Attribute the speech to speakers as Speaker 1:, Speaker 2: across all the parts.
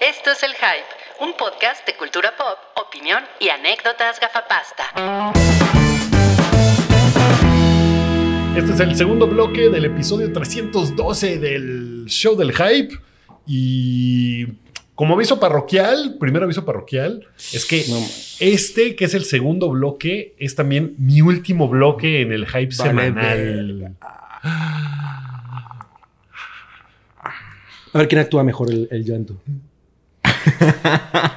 Speaker 1: Esto es El Hype, un podcast de cultura pop, opinión y anécdotas gafapasta.
Speaker 2: Este es el segundo bloque del episodio 312 del show del hype. Y como aviso parroquial, primer aviso parroquial, es que
Speaker 3: No, man.
Speaker 2: este, que es el segundo bloque, es también mi último bloque en el hype
Speaker 3: Vale,
Speaker 2: semanal.
Speaker 3: A ver quién actúa mejor el, el llanto.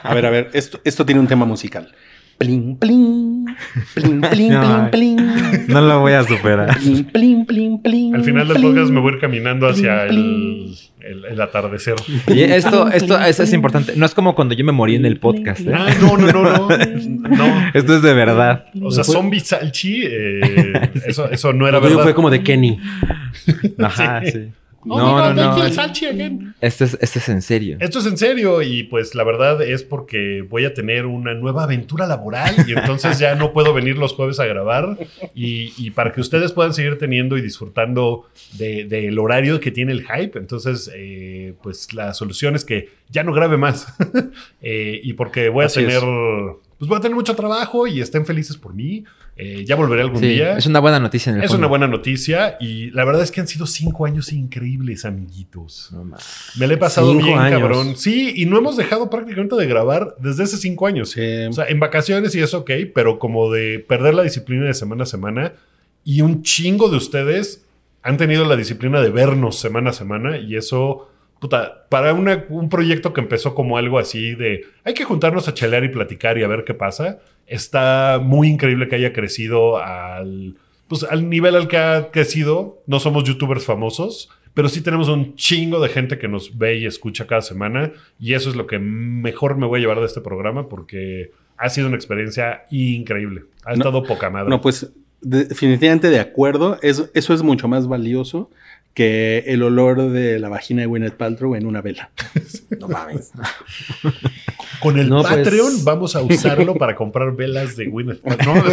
Speaker 4: A ver, a ver, esto, esto tiene un tema musical. Plin, plin, plin, plin,
Speaker 5: No, eh.
Speaker 4: plin,
Speaker 5: No lo voy a superar.
Speaker 4: plin, plin, plin, plin, plin.
Speaker 2: Al final del
Speaker 4: plin.
Speaker 2: podcast me voy a ir caminando hacia el, el- el atardecer.
Speaker 5: Y esto, esto es, es importante. No es como cuando yo me morí en el podcast. ¿eh?
Speaker 2: Ah, no, no, no, no. No.
Speaker 5: Esto es de verdad.
Speaker 2: O sea, zombie salchi, eh, eso, eso no era
Speaker 3: Lo tuyo
Speaker 2: verdad.
Speaker 3: fue como de Kenny.
Speaker 5: Ajá, sí. No, no, no. es- Esto es, esto es en serio.
Speaker 2: Esto es en serio y pues la verdad es porque voy a tener una nueva aventura laboral y entonces ya no puedo venir los jueves a grabar y, y para que ustedes puedan seguir teniendo y disfrutando de- del horario que tiene el hype, entonces eh, pues la solución es que ya no grabe más Eh, y porque voy a
Speaker 3: Así
Speaker 2: tener...
Speaker 3: es.
Speaker 2: Pues voy a tener mucho trabajo y estén felices por mí. Eh, ya volveré algún
Speaker 5: Sí,
Speaker 2: día.
Speaker 5: es una buena noticia en el
Speaker 2: Es
Speaker 5: fondo.
Speaker 2: una buena noticia y la verdad es que han sido cinco años increíbles, amiguitos.
Speaker 5: No mames.
Speaker 2: Me la he pasado
Speaker 3: Cinco
Speaker 2: bien,
Speaker 3: años.
Speaker 2: cabrón. Sí, y no hemos dejado prácticamente de grabar desde hace cinco años.
Speaker 4: Sí.
Speaker 2: O sea, en vacaciones y eso, ok, pero como de perder la disciplina de semana a semana y un chingo de ustedes han tenido la disciplina de vernos semana a semana y eso, puta, para una- un proyecto que empezó como algo así de hay que juntarnos a chelear y platicar y a ver qué pasa, está muy increíble que haya crecido al, pues, al nivel al que ha crecido. No somos youtubers famosos. Pero sí tenemos un chingo de gente que nos ve y escucha cada semana. Y eso es lo que mejor me voy a llevar de este programa porque ha sido una experiencia increíble. Ha
Speaker 4: No,
Speaker 2: estado poca madre.
Speaker 4: No, pues de- definitivamente de acuerdo. Es, eso es mucho más valioso que el olor de la vagina de Gwyneth Paltrow en una vela.
Speaker 3: No mames.
Speaker 2: Con el
Speaker 3: No, pues-
Speaker 2: Patreon vamos a usarlo para comprar velas de Gwyneth Paltrow. No,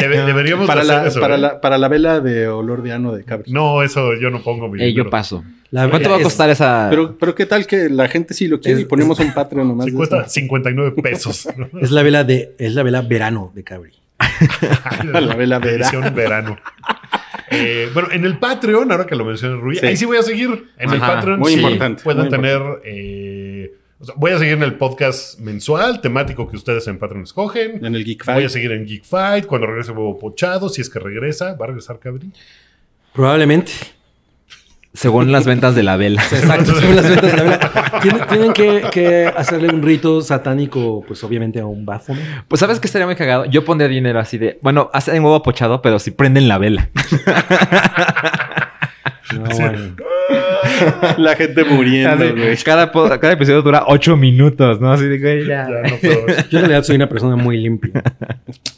Speaker 2: debe- deberíamos
Speaker 4: Para
Speaker 2: hacer
Speaker 4: la,
Speaker 2: eso.
Speaker 4: para,
Speaker 2: ¿eh?
Speaker 4: la, para la vela de olor de ano de cabra.
Speaker 2: No, eso yo no pongo mi
Speaker 5: Eh, yo
Speaker 2: dinero.
Speaker 5: paso.
Speaker 3: La
Speaker 5: ¿Cuánto va a
Speaker 3: es-
Speaker 5: costar esa?
Speaker 4: Pero, pero qué tal que la gente sí lo quiere
Speaker 3: Es-
Speaker 4: y ponemos un Patreon nomás.
Speaker 2: Sí,
Speaker 4: de
Speaker 2: cuesta
Speaker 4: eso.
Speaker 2: 59 pesos.
Speaker 3: Es la vela de, es la vela verano de Cabri.
Speaker 4: La vela vera.
Speaker 2: Edición verano. Eh, bueno, en el Patreon, ahora que lo mencioné Rui,
Speaker 4: Sí.
Speaker 2: ahí sí voy a seguir. En el
Speaker 5: Ajá,
Speaker 2: Patreon
Speaker 4: muy
Speaker 2: sí
Speaker 4: importante,
Speaker 2: pueden
Speaker 4: muy
Speaker 2: tener. eh, o sea, voy a seguir en el podcast mensual, temático que ustedes en Patreon escogen.
Speaker 4: En el Geek
Speaker 2: Voy a
Speaker 4: Fight.
Speaker 2: seguir en Geek Fight. Cuando regrese huevo pochado, si es que regresa, va a regresar Cabri.
Speaker 3: Probablemente.
Speaker 5: Según las ventas de la vela.
Speaker 3: Exacto, son las ventas de la vela. Tienen, tienen que, que hacerle un rito satánico, pues obviamente a un báfono.
Speaker 5: Pues sabes que estaría muy cagado. Yo pondría dinero así de, bueno, hacen huevo pochado, pero si prenden la vela.
Speaker 3: No,
Speaker 2: Sí.
Speaker 3: bueno.
Speaker 4: La gente muriendo,
Speaker 5: Así,
Speaker 4: güey.
Speaker 5: cada, po- cada episodio dura ocho minutos, ¿no? Así de, güey, ya.
Speaker 2: Ya no puedo.
Speaker 3: Yo en realidad soy una persona muy limpia.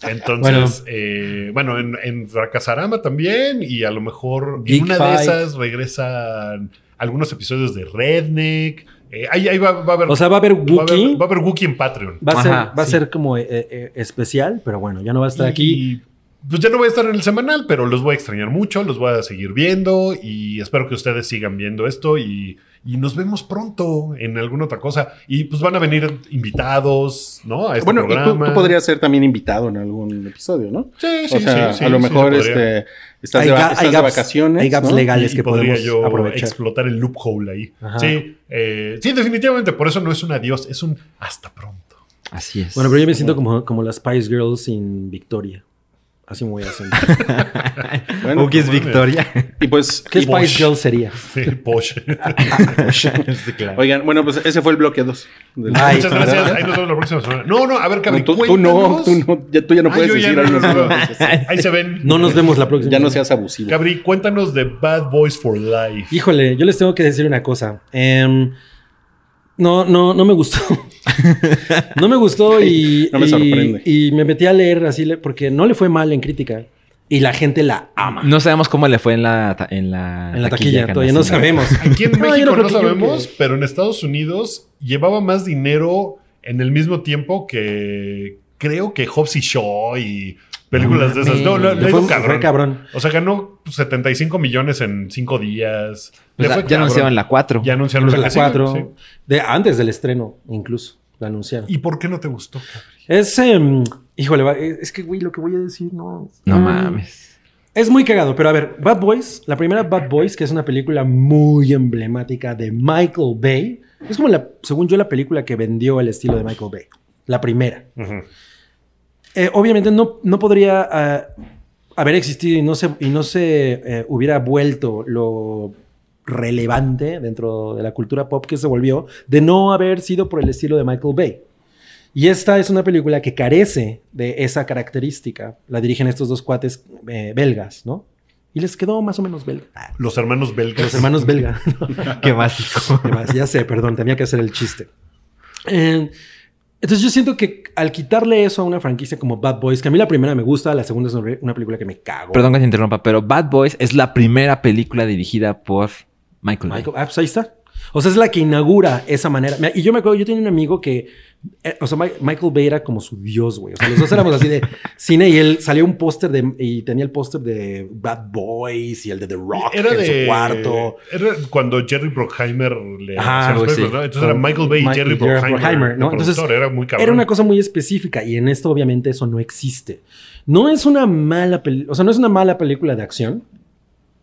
Speaker 2: Entonces, eh, bueno, en, en Fracasarama también y a lo mejor en
Speaker 3: Geek
Speaker 2: una de
Speaker 3: Fight.
Speaker 2: esas regresan algunos episodios de Redneck. Eh, ahí ahí va, va a haber...
Speaker 3: O sea, va a haber
Speaker 2: va a haber-
Speaker 3: Wookiee.
Speaker 2: va a haber Wookiee en Patreon.
Speaker 3: Va a ser,
Speaker 5: Ajá,
Speaker 3: va a
Speaker 5: sí.
Speaker 3: ser como eh, eh, especial, pero bueno, ya no va a estar aquí.
Speaker 2: Y, pues ya no voy a estar en el semanal, pero los voy a extrañar mucho, los voy a seguir viendo y espero que ustedes sigan viendo esto y, y nos vemos pronto en alguna otra cosa. Y pues van a venir invitados, ¿no? A este
Speaker 4: Bueno, y tú,
Speaker 2: programa.
Speaker 4: tú podrías ser también invitado en algún episodio, ¿no?
Speaker 2: Sí, sí,
Speaker 4: o sea,
Speaker 2: sí, sí,
Speaker 4: a lo
Speaker 2: sí,
Speaker 4: mejor
Speaker 2: se podría.
Speaker 4: este, estás,
Speaker 3: Hay
Speaker 4: de, va-
Speaker 3: ga- hay
Speaker 4: estás de
Speaker 3: gaps-
Speaker 4: vacaciones.
Speaker 3: hay gaps
Speaker 4: ¿no?
Speaker 3: legales
Speaker 2: Y- y
Speaker 3: que
Speaker 2: podría
Speaker 3: podemos
Speaker 2: yo
Speaker 3: aprovechar.
Speaker 2: explotar el loophole ahí.
Speaker 3: Ajá.
Speaker 2: Sí, eh, sí, definitivamente. Por eso no es un adiós, es un hasta pronto.
Speaker 5: Así es.
Speaker 3: Bueno, pero yo me siento como, como las Spice Girls sin Victoria. Así me voy a sentir.
Speaker 4: Bueno,
Speaker 5: Uki es Victoria.
Speaker 4: y pues,
Speaker 3: ¿Qué
Speaker 4: y-
Speaker 3: Spice
Speaker 2: Bosch.
Speaker 3: Girl sería?
Speaker 2: Sí, Posh.
Speaker 4: oigan, bueno, pues ese fue el bloque 2.
Speaker 3: Ay,
Speaker 2: Muchas gracias. Ahí nos vemos la próxima semana. No, no, a ver, Cabri,
Speaker 4: tú, tú no,
Speaker 2: cuéntanos.
Speaker 4: tú no, ya, tú ya no
Speaker 2: Ah,
Speaker 4: puedes
Speaker 2: yo ya
Speaker 4: decir
Speaker 2: no,
Speaker 4: ahí
Speaker 2: no,
Speaker 4: nos vemos.
Speaker 2: no. Ahí se ven.
Speaker 3: No nos vemos la próxima.
Speaker 4: Ya no seas abusivo.
Speaker 2: Cabri, cuéntanos de Bad Boys for Life.
Speaker 3: Híjole, yo les tengo que decir una cosa. Em, no, no, no me gustó. no me gustó y,
Speaker 4: No me
Speaker 3: y-
Speaker 4: sorprende.
Speaker 3: y me metí a leer así le- porque no le fue mal en crítica y la gente la ama.
Speaker 5: No sabemos cómo le fue en la, ta- en la,
Speaker 3: en la taquilla, todavía no
Speaker 5: Canacino.
Speaker 3: sabemos.
Speaker 2: Aquí en
Speaker 3: No, yo
Speaker 2: México
Speaker 3: no
Speaker 2: no,
Speaker 3: creo que yo-
Speaker 2: sabemos, pero en Estados Unidos llevaba más dinero en el mismo tiempo que creo que Hobbs y Shaw y películas de esas. No, le,
Speaker 3: Le
Speaker 2: le ha ido
Speaker 3: fue-
Speaker 2: cabrón.
Speaker 3: fue cabrón.
Speaker 2: O sea, ganó 75 millones en 5 días. Le fue
Speaker 5: Pues, ah, ya
Speaker 2: cabrón.
Speaker 5: anunciaron la 4.
Speaker 2: Ya anunciaron la,
Speaker 3: la
Speaker 2: que sigue,
Speaker 3: 4.
Speaker 2: sí.
Speaker 3: De, antes del estreno, incluso. La anunciaron.
Speaker 2: ¿Y por qué no te gustó? cabrón?
Speaker 3: Es. em, híjole, va- es que, güey, lo que voy a decir, no.
Speaker 5: No
Speaker 3: Mm.
Speaker 5: mames.
Speaker 3: Es muy cagado, pero a ver, Bad Boys, la primera Bad Boys, que es una película muy emblemática de Michael Bay, es como la, según yo, la película que vendió el estilo de Michael Bay. La primera.
Speaker 2: Ujú.
Speaker 3: Eh, obviamente no, no podría ah, haber existido y no se, y no se eh, hubiera vuelto lo relevante dentro de la cultura pop que se volvió de no haber sido por el estilo de Michael Bay. Y esta es una película que carece de esa característica. La dirigen estos dos cuates eh, belgas, ¿no? Y les quedó más o menos belga. Ah,
Speaker 2: Los hermanos belgas.
Speaker 3: Los hermanos belga.
Speaker 5: Qué básico.
Speaker 3: ¿Qué más? Ya sé, perdón, tenía que hacer el chiste. Eh, entonces yo siento que al quitarle eso a una franquicia como Bad Boys, que a mí la primera me gusta, la segunda es una una película que me cago.
Speaker 5: Perdón que te interrumpa, pero Bad Boys es la primera película dirigida por Michael Bay.
Speaker 3: Michael, ah, pues ahí está. O sea, es la que inaugura esa manera. Me- Y yo me acuerdo, yo tenía un amigo que, eh, o sea, Mi- Michael Bay era como su dios, güey. O sea, los dos éramos así de cine y él salió un póster de, y tenía el póster de Bad Boys y el de The Rock
Speaker 2: Era
Speaker 3: en
Speaker 2: de.
Speaker 3: su cuarto.
Speaker 2: Era cuando Jerry Bruckheimer le. hacía
Speaker 5: Ajá,
Speaker 2: los
Speaker 5: algo así.
Speaker 2: películas, ¿no? Entonces era
Speaker 3: Con
Speaker 2: Michael Bay y
Speaker 3: Mike-
Speaker 2: Jerry
Speaker 3: y Jerry
Speaker 2: Bruckheimer.
Speaker 3: Bruckheimer,
Speaker 2: el
Speaker 3: ¿no? Entonces,
Speaker 2: productor, era muy cabrón.
Speaker 3: Era una cosa muy específica y en esto obviamente eso no existe. No es una mala película, o sea, no es una mala película de acción.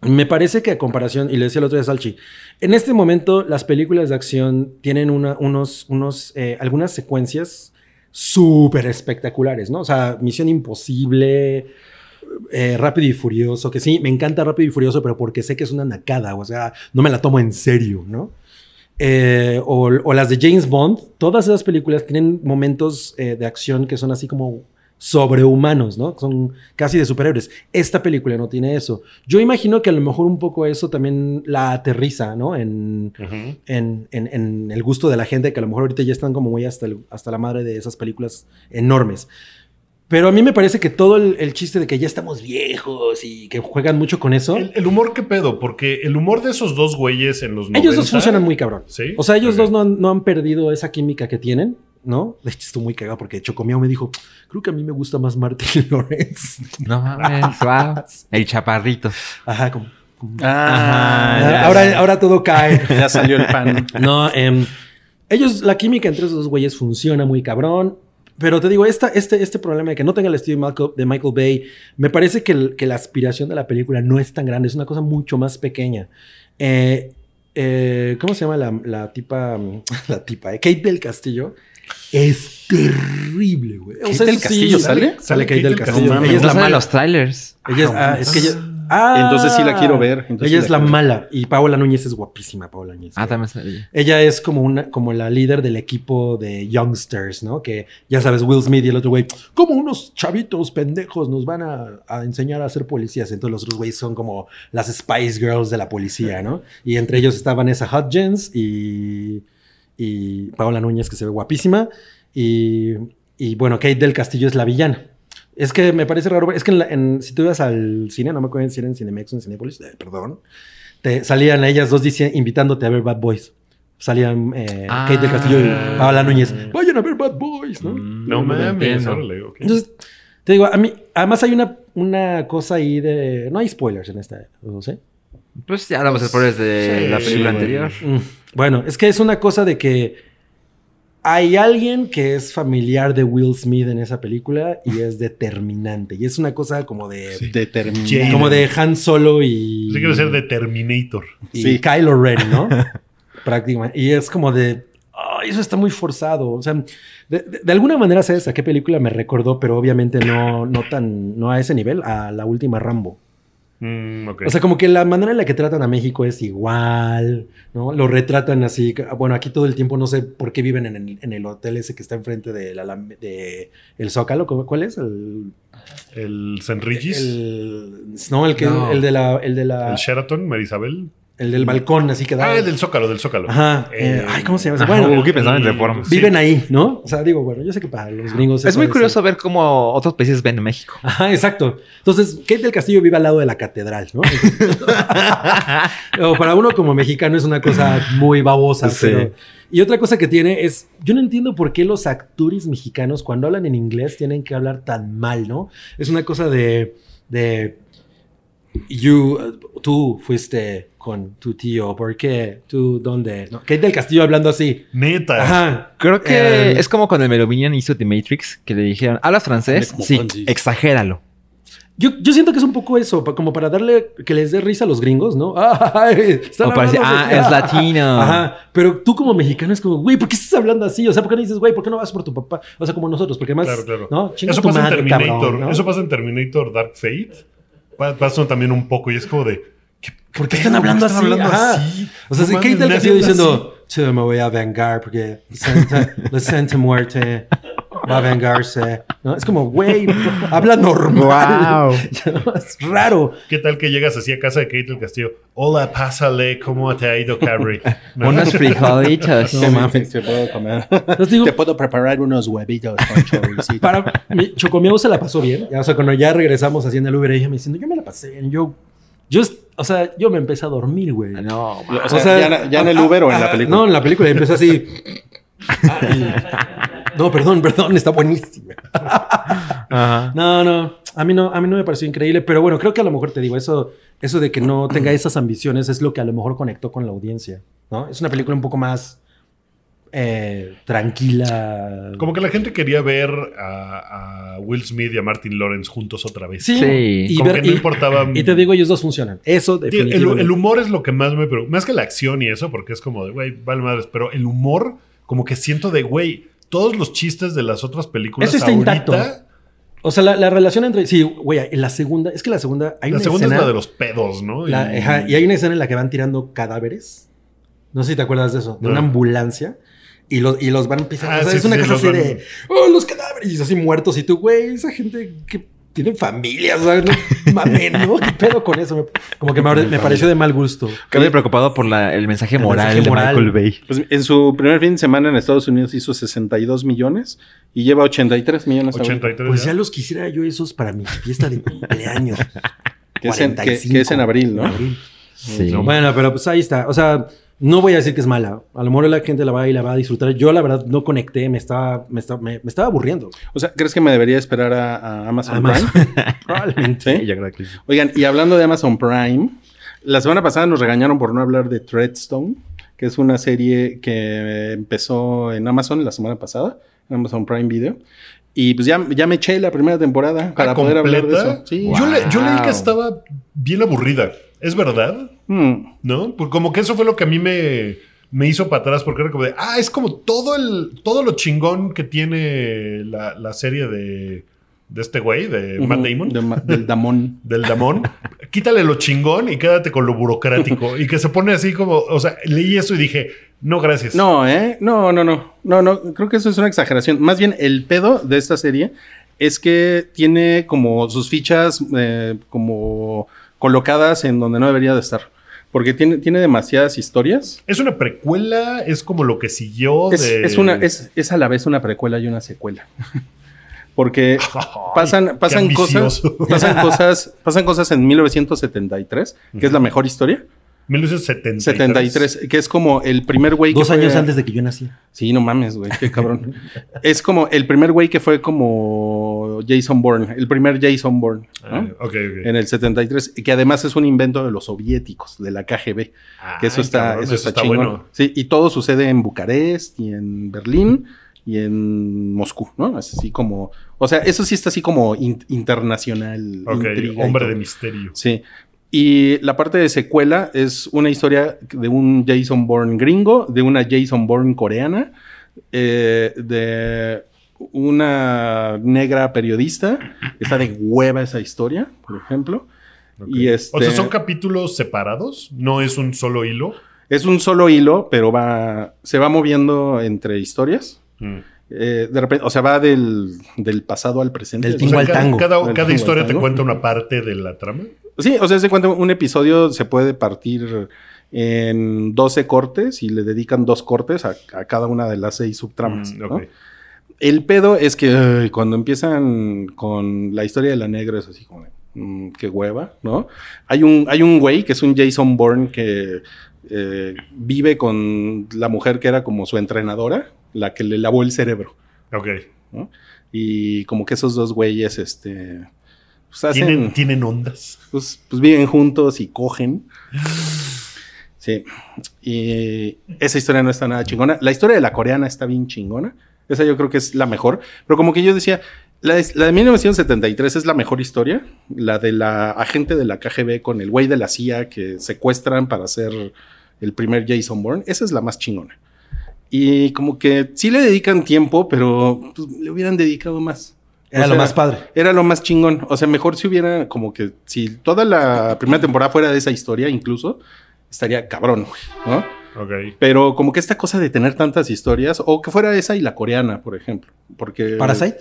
Speaker 3: Me parece que a comparación, y le decía el otro día a Salchi, en este momento las películas de acción tienen una- unos, unos, eh, algunas secuencias súper espectaculares, ¿no? O sea, Misión Imposible, eh, Rápido y Furioso, que sí, me encanta Rápido y Furioso, pero porque sé que es una nacada, o sea, no me la tomo en serio, ¿no? Eh, o, o las de James Bond, todas esas películas tienen momentos eh, de acción que son así como sobrehumanos, ¿no? Son casi de superhéroes. Esta película no tiene eso. Yo imagino que a lo mejor un poco eso también la aterriza, ¿no? En,
Speaker 2: Ujú.
Speaker 3: en, en- en el gusto de la gente, que a lo mejor ahorita ya están como muy hasta, el- hasta la madre de esas películas enormes. Pero a mí me parece que todo el, el chiste de que ya estamos viejos y que juegan mucho con eso,
Speaker 2: El, el humor, ¿qué pedo? Porque el humor de esos dos güeyes en los 90...
Speaker 3: ellos dos funcionan muy cabrón.
Speaker 2: ¿Sí?
Speaker 3: O sea, ellos
Speaker 2: Ok.
Speaker 3: dos no han, no han perdido esa química que tienen, ¿no? De hecho, estoy muy cagado porque Chocomiao me dijo, creo que a mí me gusta más Martin Lawrence.
Speaker 5: No mames, wow. El chaparrito.
Speaker 3: Ajá, como... como-
Speaker 5: Ah,
Speaker 3: Ah,
Speaker 5: ya,
Speaker 3: ahora,
Speaker 5: ya.
Speaker 3: ahora todo cae.
Speaker 4: Ya salió el pan.
Speaker 3: No, em, ellos, la química entre esos dos güeyes funciona muy cabrón. Pero te digo, esta, este, este problema de que no tenga el estilo de Malco- de Michael Bay, me parece que, el- que la aspiración de la película no es tan grande, es una cosa mucho más pequeña. Eh, eh, ¿Cómo se llama la, la tipa? mm, La tipa, eh? Kate del Castillo. Es terrible, güey. O
Speaker 4: ¿Kate del Castillo sale?
Speaker 3: Sale Kate del Castillo.
Speaker 2: No mames.
Speaker 3: Ella es la
Speaker 5: Ella de
Speaker 3: mala.
Speaker 5: los trailers.
Speaker 3: Ella es, ah, es que ella- ah,
Speaker 4: Entonces sí la quiero ver. Entonces sí
Speaker 3: ella es la
Speaker 4: quiero ver.
Speaker 3: mala. Y Paola Núñez es guapísima, Paola Núñez.
Speaker 5: Ah, también sale ella.
Speaker 3: Ella es como una, como la líder del equipo de youngsters, ¿no? Que ya sabes, Will Smith y el otro güey, como unos chavitos pendejos nos van a, a enseñar a ser policías. Entonces los otros güeyes son como las Spice Girls de la policía, ¿no? Y entre ellos está Vanessa Hudgens y, y Paola Núñez, que se ve guapísima. Y, y bueno, Kate del Castillo es la villana. Es que me parece raro, es que en la- en- si tú ibas al cine, no me acuerdo si era en Cinemex o en Cinepolis, eh, perdón, te, salían ellas dos dici- invitándote a ver Bad Boys. Salían eh,
Speaker 5: Ah.
Speaker 3: Kate del Castillo y Paola Núñez. Vayan a ver Bad Boys, ¿no?
Speaker 2: Mm, No mames,
Speaker 5: entiendo.
Speaker 2: órale, ok.
Speaker 3: Entonces, te digo, a mí, además hay una, una cosa ahí de... No hay spoilers en esta, no sé.
Speaker 5: Pues ya hablamos de spoilers de
Speaker 2: Sí,
Speaker 5: la película
Speaker 2: sí,
Speaker 5: anterior.
Speaker 3: Mm, Bueno, es que es una cosa de que hay alguien que es familiar de Will Smith en esa película y es determinante. Y es una cosa como de.
Speaker 2: Jaden.
Speaker 4: Determinado.
Speaker 3: Como de Han Solo y.
Speaker 2: Sí quiero ser
Speaker 3: Mm.
Speaker 2: de Terminator.
Speaker 3: y
Speaker 4: Sí.
Speaker 3: Kylo Ren, ¿no? Prácticamente. Y es como de. "Ay, eso está muy forzado. O sea, de, de- de alguna manera sabes a qué película me recordó, pero obviamente no, no tan. no a ese nivel, a la última Rambo.
Speaker 2: Mm, ok.
Speaker 3: O sea, como que la manera en la que tratan a México es igual, ¿no? Lo retratan así. ah, Bueno, aquí todo el tiempo no sé por qué viven en el, en el hotel ese que está enfrente del alam- de el Zócalo. ¿Cómo- ¿Cuál es? El,
Speaker 2: el Senrigis, el,
Speaker 3: el- ah, no, el que
Speaker 5: No.
Speaker 3: el de la el de la
Speaker 2: Sheraton, Marisabel.
Speaker 3: El del balcón, así que da.
Speaker 2: Ah, el del Zócalo, del Zócalo.
Speaker 3: Ajá.
Speaker 2: Eh,
Speaker 3: eh, ay, ¿cómo se llama?
Speaker 5: Ajá,
Speaker 3: bueno,
Speaker 5: hubo que pensar en reforma.
Speaker 2: sí.
Speaker 3: viven ahí, ¿no? O sea, digo, bueno, yo sé que para los gringos.
Speaker 5: Es muy
Speaker 3: parece-
Speaker 5: curioso ver cómo otros países ven México.
Speaker 3: Ajá, exacto. Entonces, Kate del Castillo vive al lado de la catedral, ¿no? o para uno como mexicano es una cosa muy babosa.
Speaker 5: Sí.
Speaker 3: pero- Y otra cosa que tiene es, yo no entiendo por qué los actores mexicanos cuando hablan en inglés tienen que hablar tan mal, ¿no? Es una cosa de, de you, uh, tú fuiste con tu tío, ¿por qué? ¿Tú dónde? ¿No? Kate del Castillo hablando así.
Speaker 2: Neta.
Speaker 3: Ajá.
Speaker 5: Creo que
Speaker 3: Eh,
Speaker 5: es como cuando el Merovinian hizo The Matrix, que le dijeron, ¿hablas francés?
Speaker 4: Como
Speaker 5: Sí,
Speaker 4: Ponzi.
Speaker 5: exagéralo.
Speaker 3: Yo, yo siento que es un poco eso, pa- como para darle, que les dé risa a los gringos, ¿no? Ay, están
Speaker 5: O para decir,
Speaker 3: hablando
Speaker 5: ah,
Speaker 3: así".
Speaker 5: es latino.
Speaker 3: Ajá, pero tú como mexicano es como, güey, ¿por qué estás hablando así? O sea, ¿por qué no dices, güey, ¿por qué no vas por tu papá? O sea, como nosotros, porque además,
Speaker 2: Claro, claro.
Speaker 3: Pues, ¿no? Chinga
Speaker 2: Eso
Speaker 3: tu
Speaker 2: pasa,
Speaker 3: madre,
Speaker 2: en Terminator,
Speaker 3: cabrón, ¿no?
Speaker 2: eso pasa en Terminator Dark Fate. Pa- Pasa también un poco y es como de... ¿qué-
Speaker 3: ¿Por qué
Speaker 2: pedo?
Speaker 3: están hablando
Speaker 2: ¿Por qué están
Speaker 3: así?
Speaker 2: hablando
Speaker 3: Ajá.
Speaker 2: así?
Speaker 3: O sea,
Speaker 2: No
Speaker 3: si Kate
Speaker 2: mames,
Speaker 3: del
Speaker 2: nadie
Speaker 3: Castillo
Speaker 2: habla
Speaker 3: diciendo, "Sí, me voy a vengar porque Santa- la Santa Muerte va a vengarse. ¿No? Es como, güey, habla normal.
Speaker 5: Wow.
Speaker 3: Es raro.
Speaker 2: así. ¿Qué tal que llegas así a casa de Kate del Castillo? Hola, pásale, ¿cómo te ha ido, Carrie? No.
Speaker 5: Unos frijolitos.
Speaker 4: No mames, te puedo comer.
Speaker 3: Entonces digo,
Speaker 4: Te puedo preparar unos huevitos con choricito.
Speaker 3: para mi Chocomiao se la pasó bien. Ya, O sea, cuando ya regresamos haciendo el Uber, ella me diciendo, yo me la pasé bien. Yo, yo, est- o sea, yo me empecé a dormir, güey.
Speaker 5: No,
Speaker 4: Ah, O
Speaker 3: O
Speaker 4: sea,
Speaker 3: sea, ah,
Speaker 4: ya, ya en el Uber o en la película.
Speaker 3: No, en la película empezó así. Ay. No, perdón, perdón, está buenísima.
Speaker 5: Ajá.
Speaker 3: No, no, a mí no, a mí no me pareció increíble, pero bueno, creo que a lo mejor te digo, eso, eso de que no tenga esas ambiciones es lo que a lo mejor conectó con la audiencia, ¿no? Es una película un poco más eh, tranquila.
Speaker 2: Como que la gente quería ver a, a Will Smith y a Martin Lawrence juntos otra vez.
Speaker 3: Sí,
Speaker 5: Sí.
Speaker 3: Y,
Speaker 2: Como
Speaker 3: ver-
Speaker 2: que no
Speaker 3: y-
Speaker 2: importaba...
Speaker 3: y te digo, ellos dos funcionan. Eso
Speaker 2: Tío, el,
Speaker 3: definitivamente.
Speaker 2: el humor es lo que más me preocupa. Más que la acción y eso, porque es como de, güey, vale madres. Pero el humor, como que siento de, güey, todos los chistes de las otras películas
Speaker 3: Eso está
Speaker 2: ahorita-
Speaker 3: intacto. o sea, la, la relación entre... Sí, güey, la segunda... Es que la segunda... Hay
Speaker 2: La
Speaker 3: una
Speaker 2: segunda es
Speaker 3: escena-
Speaker 2: la de los pedos, ¿no?
Speaker 3: La-
Speaker 2: y,
Speaker 3: ajá, y hay una escena en la que van tirando cadáveres. No sé si te acuerdas de eso. De
Speaker 2: No.
Speaker 3: una ambulancia. Y los, y los van pisando.
Speaker 2: Ah,
Speaker 3: o sea,
Speaker 2: sí,
Speaker 3: es una
Speaker 2: sí,
Speaker 3: cosa
Speaker 2: los
Speaker 3: así
Speaker 2: van-
Speaker 3: de... ¡Oh, los cadáveres! Y así muertos. Y tú, güey, esa gente que tiene familias. ¿sabes? No mames, ¿no? ¿Qué pedo con eso? Me- Como que me, me pareció de mal gusto.
Speaker 5: Quedé preocupado por la- el mensaje
Speaker 3: El
Speaker 5: moral
Speaker 3: mensaje
Speaker 5: de
Speaker 3: moral.
Speaker 5: Michael Bay.
Speaker 4: Pues en su primer fin de semana en Estados Unidos hizo 62 millones y lleva 83 millones. ahorita.
Speaker 2: 83.
Speaker 3: Pues ya
Speaker 2: ya.
Speaker 3: los quisiera yo esos para mi fiesta de cumpleaños.
Speaker 4: Que es en- que- que es en
Speaker 3: 45,
Speaker 4: abril, ¿no?
Speaker 3: en abril.
Speaker 5: Sí.
Speaker 2: No,
Speaker 3: Bueno, pero pues ahí está. O sea, no voy a decir que es mala. A lo mejor la gente la va y la va a disfrutar. Yo, la verdad, no conecté. Me estaba, me estaba, me, me estaba aburriendo.
Speaker 4: O sea, ¿crees que me debería esperar a, a Amazon,
Speaker 3: Amazon.
Speaker 4: Prime?
Speaker 3: Probablemente.
Speaker 4: Sí. Oigan, y hablando de Amazon Prime, la semana pasada nos regañaron por no hablar de Treadstone, que es una serie que empezó en Amazon la semana pasada, en Amazon Prime Video. Y pues ya, ya me eché la primera temporada para poder hablar de
Speaker 2: ¿Ah, ¿Completa?
Speaker 4: eso. Sí.
Speaker 2: Yo, le- yo leí que
Speaker 5: Wow.
Speaker 2: estaba bien aburrida. ¿Es verdad?
Speaker 4: Mm.
Speaker 2: ¿No? Pues como que eso fue lo que a mí me, me hizo para atrás, porque era como de, ah, es como todo el todo lo chingón que tiene la, la serie de, de este güey, de Matt Damon.
Speaker 4: De Ma- del Damón.
Speaker 2: del Damón, quítale lo chingón y quédate con lo burocrático. Y que se pone así como, o sea, leí eso y dije, no, gracias.
Speaker 4: No, ¿eh? No, no, no. No, no. Creo que eso es una exageración. Más bien, el pedo de esta serie es que tiene como sus fichas eh, como colocadas en donde no debería de estar. Porque tiene, tiene demasiadas historias.
Speaker 2: Es una precuela, es como lo que
Speaker 3: Oh,
Speaker 2: siguió
Speaker 4: Es,
Speaker 2: de...
Speaker 4: es una, es, es a la vez una precuela y una secuela. Porque pasan, pasan
Speaker 2: qué
Speaker 4: cosas.
Speaker 2: ambicioso.
Speaker 4: Pasan cosas, pasan cosas en 1973, que es la mejor historia.
Speaker 2: 1973.
Speaker 4: 73, que es como el primer güey que
Speaker 3: Dos
Speaker 4: fue-
Speaker 3: años antes de que yo nací.
Speaker 4: Sí, no mames, güey, qué cabrón. es como el primer güey que fue como Jason Bourne, el primer Jason Bourne, ¿no?
Speaker 2: Ah, ok, ok.
Speaker 4: En el 73, que además es un invento de los soviéticos, de la KGB, que eso
Speaker 2: Ay,
Speaker 4: está,
Speaker 2: cabrón,
Speaker 4: eso está, chingón. Sí, y todo sucede en Bucarest y en Berlín y en Moscú, ¿no? Es así como, o sea, eso sí está así como in- internacional.
Speaker 2: Ok,
Speaker 4: intriga y
Speaker 2: hombre
Speaker 4: todo.
Speaker 2: de misterio.
Speaker 4: Sí. Y la parte de secuela es una historia de un Jason Bourne gringo, de una Jason Bourne coreana, eh, de una negra periodista. Está de hueva esa historia, por ejemplo.
Speaker 2: Ok.
Speaker 4: Y este-
Speaker 2: O sea, son capítulos separados, no es un solo hilo.
Speaker 4: Es un solo hilo, pero va, se va moviendo entre historias.
Speaker 2: Mm.
Speaker 4: Eh, de repente, o sea, va del, del pasado al presente.
Speaker 3: Del
Speaker 4: O sea,
Speaker 3: tingo al
Speaker 2: cada,
Speaker 3: tango.
Speaker 2: cada-
Speaker 4: Del
Speaker 2: cada
Speaker 4: tingo al
Speaker 2: historia te
Speaker 4: tango.
Speaker 2: cuenta una parte de la trama.
Speaker 4: Sí, o sea, se cuenta un episodio se puede partir en 12 cortes y le dedican dos cortes a, a cada una de las seis subtramas.
Speaker 2: Mm,
Speaker 4: ¿no?
Speaker 2: ok.
Speaker 4: El pedo es que ay, cuando empiezan con la historia de la negra es así como, de, mm, qué hueva, ¿no? Hay un, hay un güey que es un Jason Bourne que eh, vive con la mujer que era como su entrenadora, la que le lavó el cerebro.
Speaker 2: Ok.
Speaker 4: Y como que esos dos güeyes, este, pues hacen,
Speaker 2: ¿Tienen, tienen ondas.
Speaker 4: pues, pues viven juntos y cogen. Sí. Y esa historia no está nada chingona. La historia de la coreana está bien chingona. Esa yo creo que es la mejor. Pero como que yo decía, la, es- la de 1973 es la mejor historia. La de la agente de la KGB con el güey de la CIA que secuestran para hacer el primer Jason Bourne. Esa es la más chingona. Y como que sí le dedican tiempo, pero pues, le hubieran dedicado más.
Speaker 3: Era
Speaker 4: O
Speaker 3: lo
Speaker 4: sea,
Speaker 3: más padre.
Speaker 4: era lo más chingón. O sea, mejor si hubiera como que si toda la primera temporada fuera de esa historia, incluso estaría cabrón, güey, ¿no?
Speaker 2: Ok.
Speaker 4: Pero como que esta cosa de tener tantas historias, o que fuera esa y la coreana, por ejemplo, porque
Speaker 3: ¿Parasite?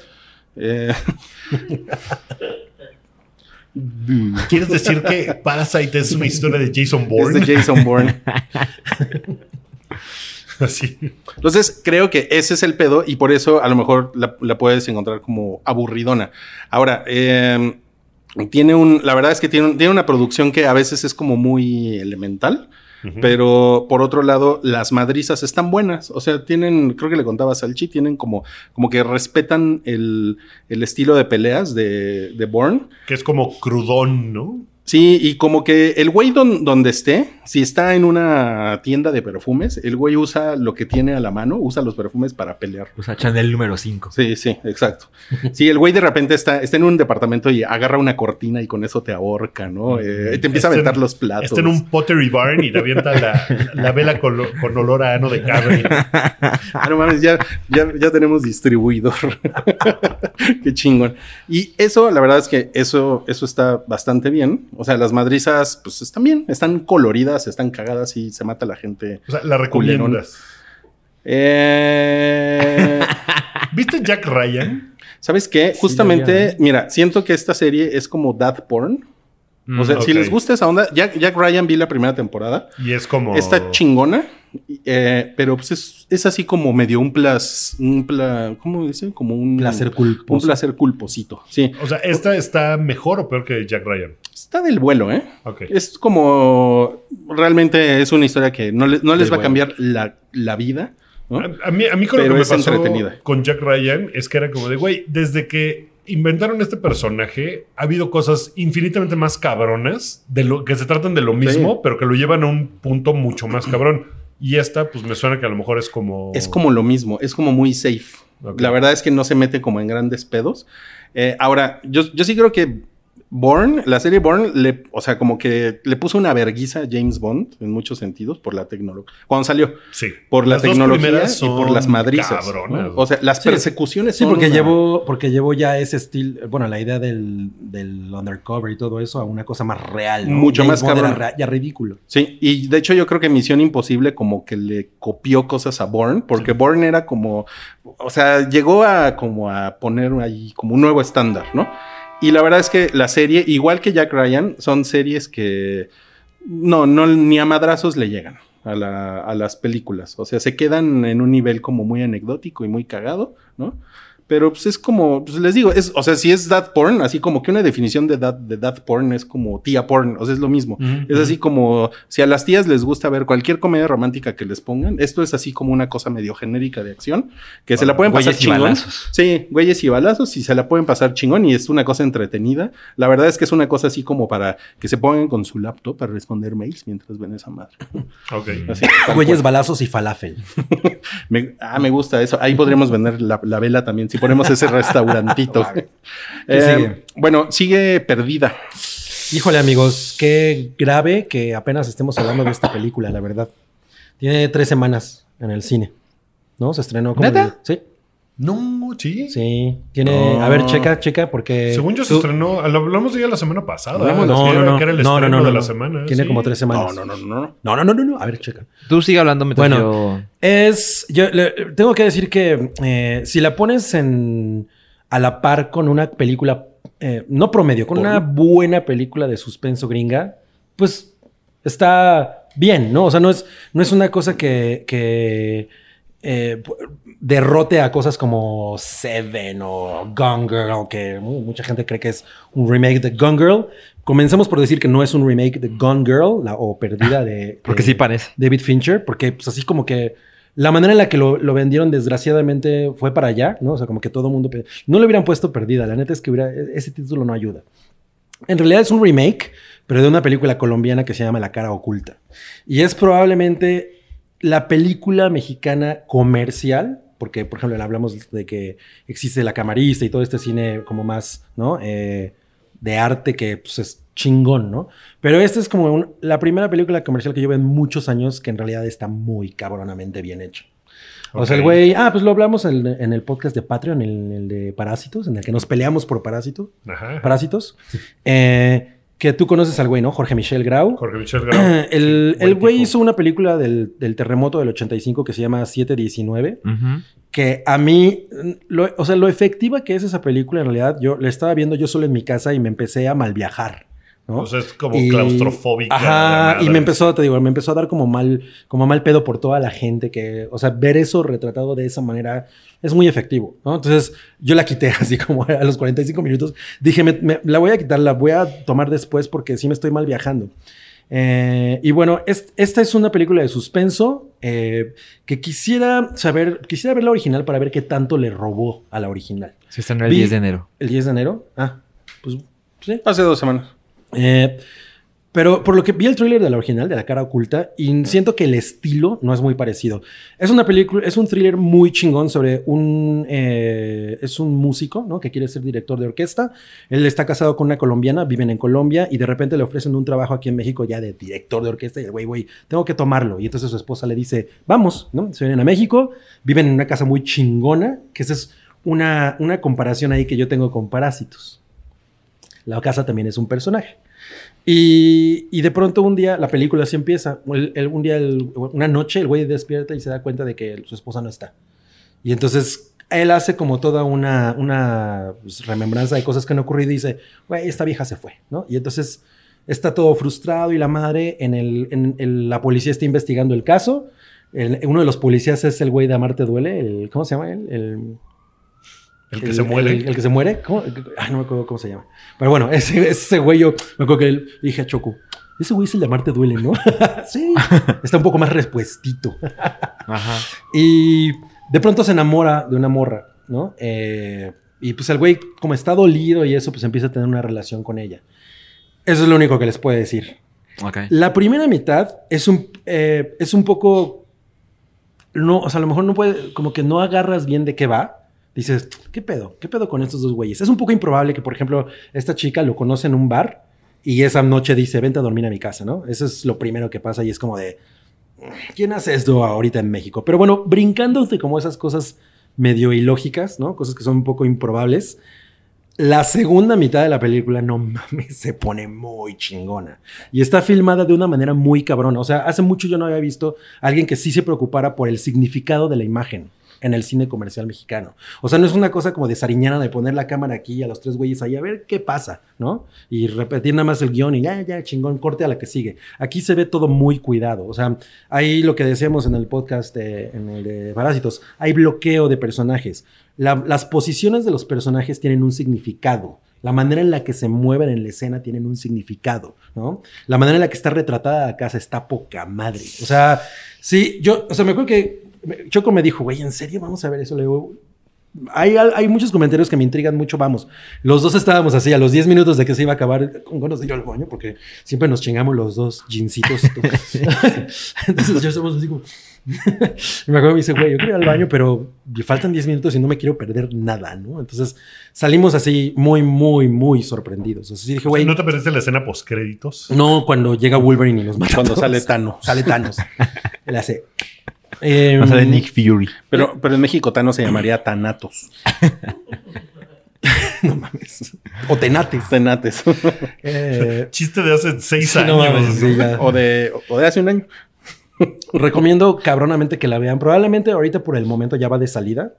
Speaker 4: eh,
Speaker 2: ¿Quieres decir que Parasite es una historia de Jason
Speaker 4: es
Speaker 2: Bourne?
Speaker 4: de Jason Bourne.
Speaker 2: Así.
Speaker 4: Entonces creo que ese es el pedo y por eso a lo mejor la, la puedes encontrar como aburridona. Ahora eh, tiene un, la verdad es que tiene, un- tiene una producción que a veces es como muy elemental.
Speaker 2: Ujú.
Speaker 4: Pero por otro lado, las madrizas están buenas. O sea, tienen, creo que le contaba a Salchi, tienen como, como que respetan el, el estilo de peleas de, de Bourne.
Speaker 2: que es como crudón, ¿no?
Speaker 4: Sí, y como que el güey don- donde esté, si está en una tienda de perfumes, el güey usa lo que tiene a la mano, usa los perfumes para pelear.
Speaker 5: O sea, Chanel número 5.
Speaker 4: Sí, sí, exacto. Sí, el güey de repente está, está en un departamento y agarra una cortina y con eso te ahorca, ¿no? Eh, te
Speaker 2: Está
Speaker 4: empieza a
Speaker 2: en-
Speaker 4: aventar los platos.
Speaker 2: Está en un pottery barn y le avienta la, la vela con, lo- con olor a ano de carne.
Speaker 4: Ah, no mames, ya, ya, ya tenemos distribuidor. Qué chingón. Y eso, la verdad es que eso, eso está bastante bien. O sea, las madrizas, pues están bien, están coloridas, están cagadas y se mata la gente.
Speaker 2: O sea, la recomiendas.
Speaker 4: Eh,
Speaker 2: ¿Viste Jack Ryan?
Speaker 4: ¿Sabes qué?
Speaker 3: Sí, ya,
Speaker 4: Justamente,
Speaker 3: ya.
Speaker 4: mira, siento que esta serie es como dad porn. O
Speaker 3: Mm,
Speaker 4: sea, si
Speaker 2: ok.
Speaker 4: les gusta esa onda, Jack, Jack Ryan vi la primera temporada.
Speaker 2: Y es como.
Speaker 4: Está chingona, eh, pero pues es, es así como medio un plas, un pla, ¿cómo dicen? Como un
Speaker 3: Placer
Speaker 4: Un
Speaker 3: culposo.
Speaker 4: placer culposito. Sí.
Speaker 2: O sea, ¿esta está mejor o peor que Jack Ryan?
Speaker 4: Está del vuelo, ¿eh?
Speaker 2: Ok.
Speaker 4: Es como. Realmente es una historia que no, le- no les
Speaker 5: Del
Speaker 4: va a
Speaker 5: vuelo.
Speaker 4: cambiar la, la vida. ¿no?
Speaker 2: A, a mí, a mí con
Speaker 4: Pero
Speaker 2: lo que me
Speaker 4: es
Speaker 2: pasó
Speaker 4: entretenida.
Speaker 2: con Jack Ryan es que era como de, güey, desde que inventaron este personaje, ha habido cosas infinitamente más cabronas de lo que se tratan de lo mismo, pero que lo llevan a un punto mucho más cabrón. Y esta, pues me suena que a lo mejor es como.
Speaker 4: Es como lo mismo, es como muy safe.
Speaker 2: Ok.
Speaker 4: La verdad es que no se mete como en grandes pedos. Eh, ahora, yo, yo sí creo que Bourne, la serie Bourne, le, o sea, como que le puso una verguiza a James Bond en muchos sentidos por la tecnología. Cuando salió,
Speaker 2: Sí.
Speaker 4: por la
Speaker 2: Las dos
Speaker 4: tecnología
Speaker 2: primeras
Speaker 4: y por
Speaker 2: son
Speaker 4: las madrizas.
Speaker 2: cabronas,
Speaker 4: ¿no? O sea, las
Speaker 3: Sí.
Speaker 4: persecuciones
Speaker 3: Sí,
Speaker 4: son
Speaker 3: porque
Speaker 4: una-
Speaker 3: llevó, porque llevó ya ese estilo, bueno, la idea del, del undercover y todo eso a una cosa más real. ¿no?
Speaker 4: Mucho más
Speaker 3: James Bond era
Speaker 4: cabrón.
Speaker 3: ra- ya ridículo.
Speaker 4: Sí, y de hecho yo creo que Misión Imposible como que le copió cosas a Bourne, porque Bourne era como, o sea, llegó a como a poner ahí como un nuevo estándar, ¿no? Y la verdad es que la serie, igual que Jack Ryan, son series que no, no, ni a madrazos le llegan a, la- a las películas. O sea, se quedan en un nivel como muy anecdótico y muy cagado, ¿no? Pero pues es como, pues les digo, es, o sea, si es dad porn, así como que una definición de dad, de dad porn es como tía porn, o sea, es lo mismo. Es así como, si a las tías les gusta ver cualquier comedia romántica que les pongan, esto es así como una cosa medio genérica de acción, que se la pueden pasar
Speaker 5: Ah, Güeyes y
Speaker 4: chingón.
Speaker 5: balazos.
Speaker 4: Sí, güeyes y balazos, y se la pueden pasar chingón, y es una cosa entretenida. La verdad es que es una cosa así como para que se pongan con su laptop para responder mails mientras ven esa madre.
Speaker 2: Ok.
Speaker 4: Así, tal
Speaker 3: Güeyes,
Speaker 4: cual.
Speaker 3: balazos y falafel.
Speaker 4: Me- ah, me gusta eso. Ahí podríamos vender la, la vela también, si ponemos ese restaurantito. Eh,
Speaker 3: sigue?
Speaker 4: Bueno, sigue perdida.
Speaker 3: Híjole, amigos, qué grave que apenas estemos hablando de esta película, la verdad. Tiene tres semanas en el cine. ¿No? Se estrenó como.
Speaker 4: ¿Neta?
Speaker 3: el- Sí,
Speaker 2: No, sí.
Speaker 3: sí. Tiene.
Speaker 4: No.
Speaker 3: A ver, checa, checa, porque.
Speaker 2: Según yo se
Speaker 3: tú-
Speaker 2: estrenó, ah, lo hablamos ya la semana pasada.
Speaker 3: No,
Speaker 2: que
Speaker 3: no,
Speaker 2: era-
Speaker 3: no,
Speaker 2: que era el
Speaker 3: no, no,
Speaker 2: estreno
Speaker 3: no,
Speaker 2: de
Speaker 3: no.
Speaker 2: la semana.
Speaker 3: Tiene
Speaker 2: sí.
Speaker 3: como tres
Speaker 4: No,
Speaker 3: semanas.
Speaker 4: no, no, no.
Speaker 3: No, no, no, no, no. A ver, checa.
Speaker 5: Tú sigue hablando mientras
Speaker 3: Bueno.
Speaker 5: yo...
Speaker 3: Es. Yo le- tengo que decir que eh, si la pones en. a la par con una película. eh, no promedio, con
Speaker 4: Porno.
Speaker 3: una buena película de suspenso gringa, pues está bien, ¿no? O sea, no es, no es una cosa que, que eh, derrote a cosas como Seven o Gone Girl, que mu- mucha gente cree que es un remake de Gone Girl. Comencemos por decir que no es un remake de Gone Girl la- o Perdida de,
Speaker 5: Porque
Speaker 3: de
Speaker 5: sí parece.
Speaker 3: David Fincher, porque pues así como que la manera en la que lo, lo vendieron desgraciadamente fue para allá, ¿no? O sea, como que todo el mundo... pe- No le hubieran puesto Perdida, la neta es que hubiera, e- ese título no ayuda. En realidad es un remake, pero de una película colombiana que se llama La cara oculta. Y es probablemente la película mexicana comercial, porque por ejemplo hablamos de que existe La Camarista y todo este cine como más, ¿no? Eh, de arte que pues, es chingón, ¿no? Pero esta es como un- la primera película comercial que yo veo en muchos años que en realidad está muy cabronamente bien hecha. O sea, el
Speaker 2: Ok.
Speaker 3: güey, ah, pues lo hablamos en, en el podcast de Patreon, en el de Parásitos, en el que nos peleamos por Parásito.
Speaker 2: Ajá.
Speaker 3: Parásitos. Eh, que tú conoces al güey, ¿no? Jorge Michel Grau.
Speaker 2: Jorge Michel Grau.
Speaker 3: El,
Speaker 2: Sí,
Speaker 3: el
Speaker 2: buen
Speaker 3: güey
Speaker 2: tipo.
Speaker 3: hizo una película del, del terremoto del 85 que se llama 719,
Speaker 5: Ujú.
Speaker 3: que a mí, mm, lo- o sea, lo efectiva que es esa película en realidad, yo la estaba viendo yo solo en mi casa y me empecé a mal viajar. ¿no?
Speaker 2: O sea, es como
Speaker 3: Y-
Speaker 2: claustrofóbica. la
Speaker 3: Ajá,
Speaker 2: madre.
Speaker 3: y me empezó, te digo, me empezó a dar como mal, como mal pedo por toda la gente que, o sea, ver eso retratado de esa manera es muy efectivo, ¿no? Entonces yo la quité así como a los 45 minutos. Dije, me- me- la voy a quitar, la voy a tomar después porque sí me estoy mal viajando. Eh, y bueno, es- esta es una película de suspenso eh, que quisiera saber, quisiera ver la original para ver qué tanto le robó a la original.
Speaker 5: Se estrenó el
Speaker 3: Vi-
Speaker 5: 10 de enero.
Speaker 3: ¿El 10 de enero? Ah, pues sí.
Speaker 4: Hace dos semanas.
Speaker 3: Eh, pero por lo que vi el tráiler de la original, de la cara oculta, y siento que el estilo no es muy parecido. Es una película, es un thriller muy chingón sobre un... eh, es un músico, ¿no? Que quiere ser director de orquesta. Él está casado con una colombiana, viven en Colombia, y de repente le ofrecen un trabajo aquí en México ya de director de orquesta, y el güey, güey, tengo que tomarlo. Y entonces su esposa le dice, vamos, ¿no? Se vienen a México, viven en una casa muy chingona, que esa es una, una comparación ahí que yo tengo con Parásitos. La casa también es un personaje. Y, y de pronto un día la película así empieza. El- el- un día, el- una noche, el güey despierta y se da cuenta de que su esposa no está. Y entonces él hace como toda una, una pues, remembranza de cosas que han ocurrido y dice, güey, esta vieja se fue, ¿no? Y entonces está todo frustrado y la madre, en el, en el- la policía está investigando el caso. El- uno de los policías es el güey de Amarte Duele, el, ¿cómo se llama él? El,
Speaker 2: El que se muere.
Speaker 3: el, el que se muere. ¿Cómo? Ay, no me acuerdo cómo se llama. Pero bueno, ese, ese güey yo me acuerdo que le dije a Choco, ese güey es el de Marte duele, ¿no? sí. Está un poco más respuestito.
Speaker 5: Ajá.
Speaker 3: Y de pronto se enamora de una morra, ¿no? Eh, y pues el güey, como está dolido y eso, pues empieza a tener una relación con ella. Eso es lo único que les puedo decir.
Speaker 5: Ok.
Speaker 3: La primera mitad es un, eh, es un poco. No, o sea, a lo mejor no puede. Como que no agarras bien de qué va. Dices, ¿qué pedo? ¿Qué pedo con estos dos güeyes? Es un poco improbable que, por ejemplo, esta chica lo conoce en un bar y esa noche dice, vente a dormir a mi casa, ¿no? Eso es lo primero que pasa y es como de. ¿Quién hace esto ahorita en México? Pero bueno, brincándote como esas cosas medio ilógicas, ¿no? Cosas que son un poco improbables. La segunda mitad de la película, no mames, se pone muy chingona. Y está filmada de una manera muy cabrona. O sea, hace mucho yo no había visto a alguien que sí se preocupara por el significado de la imagen en el cine comercial mexicano. O sea, no es una cosa como de Sariñana de poner la cámara aquí a los tres güeyes ahí a ver qué pasa, ¿no? Y repetir nada más el guión y ya, ya, chingón, corte a la que sigue. Aquí se ve todo muy cuidado. O sea, hay lo que decíamos en el podcast, de- en el de Parásitos, hay bloqueo de personajes. La- las posiciones de los personajes tienen un significado. La manera en la que se mueven en la escena tienen un significado, ¿no? La manera en la que está retratada la casa está poca madre. O sea, sí, yo, o sea, me acuerdo que me- Choco me dijo, güey, ¿en serio vamos a ver eso? Le digo, hay, al- hay muchos comentarios que me intrigan mucho, vamos. Los dos estábamos así, a los 10 minutos de que se iba a acabar, con ganas de ir al baño, porque siempre nos chingamos los dos jeansitos. Entonces yo estamos así como... y me acuerdo que me dice, güey, yo quiero ir al baño, pero me faltan 10 minutos y no me quiero perder nada, ¿no? Entonces salimos así muy, muy, muy sorprendidos. Así dije, güey... Mm.
Speaker 2: ¿No te perdiste la escena postcréditos?
Speaker 3: No, cuando llega Wolverine y los mata. a
Speaker 4: Cuando
Speaker 3: todos.
Speaker 4: sale Thanos.
Speaker 3: Sale Thanos. Le hace. Em,
Speaker 5: O sea, de Nick Fury.
Speaker 4: Pero, pero en México Thanos se llamaría Tanatos.
Speaker 3: No mames. O Tenates.
Speaker 4: Tenates.
Speaker 3: Eh,
Speaker 2: Chiste de hace seis
Speaker 3: sí,
Speaker 2: años.
Speaker 3: no mames, sí, ya.
Speaker 4: o, de, o de hace un año.
Speaker 3: Recomiendo cabronamente que la vean. Probablemente ahorita por el momento ya va de salida.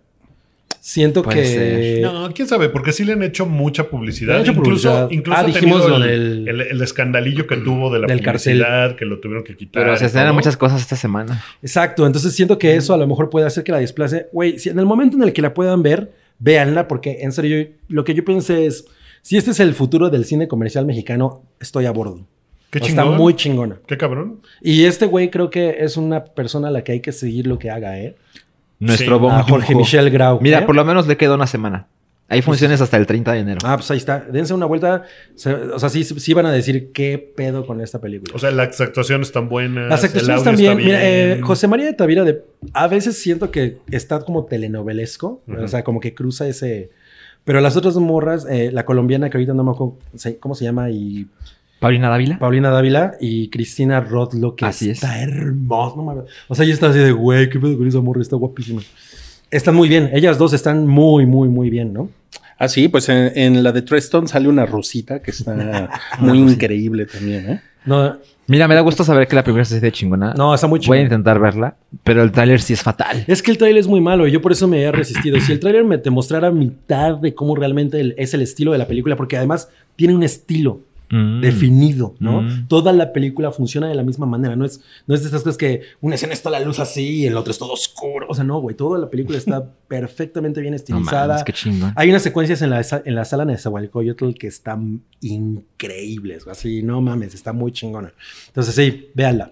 Speaker 3: Siento
Speaker 5: Puede
Speaker 3: que.
Speaker 5: ser.
Speaker 2: No, quién sabe, porque sí le han hecho mucha publicidad.
Speaker 3: Le han hecho
Speaker 2: incluso
Speaker 3: publicidad.
Speaker 2: incluso
Speaker 3: Ah,
Speaker 2: ha
Speaker 3: dijimos
Speaker 2: tenido
Speaker 3: lo
Speaker 2: el,
Speaker 3: del-
Speaker 2: el- el escandalillo que tuvo de la
Speaker 3: Del cartel.
Speaker 2: publicidad, que lo tuvieron que quitar.
Speaker 5: Pero se
Speaker 2: y
Speaker 5: estrenan
Speaker 2: todo.
Speaker 5: muchas cosas esta semana.
Speaker 3: Exacto, entonces siento que eso a lo mejor puede hacer que la desplace. Güey, si en el momento en el que la puedan ver, véanla, porque en serio, yo- lo que yo pensé es, si este es el futuro del cine comercial mexicano, estoy a bordo.
Speaker 2: Qué
Speaker 3: Está
Speaker 2: chingón.
Speaker 3: muy chingona.
Speaker 2: Qué cabrón.
Speaker 3: Y este güey creo que es una persona a la que hay que seguir lo que haga, ¿eh?
Speaker 5: Nuestro
Speaker 2: Sí.
Speaker 5: Bong
Speaker 3: A Ah, Jorge
Speaker 5: Joon-ho.
Speaker 3: Michel Grau.
Speaker 5: Mira,
Speaker 3: ¿eh?
Speaker 5: por lo menos le queda una semana. Hay funciones hasta el 30 de enero.
Speaker 3: Ah, pues ahí está. Dense una vuelta. Se- o sea, sí, sí van a decir qué pedo con esta película.
Speaker 2: O sea, las actuaciones están buenas.
Speaker 3: Las
Speaker 2: el
Speaker 3: actuaciones
Speaker 2: audio
Speaker 3: también.
Speaker 2: está
Speaker 3: Mira, eh,
Speaker 2: bien.
Speaker 3: José María de Tavira, de, a veces siento que está como telenovelesco,
Speaker 2: Ujú.
Speaker 3: o sea, como que cruza ese. Pero las otras morras, eh, la colombiana que ahorita no me acuerdo se- cómo se llama, y
Speaker 5: Paulina Dávila.
Speaker 3: Paulina Dávila y Cristina Rodlo, que
Speaker 5: Así es.
Speaker 3: está hermosa. no mames. o sea, yo estaba así de, güey, qué pedo con esa morra, está guapísima. Están muy bien, ellas dos están muy, muy, muy bien, ¿no?
Speaker 4: Ah, sí, pues en, en la de Treston sale una rusita que está muy increíble también, ¿eh?
Speaker 3: No,
Speaker 5: Mira, me da gusto saber que la primera se de chingona.
Speaker 3: no está muy
Speaker 5: Voy a
Speaker 3: chido.
Speaker 5: intentar verla, pero el tráiler sí es fatal.
Speaker 3: Es que el tráiler es muy malo y yo por eso me he resistido. Si el tráiler me te mostrara mitad de cómo realmente el- es el estilo de la película, porque además tiene un estilo
Speaker 5: Mm.
Speaker 3: definido, ¿no?
Speaker 5: Mm.
Speaker 3: Toda la película funciona de la misma manera, no es, no es de estas cosas que una escena está la luz así y el otro es todo oscuro. O sea, no, güey, toda la película está perfectamente bien
Speaker 5: No
Speaker 3: estilizada.
Speaker 5: mames, qué chingón.
Speaker 3: Hay unas secuencias en la, sa- en la sala de Nezahualcóyotl que están increíbles, güey, así, no mames, está muy chingona. Entonces sí, véanla.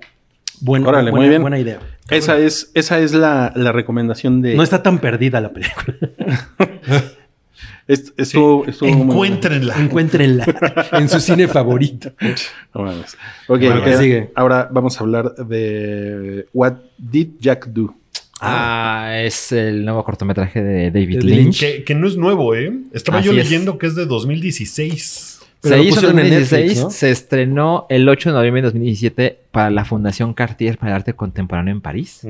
Speaker 3: Bueno,
Speaker 4: Órale,
Speaker 3: buena,
Speaker 4: muy bien.
Speaker 3: buena idea.
Speaker 4: Esa es, esa es la, la recomendación de...
Speaker 3: No está tan perdida la película.
Speaker 4: Est- estuvo- estuvo muy buena.
Speaker 2: Encuéntrenla.
Speaker 3: Encuéntrenla en su cine favorito.
Speaker 4: No mames. Ok,
Speaker 3: Bueno, ¿qué
Speaker 4: eh,
Speaker 3: sigue?
Speaker 4: ahora vamos a hablar de What Did Jack Do?
Speaker 5: Ah, es el nuevo cortometraje de David
Speaker 3: David
Speaker 5: Lynch.
Speaker 2: Que, que no es nuevo, ¿eh? Estaba
Speaker 5: Así
Speaker 2: yo
Speaker 5: es.
Speaker 2: leyendo que es de 2016.
Speaker 3: Pero
Speaker 5: se
Speaker 3: lo
Speaker 5: hizo en
Speaker 3: pusieron en
Speaker 5: 2016,
Speaker 3: Netflix, ¿no?
Speaker 5: se estrenó el 8 de noviembre de 2017 para la Fundación Cartier para el Arte Contemporáneo en París.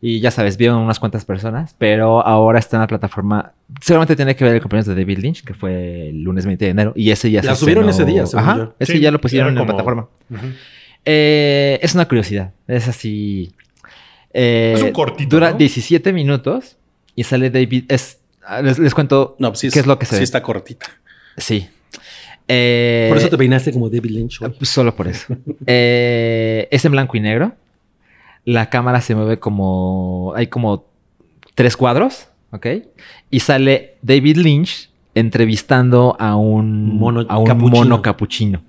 Speaker 5: Y ya sabes, vieron unas cuantas personas, pero ahora está en la plataforma. Seguramente tiene que ver el cumpleaños de David Lynch, que fue el lunes 20 de enero. Y ese ya
Speaker 3: La
Speaker 5: se
Speaker 3: subieron
Speaker 5: estrenó-
Speaker 3: ese día, según
Speaker 5: Ajá,
Speaker 3: yo.
Speaker 5: ese
Speaker 2: Sí,
Speaker 5: ya lo
Speaker 2: era
Speaker 5: pusieron en la
Speaker 2: como-
Speaker 5: plataforma.
Speaker 2: Ujú.
Speaker 5: Eh, es una curiosidad. Es así. eh,
Speaker 2: Es un cortito,
Speaker 5: Dura
Speaker 2: ¿no?
Speaker 5: 17 minutos y sale David. Es, ah, les, les cuento
Speaker 4: No, pues sí,
Speaker 5: qué es lo que se
Speaker 4: sí
Speaker 5: ve.
Speaker 4: está cortita.
Speaker 5: Sí. Eh,
Speaker 3: Por eso te peinaste como David Lynch. güey.
Speaker 5: Ah, pues, Solo por eso. Eh, es en blanco y negro. La cámara se mueve como. Hay como tres cuadros, ¿ok? Y sale David Lynch entrevistando a un
Speaker 3: Mono
Speaker 5: a un
Speaker 3: capuchino.
Speaker 5: mono capuchino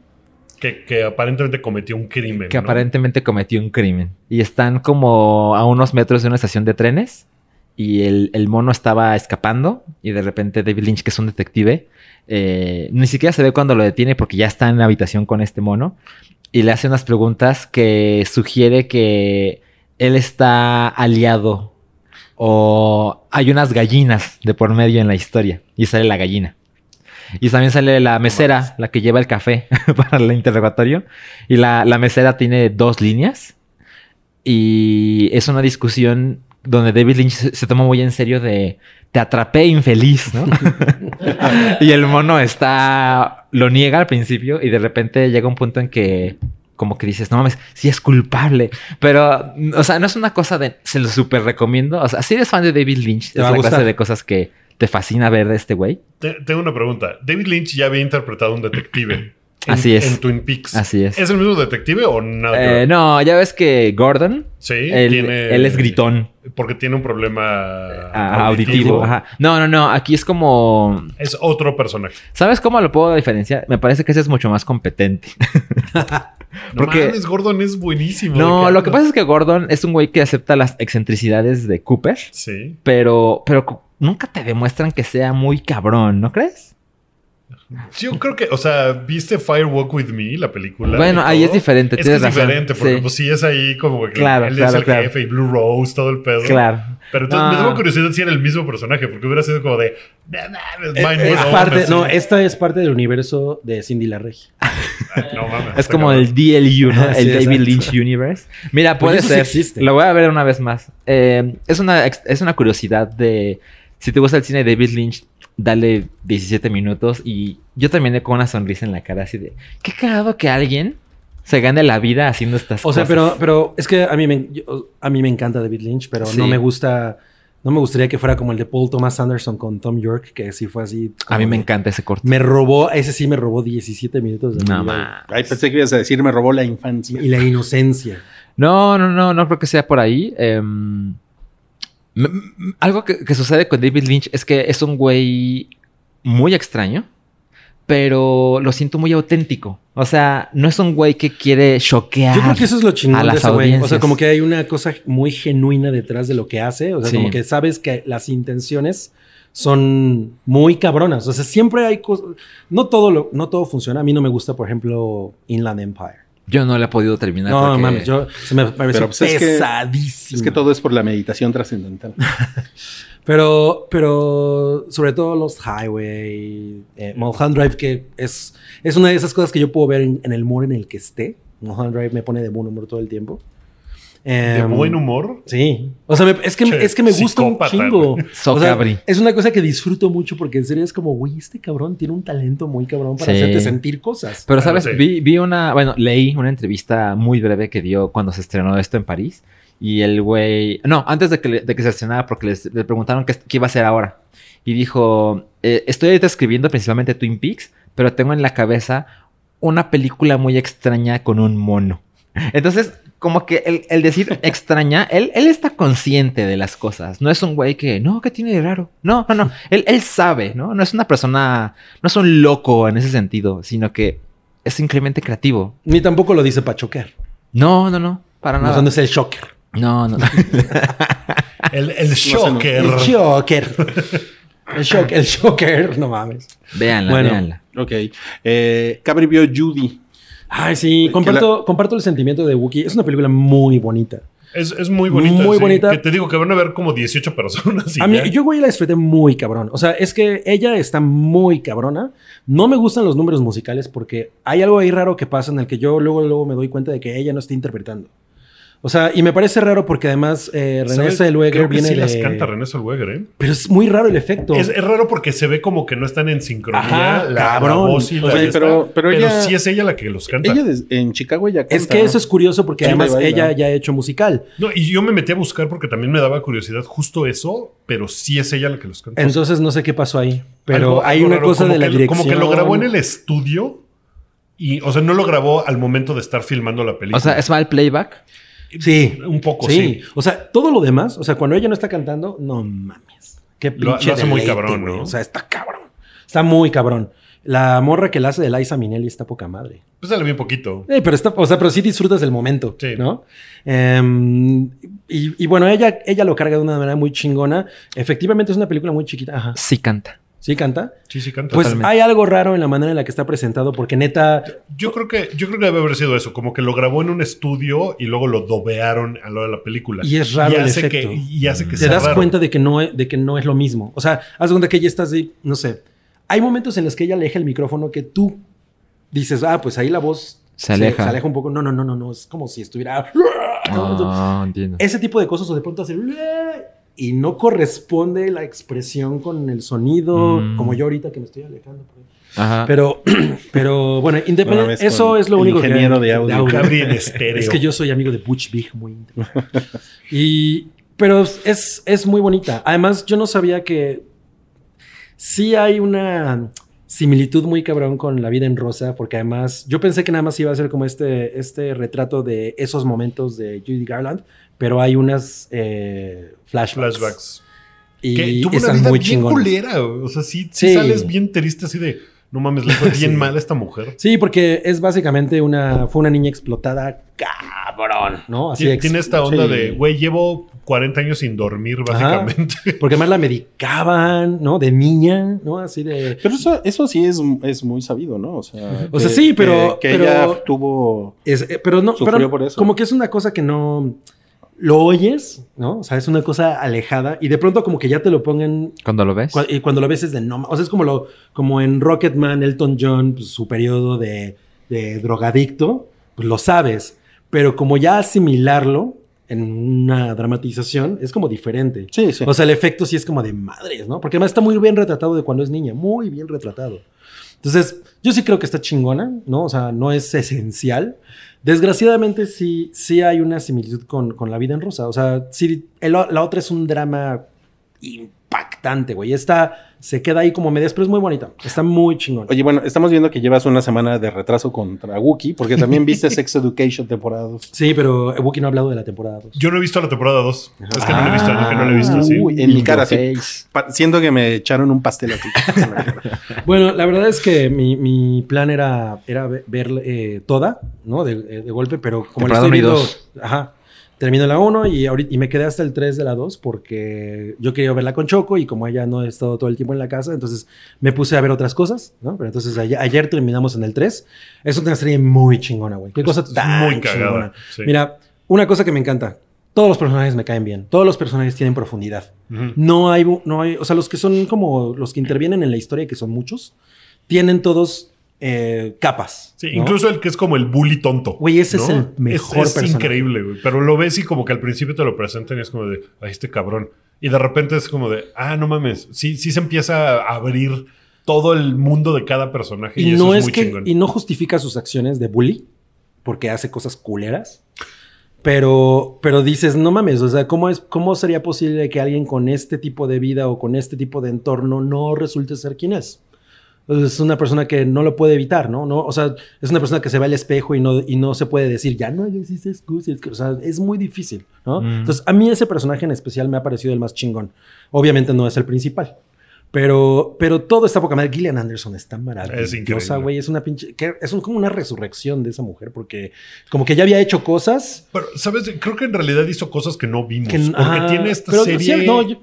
Speaker 2: Que, que aparentemente cometió un crimen.
Speaker 5: que
Speaker 2: ¿no?
Speaker 5: aparentemente cometió un crimen. Y están como a unos metros de una estación de trenes. Y el, el mono estaba escapando. Y de repente David Lynch, que es un detective, eh, ni siquiera se ve cuando lo detiene porque ya está en la habitación con este mono. Y le hace unas preguntas que sugiere que él está aliado. O hay unas gallinas de por medio en la historia. Y sale la gallina. Y también sale la mesera, la que lleva el café para el interrogatorio. Y la, la mesera tiene dos líneas. Y es una discusión donde David Lynch se, se toma muy en serio de te atrapé infeliz, ¿no? y el mono está. lo niega al principio y de repente llega un punto en que. Como que dices, no mames, sí es culpable. Pero, o sea, no es una cosa de. Se lo súper recomiendo. O sea, si eres fan de David Lynch, es
Speaker 3: Te va a
Speaker 5: la clase
Speaker 3: gustar.
Speaker 5: de cosas que te fascina ver de este güey.
Speaker 2: Te- tengo una pregunta. David Lynch ya había interpretado a un detective. en-
Speaker 5: Así es.
Speaker 2: En Twin Peaks.
Speaker 5: Así es.
Speaker 2: ¿Es el mismo detective o nada? que
Speaker 5: Eh,
Speaker 2: ver?
Speaker 5: no, ya ves que Gordon,
Speaker 2: Sí,
Speaker 5: él, él es gritón.
Speaker 2: Porque tiene un problema
Speaker 5: Ah, auditivo. ajá. No, no, no. Aquí es como.
Speaker 2: Es otro personaje.
Speaker 5: ¿Sabes cómo lo puedo diferenciar? Me parece que ese es mucho más competente.
Speaker 2: No
Speaker 5: Porque-
Speaker 2: mames, Gordon es buenísimo. ¿de
Speaker 5: No,
Speaker 2: qué
Speaker 5: lo que
Speaker 2: hablas?
Speaker 5: pasa es que Gordon es un güey que acepta las excentricidades de Cooper,
Speaker 2: Sí.
Speaker 5: pero, pero cu- nunca te demuestran que sea muy cabrón, ¿no crees?
Speaker 2: Yo creo que, o sea, ¿viste Fire Walk With Me, la película?
Speaker 5: Bueno,
Speaker 2: y
Speaker 5: ahí
Speaker 2: todo?
Speaker 5: es diferente,
Speaker 2: Es que
Speaker 5: tienes
Speaker 2: es
Speaker 5: razón,
Speaker 2: diferente, porque
Speaker 5: sí.
Speaker 2: pues sí es ahí como que
Speaker 5: Claro,
Speaker 2: él es
Speaker 5: claro,
Speaker 2: el
Speaker 5: claro.
Speaker 2: jefe y Blue Rose, todo el pedo.
Speaker 5: Claro.
Speaker 2: Pero entonces me
Speaker 5: No.
Speaker 2: daba curiosidad si era el mismo personaje, porque hubiera sido como de. "No mames, mind
Speaker 3: eh, Es
Speaker 2: blown",
Speaker 3: parte,
Speaker 2: así.
Speaker 3: no, esta es parte del universo de Cindy la Regia.
Speaker 2: No mames.
Speaker 5: Es
Speaker 2: está
Speaker 5: como
Speaker 2: cabrón.
Speaker 5: el DLU, ¿no?
Speaker 3: Sí,
Speaker 5: el David
Speaker 3: exacto.
Speaker 5: Lynch Universe. Mira,
Speaker 3: Porque
Speaker 5: puede
Speaker 3: eso sí
Speaker 5: ser.
Speaker 3: existe.
Speaker 5: Lo voy a ver una vez más. Eh, es, una, ex- es una curiosidad de. Si te gusta el cine de David Lynch, dale 17 minutos. Y yo terminé con una sonrisa en la cara, así de. Qué cagado que alguien se gane la vida haciendo estas
Speaker 3: O sea,
Speaker 5: cosas.
Speaker 3: pero, pero es que a mí me, yo- a mí me encanta David Lynch, pero
Speaker 5: Sí.
Speaker 3: no me gusta No me gustaría que fuera como el de Paul Thomas Anderson con Tom York, que sí fue así.
Speaker 5: A mí me encanta ese corte.
Speaker 3: Me robó, ese sí me robó 17 minutos de mi
Speaker 5: No,
Speaker 3: vida
Speaker 5: ma.
Speaker 4: Ay, pensé que ibas a decir, me robó la infancia.
Speaker 3: y la inocencia.
Speaker 5: no, no, no, no creo que sea por ahí. Em, m- m- algo que, que sucede con David Lynch es que es un güey muy extraño, pero lo siento muy auténtico. O sea, no es un güey que quiere choquear.
Speaker 3: Yo creo que eso es lo
Speaker 5: Ah, a
Speaker 3: chingón de
Speaker 5: las
Speaker 3: ese güey. O sea,
Speaker 5: audiencias.
Speaker 3: como que hay una cosa muy genuina detrás de lo que hace. O sea,
Speaker 5: Sí.
Speaker 3: como que sabes que las intenciones son muy cabronas. O sea, siempre hay cosas. No todo lo, no todo funciona. A mí no me gusta, por ejemplo, Inland Empire.
Speaker 5: Yo no la he podido terminar.
Speaker 3: No,
Speaker 5: porque-
Speaker 3: mames, yo se me pareció
Speaker 4: Pero, pues, es que-
Speaker 3: pesadísimo.
Speaker 4: Es que todo es por la meditación trascendental.
Speaker 3: Pero, pero sobre todo los Highway, eh, Mulholland Drive, que es, es una de esas cosas que yo puedo ver en, en el humor en el que esté. Mulholland Drive me pone de buen humor todo el tiempo.
Speaker 2: De
Speaker 3: Em,
Speaker 2: buen humor.
Speaker 3: Sí. O sea, me- es, que,
Speaker 2: Che,
Speaker 3: es que me gusta un
Speaker 2: psicópata.
Speaker 3: chingo. O sea,
Speaker 5: Socabri.
Speaker 3: es una cosa que disfruto mucho porque en serio es como, güey, este cabrón tiene un talento muy cabrón para
Speaker 5: Sí.
Speaker 3: hacerte sentir cosas.
Speaker 5: Pero,
Speaker 2: Ah,
Speaker 5: ¿sabes?
Speaker 2: sí.
Speaker 5: Vi, vi una, bueno, leí una entrevista muy breve que dio cuando se estrenó esto en París. Y el güey, no, antes de que, le- de que se estrenara, porque les, le preguntaron qué, qué iba a hacer ahora. Y dijo, eh, estoy ahorita escribiendo principalmente Twin Peaks, pero tengo en la cabeza una película muy extraña con un mono. Entonces, como que el, el decir extraña, él, él está consciente de las cosas. No es un güey que, no, ¿qué tiene de raro? No, no, no. Él, él sabe, ¿no? No es una persona, no es un loco en ese sentido, sino que es simplemente creativo.
Speaker 3: Ni tampoco lo dice para choquear.
Speaker 5: No, no, no, para
Speaker 3: No, o sea, no
Speaker 5: nada.
Speaker 3: es el shocker.
Speaker 5: No, no, no.
Speaker 2: El, el shocker.
Speaker 3: El shocker. El shocker. El shocker. No mames.
Speaker 5: Véanla,
Speaker 3: Bueno.
Speaker 5: véanla.
Speaker 4: Ok. Eh, Cabri vio Judy.
Speaker 3: Ay, sí.
Speaker 4: Que
Speaker 3: Comparto, comparto el sentimiento de Wookiee. Es una película muy bonita.
Speaker 2: es, es muy bonita.
Speaker 3: Muy
Speaker 2: sí,
Speaker 3: bonita.
Speaker 2: Que te digo que van a ver como 18 personas. y
Speaker 3: A mí,
Speaker 2: ya.
Speaker 3: yo, güey, la disfruté muy cabrón. O sea, es que ella está muy cabrona. No me gustan los números musicales porque hay algo ahí raro que pasa en el que yo luego, luego me doy cuenta de que ella no está interpretando. O sea, y me parece raro porque además eh, René
Speaker 2: ¿Sabes?
Speaker 3: Zellweger
Speaker 2: Creo que
Speaker 3: viene
Speaker 2: sí
Speaker 3: de...
Speaker 2: las canta René Zellweger, ¿eh?
Speaker 3: Pero es muy raro el efecto.
Speaker 2: Es, es raro porque se ve como que no están en sincronía.
Speaker 3: Ajá,
Speaker 2: la,
Speaker 3: cabrón.
Speaker 2: la voz y la
Speaker 4: Oye,
Speaker 2: esta,
Speaker 4: pero- pero ella-
Speaker 2: sí es ella la que los canta.
Speaker 4: Ella des- en Chicago ya
Speaker 3: Es que eso es curioso porque
Speaker 4: Sí,
Speaker 3: además
Speaker 4: me baila.
Speaker 3: ella ya ha hecho musical.
Speaker 2: No, y yo me metí a buscar porque también me daba curiosidad justo eso, pero sí es ella la que los canta.
Speaker 3: Entonces no sé qué pasó ahí. Pero
Speaker 2: Pues Algo-
Speaker 3: hay
Speaker 2: algo
Speaker 3: una
Speaker 2: raro,
Speaker 3: cosa
Speaker 2: como
Speaker 3: de la
Speaker 2: que-
Speaker 3: dirección.
Speaker 2: Como que lo grabó en el estudio y, o sea, no lo grabó al momento de estar filmando la película.
Speaker 5: O sea, es mal playback.
Speaker 3: Sí.
Speaker 2: un poco sí.
Speaker 3: Sí. O sea, todo lo demás, o sea, cuando ella no está cantando, no mames. Qué
Speaker 2: Lo- lo
Speaker 3: pinche
Speaker 2: hace muy
Speaker 3: deleite,
Speaker 2: cabrón,
Speaker 3: güey.
Speaker 2: ¿no?
Speaker 3: O sea, está cabrón. Está muy cabrón. La morra que la hace de Liza Minelli está poca madre.
Speaker 2: Pues sale bien poquito.
Speaker 3: Eh, pero está, o sea, pero sí disfrutas del momento,
Speaker 2: Sí.
Speaker 3: ¿no? Em, y, y bueno, ella, ella lo carga de una manera muy chingona. Efectivamente es una película muy chiquita. Ajá.
Speaker 5: Sí canta.
Speaker 3: Sí canta.
Speaker 2: Sí, sí canta.
Speaker 3: Pues
Speaker 5: Totalmente.
Speaker 3: hay algo raro en la manera en la que está presentado porque neta
Speaker 2: yo creo que yo creo que debe haber sido eso, como que lo grabó en un estudio y luego lo dobearon a lo de la película.
Speaker 3: Y es raro el
Speaker 2: hace
Speaker 3: efecto.
Speaker 2: que y hace que
Speaker 3: te
Speaker 2: sea
Speaker 3: das
Speaker 2: raro.
Speaker 3: cuenta de que, no, es- de que no es lo mismo. O sea, haz de cuenta que ella está así, no sé. Hay momentos en los que ella aleja el micrófono que tú dices, ah, pues ahí la voz
Speaker 5: Se aleja. Ah.
Speaker 3: se aleja un poco. No, no, no, no, no. Es como si estuviera. Ah,
Speaker 5: No, entiendo.
Speaker 3: Ese tipo de cosas, o de pronto hace. Y no corresponde la expresión con el sonido,
Speaker 5: Mm. Ah.
Speaker 3: como yo ahorita que me estoy alejando. por ahí.
Speaker 5: Ajá.
Speaker 3: Pero, pero bueno,
Speaker 4: Bueno,
Speaker 3: independiente.
Speaker 4: ves
Speaker 3: eso
Speaker 4: con
Speaker 3: es lo
Speaker 4: el
Speaker 3: único que-
Speaker 4: ingeniero de audio.
Speaker 2: Cabri en estéreo.
Speaker 3: es que yo soy amigo de Butch Big muy íntimo. y pero es, es muy bonita. Además, yo no sabía que sí hay una similitud muy cabrón con La vida en rosa, porque además yo pensé que nada más iba a ser como este, este retrato de esos momentos de Judy Garland, pero hay unas eh, flashbacks.
Speaker 2: flashbacks.
Speaker 3: Y
Speaker 2: que tuvo una
Speaker 3: están
Speaker 2: vida
Speaker 3: muy
Speaker 2: bien
Speaker 3: chingones.
Speaker 2: culera. O sea, sí, sí
Speaker 3: Sí.
Speaker 2: sales bien triste así de no mames, le fue bien mal a esta mujer.
Speaker 3: Sí, porque es básicamente una fue una niña explotada, cabrón, ¿no? Así
Speaker 2: Tiene,
Speaker 3: ex-
Speaker 2: tiene esta onda
Speaker 3: sí.
Speaker 2: de, güey, llevo 40 años sin dormir,
Speaker 3: Ajá.
Speaker 2: básicamente.
Speaker 3: Porque además la medicaban, ¿no? De niña, ¿no? Así de.
Speaker 4: Pero eso, eso sí es, es muy sabido, ¿no? O sea,
Speaker 3: O sea, sí, pero-
Speaker 4: Que,
Speaker 3: pero-
Speaker 4: ella tuvo.
Speaker 3: es- eh, pero no,
Speaker 4: Sufrió
Speaker 3: pero
Speaker 4: por eso.
Speaker 3: como que es una cosa que no lo oyes, ¿no? O sea, es una cosa alejada y de pronto como que ya te lo pongan
Speaker 5: Cuando lo ves.
Speaker 3: cua- y cuando lo ves es de no, ma- o sea, es como lo como en Rocketman, Elton John, pues, su periodo de, de drogadicto, pues lo sabes, pero como ya asimilarlo en una dramatización es como diferente.
Speaker 4: Sí, sí.
Speaker 3: O sea, el efecto sí es como de madres, ¿no? Porque además está muy bien retratado de cuando es niña, muy bien retratado. Entonces, yo sí creo que está chingona, ¿no? O sea, no es esencial. Desgraciadamente sí, sí hay una similitud con, con La vida en rosa. O sea, sí, el o- la otra es un drama impactante, güey. Esta se queda ahí como medias, pero es muy bonita. Está muy chingón.
Speaker 4: Oye, bueno, estamos viendo que llevas una semana de retraso contra Wookiee, porque también viste Sex Education temporada 2.
Speaker 3: Sí, pero Wookie no ha hablado de la temporada 2.
Speaker 2: Yo no he visto la temporada 2. Es que no la he visto, es que no la he visto, sí.
Speaker 4: Uy, en mi cara, sí.
Speaker 5: Face.
Speaker 4: Pa- Siento que me echaron un pastel aquí.
Speaker 3: Bueno, la verdad es que mi, mi plan era, era ve- ver eh, toda, ¿no? De, eh, de golpe, pero como la
Speaker 5: Temporada
Speaker 3: estoy
Speaker 5: uno y
Speaker 3: viendo.
Speaker 5: dos.
Speaker 3: Ajá. Termino la 1 y, ahorita- y me quedé hasta el 3 de la 2 porque yo quería verla con Choco y como ella no ha estado todo el tiempo en la casa, entonces me puse a ver otras cosas, ¿no? Pero entonces ayer, ayer terminamos en el 3. Es una serie muy chingona, güey. Qué
Speaker 5: Pues
Speaker 3: cosa
Speaker 2: Es
Speaker 3: tan
Speaker 2: muy
Speaker 3: chingona.
Speaker 2: cagada. sí.
Speaker 3: Mira, una cosa que me encanta. Todos los personajes me caen bien. Todos los personajes tienen profundidad.
Speaker 2: Ujú.
Speaker 3: No hay, no hay, o sea, los que son como los que intervienen en la historia, que son muchos, tienen todos eh, capas.
Speaker 2: Sí,
Speaker 3: ¿no?
Speaker 2: incluso el que es como el bully tonto.
Speaker 3: Güey, ese es
Speaker 2: ¿no?
Speaker 3: el mejor
Speaker 2: Es,
Speaker 3: personaje.
Speaker 2: increíble, güey. Pero lo ves y como que al principio te lo presentan y es como de, ay, este cabrón. Y de repente es como de, ah, no mames. Sí, sí se empieza a abrir todo el mundo de cada personaje. Y,
Speaker 3: Y
Speaker 2: eso
Speaker 3: no
Speaker 2: es,
Speaker 3: es
Speaker 2: muy
Speaker 3: que,
Speaker 2: chingón.
Speaker 3: y no justifica sus acciones de bully, porque hace cosas culeras. Pero, pero dices, no mames, o sea, ¿cómo, es, ¿cómo sería posible que alguien con este tipo de vida o con este tipo de entorno no resulte ser quien es? Es una persona que no lo puede evitar, ¿no? no o sea, es una persona que se ve al espejo y no, y no se puede decir, ya no existe excusa. es que", O sea, es muy difícil, ¿no?
Speaker 5: Mm.
Speaker 3: Entonces, a mí ese personaje en especial me ha parecido el más chingón. Obviamente no es el principal, pero, pero todo está poca madre. Gillian Anderson está maravillosa,
Speaker 2: increíble.
Speaker 3: güey. Es una pinche. que- es un- como una resurrección de esa mujer, porque como que ya había hecho cosas
Speaker 2: Pero, ¿sabes? Creo que en realidad hizo cosas que no vimos.
Speaker 3: que.
Speaker 2: Pues, porque
Speaker 3: ajá,
Speaker 2: tiene esta
Speaker 3: pero,
Speaker 2: serie.
Speaker 3: sí, no, yo-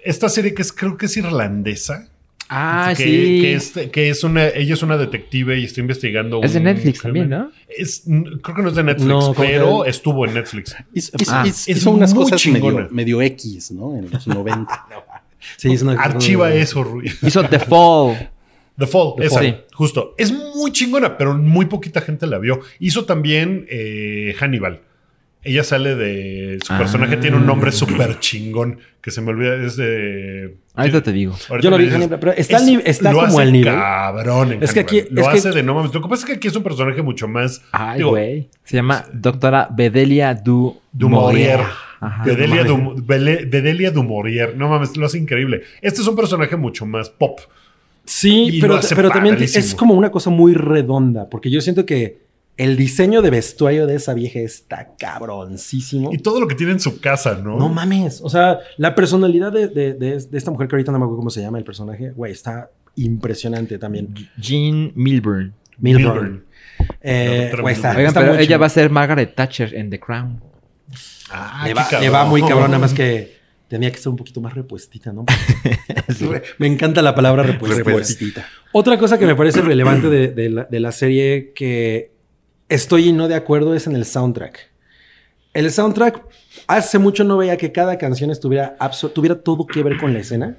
Speaker 2: Esta serie que es, creo que es irlandesa.
Speaker 5: Ah,
Speaker 2: que,
Speaker 5: sí.
Speaker 2: que
Speaker 5: es,
Speaker 2: es, que es una, ella es una detective y está investigando.
Speaker 5: de
Speaker 2: un
Speaker 5: Netflix también,
Speaker 2: crimen.
Speaker 5: ¿no?
Speaker 2: Es- n- creo que no es de Netflix,
Speaker 3: No, como que-
Speaker 2: pero estuvo en Netflix.
Speaker 4: Hizo,
Speaker 5: Ah,
Speaker 4: hizo-
Speaker 2: es
Speaker 4: hizo unas
Speaker 2: muy
Speaker 4: cosas
Speaker 2: chingona.
Speaker 4: medio, medio X, ¿no? En los 90.
Speaker 3: sí, es una-
Speaker 2: Archiva eso, Rui.
Speaker 5: Hizo The Fall.
Speaker 2: The Fall,
Speaker 5: The
Speaker 2: esa,
Speaker 5: Fall. Sí.
Speaker 2: justo. Es muy chingona, pero muy poquita gente la vio. Hizo también eh, Hannibal. Ella sale de. Su
Speaker 5: Ah.
Speaker 2: personaje tiene un nombre súper chingón que se me olvida. Es de.
Speaker 5: Ahorita te digo.
Speaker 2: ahorita
Speaker 3: Yo lo
Speaker 2: me
Speaker 3: vi,
Speaker 2: dices.
Speaker 3: Hannibal, pero está al
Speaker 2: Es-
Speaker 3: nive- está
Speaker 2: lo
Speaker 3: como
Speaker 2: hace
Speaker 3: al nivel.
Speaker 2: Cabrón, en
Speaker 3: Es que
Speaker 2: Hannibal.
Speaker 3: aquí-
Speaker 2: Lo
Speaker 3: es que-
Speaker 2: hace de no mames. Lo que pasa es que aquí es un personaje mucho más.
Speaker 5: Ay,
Speaker 2: digo,
Speaker 5: güey. Se llama Doctora Bedelia Du
Speaker 2: Dumorier.
Speaker 5: Ajá.
Speaker 2: Bedelia,
Speaker 5: No mames.
Speaker 2: Dum- Bele- Bedelia Dumorier. No mames, lo hace increíble. Este es un personaje mucho más pop.
Speaker 3: Sí,
Speaker 2: Y
Speaker 3: pero,
Speaker 2: lo hace
Speaker 3: pero también es
Speaker 2: padrísimo.
Speaker 3: como una cosa muy redonda, porque yo siento que el diseño de vestuario de esa vieja está cabroncísimo.
Speaker 2: Y todo lo que tiene en su casa, ¿no?
Speaker 3: No mames. O sea, la personalidad de, de- de- de esta mujer que ahorita no me acuerdo cómo se llama el personaje, güey, está impresionante también.
Speaker 5: Jean Milburn.
Speaker 3: Milburn. Eh,
Speaker 2: Doctora
Speaker 3: güey, está,
Speaker 2: Milburn.
Speaker 5: Oigan,
Speaker 3: está
Speaker 5: pero
Speaker 3: muy
Speaker 5: ella
Speaker 3: chingón.
Speaker 5: va a ser Margaret Thatcher en The Crown.
Speaker 2: Ah,
Speaker 3: le
Speaker 2: qué
Speaker 3: va, le
Speaker 2: cabrón.
Speaker 3: va muy cabrón, nada más que tenía que estar un poquito más repuestita, ¿no? Re- me encanta la palabra
Speaker 4: pues,
Speaker 3: repuestita.
Speaker 4: Repuestita.
Speaker 3: Otra cosa que me parece relevante de, de la, de la serie que estoy y no de acuerdo es en el soundtrack. El soundtrack, hace mucho no veía que cada canción estuviera abso- tuviera todo que ver con la escena,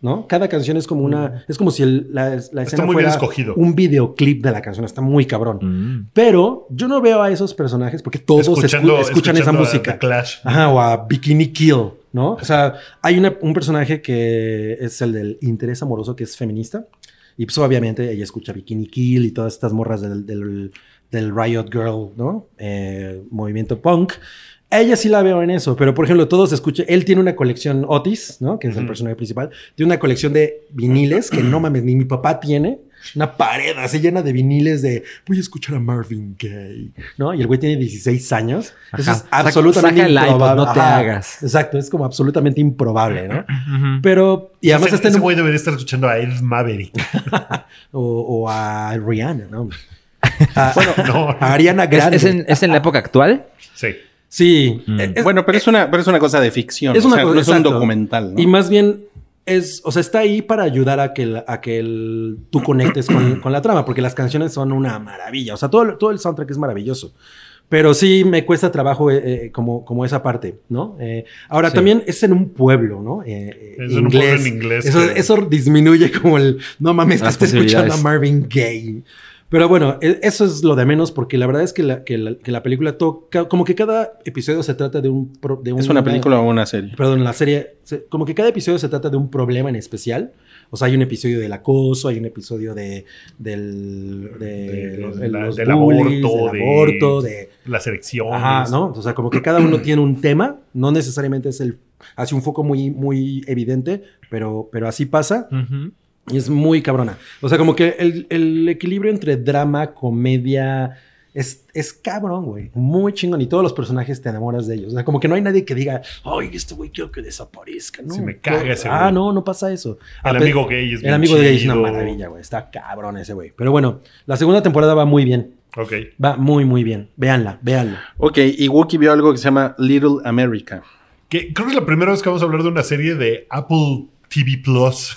Speaker 3: ¿no? Cada canción es como una, es como si el- la, la escena
Speaker 2: Mm. muy bien
Speaker 3: fuera
Speaker 2: escogido.
Speaker 3: un videoclip de la canción, está muy cabrón.
Speaker 5: Mm.
Speaker 3: Pero yo no veo a esos personajes porque todos escu- escuchan esa
Speaker 2: escuchando a
Speaker 3: música.
Speaker 2: The Clash.
Speaker 3: Ajá, o a Bikini Kill, ¿no? O sea, hay una- un personaje que es el del interés amoroso, que es feminista. Y pues obviamente ella escucha Bikini Kill y todas estas morras del, del- del Riot Girl, ¿no? Eh, movimiento punk. A Ella sí la veo en eso, pero por ejemplo, todos escuchan. Él tiene una colección Otis, ¿no? Que es el
Speaker 2: Ujú.
Speaker 3: personaje principal. Tiene una colección de viniles que no mames, ni mi papá tiene. Una pared así llena de viniles de voy a escuchar a Marvin Gaye, ¿no? Y el güey tiene 16 años. Eso
Speaker 5: Ajá.
Speaker 3: es
Speaker 5: Saca-
Speaker 3: absolutamente
Speaker 5: saca el iPod,
Speaker 3: improbable.
Speaker 5: no te
Speaker 3: Ajá.
Speaker 5: hagas.
Speaker 3: Exacto, es como absolutamente improbable, ¿no?
Speaker 5: Ujú.
Speaker 3: Pero, y además
Speaker 2: ese,
Speaker 3: está en
Speaker 2: ese
Speaker 3: un-
Speaker 2: güey debería estar escuchando a Ed Maverick.
Speaker 3: o, o a Rihanna, ¿no? A-
Speaker 2: no.
Speaker 3: a Ariana
Speaker 5: ¿Es,
Speaker 3: Grande.
Speaker 5: es en, es en la época actual?
Speaker 2: Sí.
Speaker 3: Sí.
Speaker 5: Mm.
Speaker 3: eh, es-
Speaker 4: bueno, pero es, una, pero es una cosa de ficción.
Speaker 3: Es una
Speaker 4: o sea,
Speaker 3: cosa-
Speaker 4: no es un
Speaker 3: exacto.
Speaker 4: documental. ¿no?
Speaker 3: Y más bien es, o sea, está ahí para ayudar a que, el- a que el- tú conectes con, con la trama, porque las canciones son una maravilla. O sea, todo, el- todo el soundtrack es maravilloso. Pero sí me cuesta trabajo eh, eh, como, como esa parte, ¿no? Eh, ahora,
Speaker 5: Sí.
Speaker 3: también es en un pueblo, ¿no? Eh, eh,
Speaker 2: Es en un pueblo en inglés
Speaker 3: Eso,
Speaker 2: que-
Speaker 3: eso disminuye como el, no mames, que
Speaker 5: Las
Speaker 3: esté escuchando a
Speaker 5: posibilidades.
Speaker 3: Marvin Gaye. Pero bueno, e- eso es lo de menos porque la verdad es que la, que la, que la película toca, como que cada episodio se trata de un... pro- de
Speaker 4: Es una película o una serie.
Speaker 3: Perdón, la serie, se- como que cada episodio se trata de un problema en especial. O sea, hay un episodio del acoso, hay un episodio de, del, de,
Speaker 2: De los-
Speaker 3: de
Speaker 2: la-
Speaker 3: los
Speaker 2: del
Speaker 3: bullies,
Speaker 2: aborto,
Speaker 3: del
Speaker 2: de-
Speaker 3: aborto, de,
Speaker 2: Las elecciones.
Speaker 3: Ajá, ¿no? O sea, como que cada uno tiene un tema, no necesariamente es el, hace un foco muy, muy evidente, pero, pero así pasa
Speaker 5: Ujú.
Speaker 3: y es muy cabrona. O sea, como que el, el equilibrio entre drama, comedia, es, es cabrón, güey, muy chingón y todos los personajes te enamoras de ellos. O sea, como que no hay nadie que diga, ay, este güey quiero que desaparezca, ¿no?
Speaker 2: Sí, me caga ese
Speaker 3: Ah,
Speaker 2: güey.
Speaker 3: no, no pasa eso.
Speaker 2: El
Speaker 3: Ah,
Speaker 2: amigo
Speaker 3: pe-
Speaker 2: gay es
Speaker 3: El amigo de gay es una
Speaker 2: chido.
Speaker 3: maravilla, güey, está cabrón ese güey. Pero bueno, la segunda temporada va muy bien.
Speaker 2: Ok.
Speaker 3: Va muy, muy bien. Véanla, véanla.
Speaker 4: Ok, y Wookie vio algo que se llama Little America.
Speaker 2: Que creo que es la primera vez que vamos a hablar de una serie de Apple TV Plus.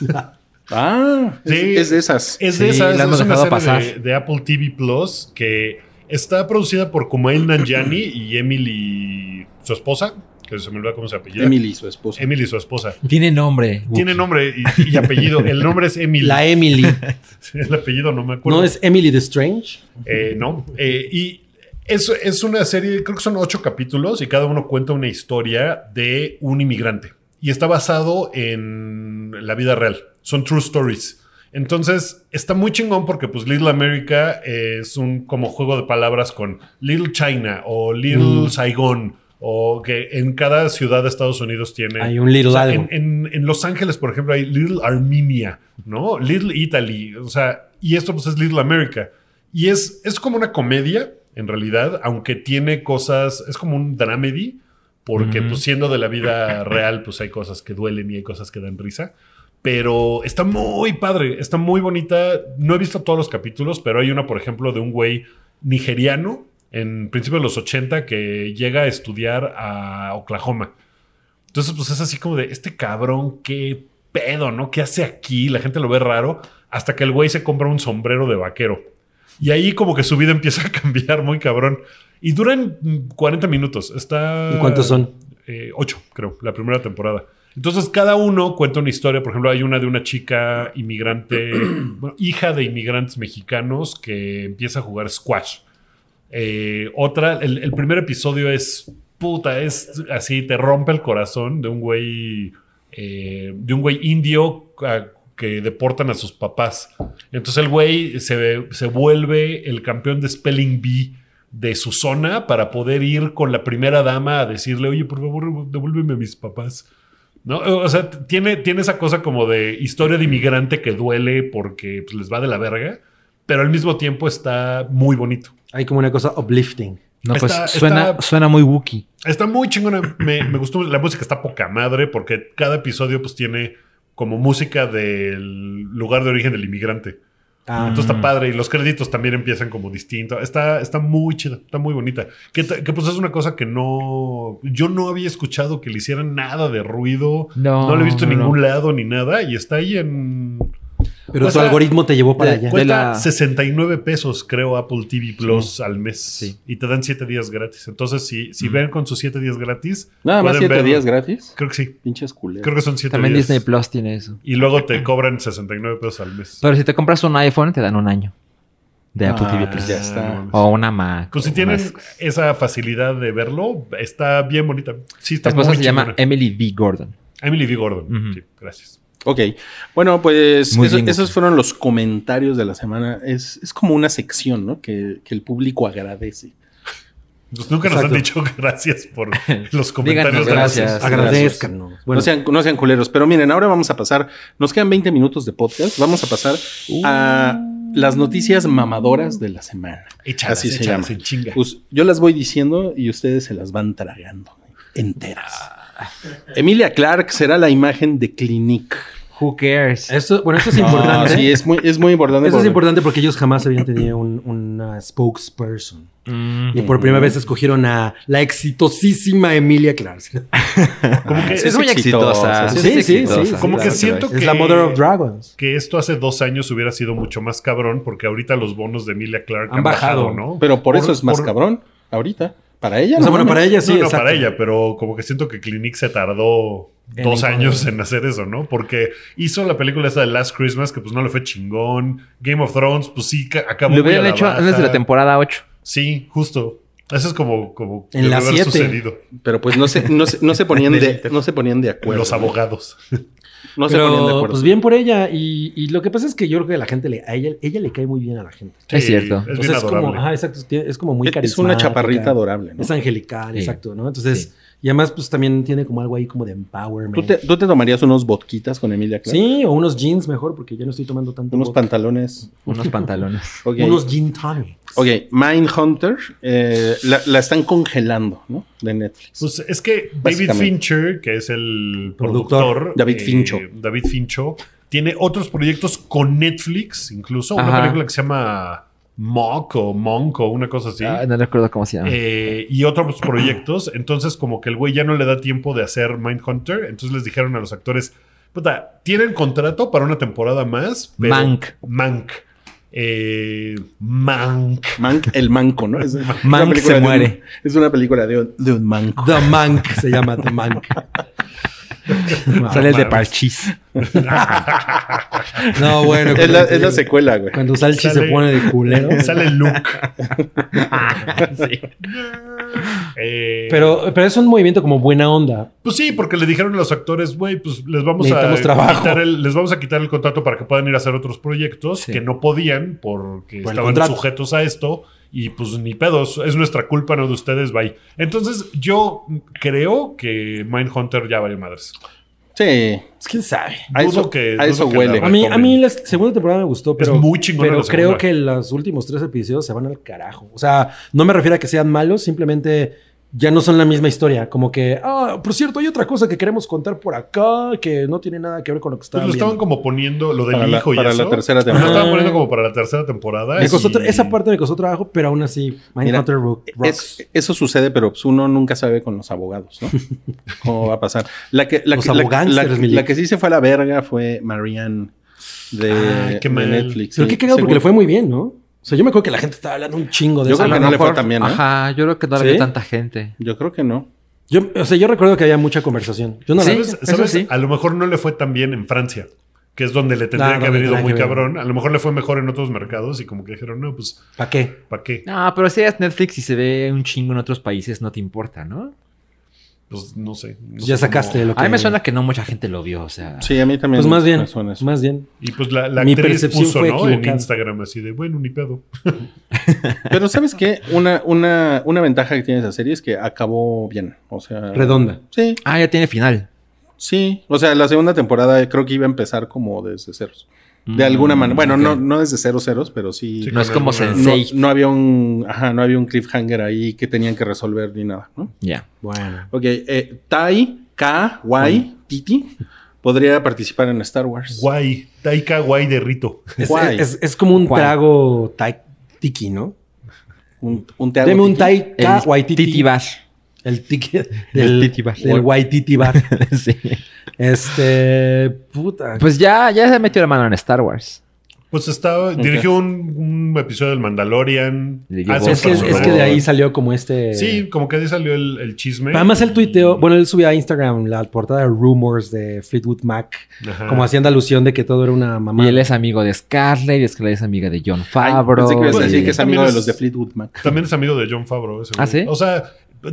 Speaker 4: Ah, es-
Speaker 2: Sí.
Speaker 4: es, de esas.
Speaker 2: Es de
Speaker 5: Sí,
Speaker 2: esas,
Speaker 5: la hemos
Speaker 2: es una
Speaker 5: dejado
Speaker 2: serie de-
Speaker 5: pasar.
Speaker 2: de, Apple TV Plus que está producida por Kumail Nanjiani y Emily, su esposa, que se me olvida cómo se apellida.
Speaker 4: Emily, su esposa.
Speaker 2: Emily, su esposa.
Speaker 5: Tiene nombre.
Speaker 2: Tiene
Speaker 5: Wookie.
Speaker 2: nombre y, y apellido. El nombre es Emily.
Speaker 3: La Emily.
Speaker 2: El apellido no me acuerdo.
Speaker 3: ¿No es Emily the Strange?
Speaker 2: Eh, no. Eh, y es, es una serie, creo que son ocho capítulos y cada uno cuenta una historia de un inmigrante. Y está basado en la vida real. Son true stories. Entonces, está muy chingón porque pues Little America es un como juego de palabras con Little China o Little
Speaker 3: Mm.
Speaker 2: Saigon o que en cada ciudad de Estados Unidos tiene...
Speaker 3: Hay un little
Speaker 2: O sea,
Speaker 3: algo.
Speaker 2: En, en- en Los Ángeles, por ejemplo, hay Little Armenia, ¿no? Little Italy, o sea, y esto pues es Little America. Y es, es como una comedia, en realidad, aunque tiene cosas, es como un dramedy, porque
Speaker 5: Ujú.
Speaker 2: pues siendo de la vida real, pues hay cosas que duelen y hay cosas que dan risa. Pero está muy padre, está muy bonita. No he visto todos los capítulos, pero hay una, por ejemplo, de un güey nigeriano en principio de los 80 que llega a estudiar a Oklahoma. Entonces, pues es así como de este cabrón, qué pedo, ¿no? ¿Qué hace aquí? La gente lo ve raro hasta que el güey se compra un sombrero de vaquero. Y ahí como que su vida empieza a cambiar muy cabrón. Y duran mm, 40 minutos. Está...
Speaker 3: ¿Y cuántos son?
Speaker 2: Eh, ocho, creo, la primera temporada. Entonces, cada uno cuenta una historia. Por ejemplo, hay una de una chica inmigrante, bueno, hija de inmigrantes mexicanos que empieza a jugar squash. Eh, otra, el, el primer episodio es puta, es así, te rompe el corazón de un güey, eh, de un güey indio a- que deportan a sus papás. Entonces el güey se, se vuelve el campeón de Spelling Bee de su zona para poder ir con la primera dama a decirle, oye, por favor, devuélveme a mis papás. ¿No? O sea, t- tiene, tiene esa cosa como de historia de inmigrante que duele porque pues, les va de la verga, pero al mismo tiempo está muy bonito.
Speaker 3: Hay como una cosa uplifting.
Speaker 5: No, pues
Speaker 2: Está-
Speaker 5: suena,
Speaker 2: está-
Speaker 5: suena muy Wookie.
Speaker 2: Está muy chingona. Me, me gustó. La música está poca madre porque cada episodio pues tiene como música del lugar de origen del inmigrante.
Speaker 3: Ah,
Speaker 2: Entonces
Speaker 5: Mm.
Speaker 2: está padre y los créditos también empiezan como distinto. Está, está muy chida, está muy bonita. Que, ta- que, pues es una cosa que no... Yo no había escuchado que le hicieran nada de ruido. No,
Speaker 5: No,
Speaker 2: lo he visto en
Speaker 5: no, no.
Speaker 2: ningún lado ni nada y está ahí en...
Speaker 3: pero
Speaker 2: cuesta-
Speaker 3: tu algoritmo te llevó para
Speaker 5: de-
Speaker 3: allá.
Speaker 5: de-
Speaker 2: Cuesta
Speaker 5: la-
Speaker 2: 69 pesos, creo, Apple TV Plus al mes.
Speaker 5: Sí.
Speaker 2: Y te dan 7 días gratis. Entonces, si, si
Speaker 5: Mm.
Speaker 2: ven con sus 7 días gratis...
Speaker 4: Nada más
Speaker 2: pueden
Speaker 4: siete
Speaker 2: verlo.
Speaker 4: días gratis.
Speaker 2: Creo que sí.
Speaker 4: Pinches culeros.
Speaker 2: Creo que son 7
Speaker 5: También
Speaker 2: días.
Speaker 5: Disney Plus tiene eso.
Speaker 2: Y luego te cobran 69 pesos al mes.
Speaker 5: Pero si te compras un iPhone, te dan un año de Apple TV Plus.
Speaker 4: Ah, pues ya está.
Speaker 5: O una Mac.
Speaker 2: Ah, Pues
Speaker 5: o
Speaker 2: si tienen
Speaker 5: unas-
Speaker 2: esa facilidad de verlo, está bien bonita. Sí,
Speaker 5: La
Speaker 2: está muy
Speaker 5: esposa se
Speaker 2: chingona.
Speaker 5: llama Emily B. Gordon.
Speaker 2: Emily V. Gordon.
Speaker 5: Ujú.
Speaker 2: Sí, gracias.
Speaker 4: Ok. Bueno, pues
Speaker 5: Muy
Speaker 4: eso-
Speaker 5: bien,
Speaker 4: esos
Speaker 5: Wookie.
Speaker 4: fueron los comentarios de la semana. Es, es como una sección, ¿no? Que, que el público agradece.
Speaker 2: Pues nunca nos
Speaker 3: Exacto.
Speaker 2: han dicho gracias por los
Speaker 5: Díganos
Speaker 2: comentarios. de las-
Speaker 5: gracias.
Speaker 3: Agradezcan. Bueno,
Speaker 4: No, sean, no sean culeros. Pero miren, ahora vamos a pasar. Nos quedan 20 minutos de podcast. Vamos a pasar a
Speaker 3: Uh.
Speaker 4: las noticias mamadoras de la semana.
Speaker 2: Échalas,
Speaker 4: Así se
Speaker 2: échalas
Speaker 4: llama.
Speaker 2: en chinga.
Speaker 4: Pues, yo las voy diciendo y ustedes se las van tragando enteras.
Speaker 3: Ah.
Speaker 4: Emilia Clark será la imagen de Clinique.
Speaker 5: Who cares?
Speaker 3: eso, bueno, eso es
Speaker 4: Ah,
Speaker 3: importante.
Speaker 4: sí, es muy, es muy importante.
Speaker 3: Eso es
Speaker 4: porque-
Speaker 3: importante porque ellos jamás habían tenido un- una spokesperson.
Speaker 5: Mm.
Speaker 3: Y por primera vez escogieron a la exitosísima Emilia Clarke.
Speaker 2: Como que,
Speaker 4: sí,
Speaker 5: es muy exitosa.
Speaker 4: sí,
Speaker 3: sí, sí, sí,
Speaker 5: exitosa.
Speaker 3: sí,
Speaker 2: como que
Speaker 4: claro que
Speaker 2: siento que,
Speaker 3: Es la Mother of Dragons.
Speaker 2: que esto hace dos años hubiera sido mucho más cabrón porque ahorita los bonos de Emilia Clark han,
Speaker 3: Han bajado.
Speaker 2: bajado, ¿no?
Speaker 4: Pero por, eso
Speaker 2: Por-
Speaker 4: es más
Speaker 2: por-
Speaker 4: cabrón ahorita. Para ella,
Speaker 3: O sea, bueno,
Speaker 4: mames.
Speaker 3: para ella sí,
Speaker 2: no, no,
Speaker 3: exacto.
Speaker 2: para ella, pero como que siento que Clinique se tardó
Speaker 5: En
Speaker 2: dos
Speaker 5: encontrar.
Speaker 2: años en hacer eso, ¿no? Porque hizo la película esa de Last Christmas, que pues no le fue chingón. Game of Thrones, pues sí, ca- acabó. muy a
Speaker 5: Lo hubieran
Speaker 2: la
Speaker 5: hecho
Speaker 2: baja.
Speaker 5: antes de la temporada 8.
Speaker 2: Sí, justo. Eso es como, como
Speaker 3: En la
Speaker 2: debió haber
Speaker 3: siete.
Speaker 2: sucedido.
Speaker 4: Pero pues no se, no se, no se ponían de, no se ponían de acuerdo.
Speaker 2: Los abogados.
Speaker 4: No se ponían de
Speaker 3: Pero,
Speaker 4: acuerdo.
Speaker 3: pues bien por ella. Y, y lo que pasa es que yo creo que la gente le, a ella, ella le cae muy bien a la gente.
Speaker 5: Es
Speaker 2: Sí,
Speaker 5: cierto.
Speaker 2: Es
Speaker 3: O
Speaker 2: bien
Speaker 3: sea, es
Speaker 2: adorable.
Speaker 3: como, ajá, exacto, es- tiene- es como muy
Speaker 4: Es- es
Speaker 3: carismática.
Speaker 4: una chaparrita adorable, ¿no?
Speaker 3: Es angelical,
Speaker 5: Sí.
Speaker 3: exacto, ¿no? Entonces, y además, pues también tiene como algo ahí como de empowerment.
Speaker 4: ¿Tú te, tú te tomarías unos vodquitas con Emilia Clarke?
Speaker 3: Sí, o unos jeans mejor, porque ya no estoy tomando tanto.
Speaker 4: Unos
Speaker 3: vodka.
Speaker 4: pantalones.
Speaker 5: Unos pantalones.
Speaker 4: Ok.
Speaker 3: Unos jean tonics.
Speaker 4: Ok, Mindhunter eh, la, la están congelando, ¿no? De Netflix.
Speaker 2: Pues es que David
Speaker 4: Básicamente.
Speaker 2: Fincher, que es el
Speaker 3: Productor.
Speaker 2: productor. eh,
Speaker 4: David Fincho.
Speaker 2: David Fincho. Tiene otros proyectos con Netflix, incluso. Una
Speaker 5: Ajá.
Speaker 2: película que se llama Mock o Monk o una cosa así.
Speaker 5: Ah, no recuerdo cómo se llama.
Speaker 2: Eh, y otros proyectos. Entonces, como que el güey ya no le da tiempo de hacer Mindhunter. Entonces les dijeron a los actores: Puta, tienen contrato para una temporada más. pero-
Speaker 5: Mank.
Speaker 2: Mank. Eh, Mank.
Speaker 4: Mank, el manco, ¿no? Es, es una
Speaker 5: Mank
Speaker 4: película
Speaker 5: se
Speaker 4: de un-
Speaker 5: muere.
Speaker 4: es una película de, un- de un manco.
Speaker 3: The Mank se llama The Mank.
Speaker 5: Sale el
Speaker 2: mames.
Speaker 5: de Parchis.
Speaker 3: no, bueno.
Speaker 4: Es la,
Speaker 3: cuando-
Speaker 4: es la secuela, güey.
Speaker 3: Cuando Salchi
Speaker 2: Sale-
Speaker 3: se pone de culero.
Speaker 2: Sale Luke.
Speaker 5: Sí.
Speaker 2: Eh,
Speaker 3: Pero, pero es un movimiento como buena onda.
Speaker 2: Pues sí, porque le dijeron a los actores, güey, pues les vamos a
Speaker 3: Necesitamos trabajo.
Speaker 2: quitar el, les vamos a quitar el contrato para que puedan ir a hacer otros proyectos
Speaker 5: Sí.
Speaker 2: que no podían porque
Speaker 3: Por el
Speaker 2: estaban
Speaker 3: contrato.
Speaker 2: sujetos a esto y pues ni pedos, es nuestra culpa, no de ustedes, bye. Entonces yo creo que Mindhunter ya vale madres.
Speaker 4: Sí.
Speaker 3: Pues, ¿Quién sabe?
Speaker 4: A
Speaker 2: Dudo
Speaker 4: eso,
Speaker 2: que- dudo
Speaker 4: a eso
Speaker 2: que
Speaker 4: huele.
Speaker 2: la-
Speaker 3: A mí, a mí la segunda temporada me gustó, pero,
Speaker 2: muy chingona
Speaker 3: pero
Speaker 2: la segunda.
Speaker 3: creo que los últimos tres episodios se van al carajo. O sea, no me refiero a que sean malos, simplemente ya no son la misma historia. Como que, ah, por cierto, hay otra cosa que queremos contar por acá que no tiene nada que ver con lo que
Speaker 2: Pues
Speaker 3: estaban
Speaker 2: lo estaban
Speaker 3: viendo.
Speaker 2: como poniendo lo del
Speaker 4: Para la-
Speaker 2: hijo y
Speaker 4: para
Speaker 2: eso.
Speaker 4: la tercera
Speaker 2: Lo estaban
Speaker 3: temporada.
Speaker 2: poniendo como para la tercera temporada.
Speaker 5: Ah,
Speaker 3: Me
Speaker 2: y-
Speaker 3: costó tra- Esa parte me costó trabajo, pero aún así,
Speaker 4: Mira,
Speaker 3: Mindhunter ro- rocks.
Speaker 4: Es- eso sucede, pero pues, uno nunca sabe con los abogados, ¿no? ¿Cómo va a pasar? La que, la,
Speaker 3: Los
Speaker 4: que, la-
Speaker 3: abogánsteres,
Speaker 4: la-
Speaker 3: Milik.
Speaker 4: la que sí se fue a la verga fue Marianne de,
Speaker 2: Ay, qué
Speaker 4: de
Speaker 2: mal.
Speaker 4: Netflix. sí,
Speaker 3: Pero qué cagado, porque
Speaker 4: seguro.
Speaker 3: le fue muy bien, ¿no? O sea, yo me acuerdo que la gente estaba hablando un chingo de
Speaker 4: Yo
Speaker 3: eso.
Speaker 4: creo
Speaker 5: A
Speaker 4: que
Speaker 5: lo
Speaker 4: no le fue
Speaker 5: mejor-
Speaker 4: tan bien, ¿no?
Speaker 5: Ajá, yo creo que no la
Speaker 3: ¿Sí?
Speaker 5: vio tanta gente.
Speaker 4: Yo creo que no.
Speaker 3: Yo, o sea, yo recuerdo que había mucha conversación. Yo no la vi.
Speaker 2: ¿Sabes?
Speaker 5: eso
Speaker 2: ¿Sabes?
Speaker 5: sí.
Speaker 2: A lo mejor no le fue tan bien en Francia, que es donde le tendría
Speaker 3: No,
Speaker 2: que
Speaker 3: no,
Speaker 2: haber
Speaker 3: no,
Speaker 2: ido
Speaker 3: nada
Speaker 2: muy
Speaker 3: que ver.
Speaker 2: cabrón. A lo mejor le fue mejor en otros mercados y como que dijeron, no, pues,
Speaker 3: ¿Para qué?
Speaker 2: ¿para qué?
Speaker 5: No, pero si es Netflix y se ve un chingo en otros países, no te importa, ¿no?
Speaker 2: Pues no sé. no
Speaker 3: Ya
Speaker 2: sé
Speaker 3: sacaste
Speaker 2: cómo-
Speaker 3: lo que...
Speaker 5: A mí me suena que no mucha gente lo vio, o sea.
Speaker 4: Sí, a mí también
Speaker 3: Pues más bien,
Speaker 4: me suena eso.
Speaker 3: más bien.
Speaker 2: Y pues la, la
Speaker 3: Mi
Speaker 2: actriz
Speaker 3: percepción
Speaker 2: puso,
Speaker 3: fue
Speaker 2: ¿no? En
Speaker 3: equivocada.
Speaker 2: Instagram así de, bueno, ni pedo.
Speaker 4: Pero ¿sabes qué? Una, una, una ventaja que tiene esa serie es que acabó bien. O sea...
Speaker 3: Redonda.
Speaker 4: Sí,
Speaker 5: Ah, ya tiene final.
Speaker 4: sí. O sea, la segunda temporada creo que iba a empezar como desde ceros. De alguna
Speaker 5: Mm,
Speaker 4: manera. Bueno,
Speaker 5: ok.
Speaker 4: no, no desde ceros ceros, pero sí...
Speaker 2: Sí,
Speaker 5: No es
Speaker 2: con
Speaker 5: como
Speaker 2: alguna-
Speaker 5: Sensei.
Speaker 4: No, no había un... Ajá, no había un cliffhanger ahí que tenían que resolver ni nada, ¿no?
Speaker 5: Ya.
Speaker 3: Bueno.
Speaker 4: Ok. eh, tai, K, Y, Titi podría participar en Star Wars.
Speaker 2: Guay. Taika Guay de Rito.
Speaker 3: Es,
Speaker 4: Guay.
Speaker 3: es- es como un
Speaker 5: Guay.
Speaker 3: trago tai- tiki, ¿no?
Speaker 4: Un, un te hago
Speaker 3: Deme un
Speaker 4: Titi.
Speaker 3: tai
Speaker 5: El
Speaker 3: ka waititi.
Speaker 5: Titi Bar.
Speaker 3: El tiki.
Speaker 5: El
Speaker 3: Del,
Speaker 5: titi bar.
Speaker 3: Del waititi bar.
Speaker 5: Sí.
Speaker 3: este. Puta.
Speaker 5: Pues ya, ya se metió la mano en Star Wars.
Speaker 2: Pues estaba, dirigió un, un episodio del Mandalorian.
Speaker 5: Le llevó
Speaker 2: Hace
Speaker 3: es, que,
Speaker 2: otros
Speaker 3: es que de ahí salió como este.
Speaker 2: Sí, como que de ahí salió el, el chisme.
Speaker 3: Pero Además, él tuiteó. Bueno, él subió a Instagram la portada de Rumors de Fleetwood Mac.
Speaker 2: Ajá.
Speaker 3: Como haciendo alusión de que todo era una mamá.
Speaker 5: Y él es amigo de Scarlett, y Scarlett es amiga de John
Speaker 4: Ay,
Speaker 5: Favreau.
Speaker 4: pensé que ibas a decir
Speaker 5: y-
Speaker 4: que es
Speaker 2: También
Speaker 4: amigo de
Speaker 2: es-
Speaker 4: los de Fleetwood Mac.
Speaker 2: También es amigo de John Favreau. ese
Speaker 5: ¿Ah,
Speaker 2: güey.
Speaker 5: sí?
Speaker 2: O sea,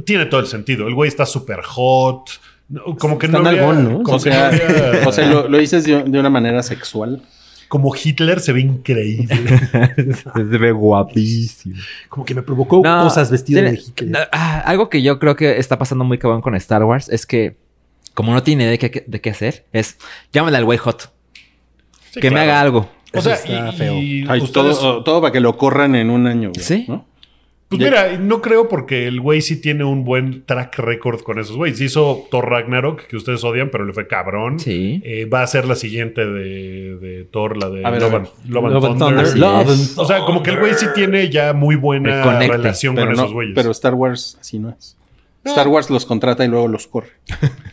Speaker 2: tiene todo el sentido. El güey está súper hot. No, Como que
Speaker 3: Está
Speaker 2: no había,
Speaker 3: nalgón, ¿no?
Speaker 2: como,
Speaker 4: O
Speaker 2: que
Speaker 4: sea,
Speaker 2: no había-
Speaker 4: o sea, lo, lo dices de, de una manera sexual.
Speaker 2: como Hitler se ve increíble.
Speaker 5: Se ve guapísimo.
Speaker 3: Como que me provocó
Speaker 5: No,
Speaker 3: cosas vestidas
Speaker 5: tiene-
Speaker 3: de Hitler.
Speaker 5: no, ah, algo que yo creo que está pasando muy cabrón con Star Wars es que, como no tiene idea de qué, de qué hacer, es llámale al güey hot,
Speaker 2: Sí,
Speaker 5: que me
Speaker 2: claro.
Speaker 5: haga algo.
Speaker 2: O sea,
Speaker 3: Eso está
Speaker 2: y-
Speaker 3: feo.
Speaker 2: y
Speaker 4: Ay,
Speaker 2: ustedes-
Speaker 4: todo, todo para que lo corran en un año. güey,
Speaker 5: Sí.
Speaker 4: ¿no?
Speaker 2: pues
Speaker 4: ya-
Speaker 2: mira, no creo porque el güey sí tiene un buen track record con esos güeyes. Hizo Thor Ragnarok, que ustedes odian, pero le fue cabrón.
Speaker 5: Sí.
Speaker 2: Eh, va a ser la siguiente de, de Thor, la de
Speaker 4: A ver, a
Speaker 2: Love,
Speaker 4: ver.
Speaker 2: and- Love and
Speaker 3: Love and
Speaker 2: Thunder.
Speaker 3: Thunder.
Speaker 5: Sí.
Speaker 3: Love and
Speaker 2: O sea, como que el güey sí tiene ya muy buena
Speaker 5: Me conecta,
Speaker 2: relación
Speaker 4: Pero,
Speaker 2: con
Speaker 4: no-
Speaker 2: esos güeyes.
Speaker 4: pero Star Wars así no es.
Speaker 2: No.
Speaker 4: Star Wars los contrata y luego los corre.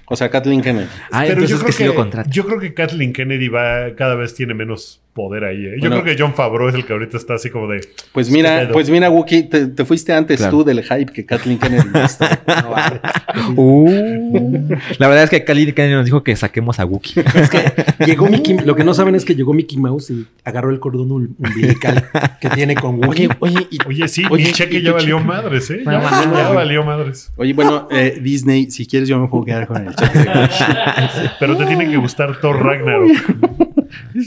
Speaker 4: O sea, Kathleen Kennedy.
Speaker 5: Ah,
Speaker 2: Pero
Speaker 5: entonces
Speaker 2: yo
Speaker 5: es que,
Speaker 2: creo
Speaker 5: sí lo
Speaker 2: que,
Speaker 5: contrata.
Speaker 2: yo creo que Kathleen Kennedy va cada vez tiene menos poder ahí. ¿eh? Yo
Speaker 4: Bueno.
Speaker 2: creo que John Favreau es el que ahorita está así como de.
Speaker 4: Pues
Speaker 2: Qué
Speaker 4: mira,
Speaker 2: Este pedo.
Speaker 4: pues mira, Wookie, te, te fuiste antes
Speaker 5: Claro.
Speaker 4: tú del hype que Kathleen Kennedy Este, está. No vale.
Speaker 5: Uh. La verdad es que Cali Kennedy nos dijo que saquemos a Wookiee.
Speaker 3: Llegó Mickey, lo que no saben es que llegó Mickey Mouse y agarró el cordón um- umbilical que tiene con Wookiee.
Speaker 4: oye, y-
Speaker 2: Oye, sí,
Speaker 4: Oye,
Speaker 2: mi cheque
Speaker 4: ¿y
Speaker 2: ya
Speaker 4: tu
Speaker 2: valió
Speaker 4: cheque?
Speaker 2: madres, ¿eh?
Speaker 5: No
Speaker 2: Ya,
Speaker 5: mames.
Speaker 2: ya valió madres.
Speaker 4: oye, bueno, eh, Disney, si quieres yo me puedo quedar con el cheque.
Speaker 2: Pero te tiene que gustar Thor Ragnarok.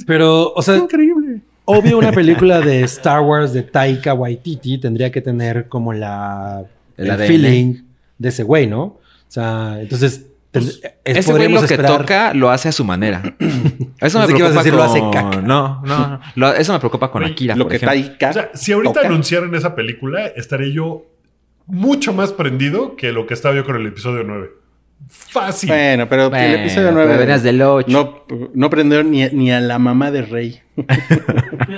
Speaker 3: Pero, o sea,
Speaker 4: Increíble.
Speaker 3: obvio una película de Star Wars de Taika Waititi tendría que tener como la
Speaker 5: El
Speaker 3: el,
Speaker 5: ADN.
Speaker 3: feeling de ese güey, ¿no? O sea, entonces ten- es-
Speaker 5: Pues, Ese güey lo
Speaker 3: podríamos
Speaker 5: que
Speaker 3: esperar-
Speaker 5: toca lo hace a su manera. Eso me
Speaker 3: Pensé que ibas
Speaker 5: preocupa
Speaker 3: a decir,
Speaker 5: con...
Speaker 3: lo hace caca.
Speaker 5: No, no. no. Lo- eso me preocupa con Akira,
Speaker 4: Lo
Speaker 5: por
Speaker 4: que
Speaker 5: ejemplo.
Speaker 4: Taika.
Speaker 2: O sea, si ahorita
Speaker 4: toca.
Speaker 2: anunciaran esa película, estaría yo mucho más prendido que lo que estaba yo con el episodio 9. Fácil.
Speaker 4: Bueno, pero
Speaker 5: Bueno,
Speaker 4: el episodio
Speaker 5: pero
Speaker 4: 9.
Speaker 5: venías del ocho.
Speaker 4: No, no prendió ni, ni a la mamá de Rey,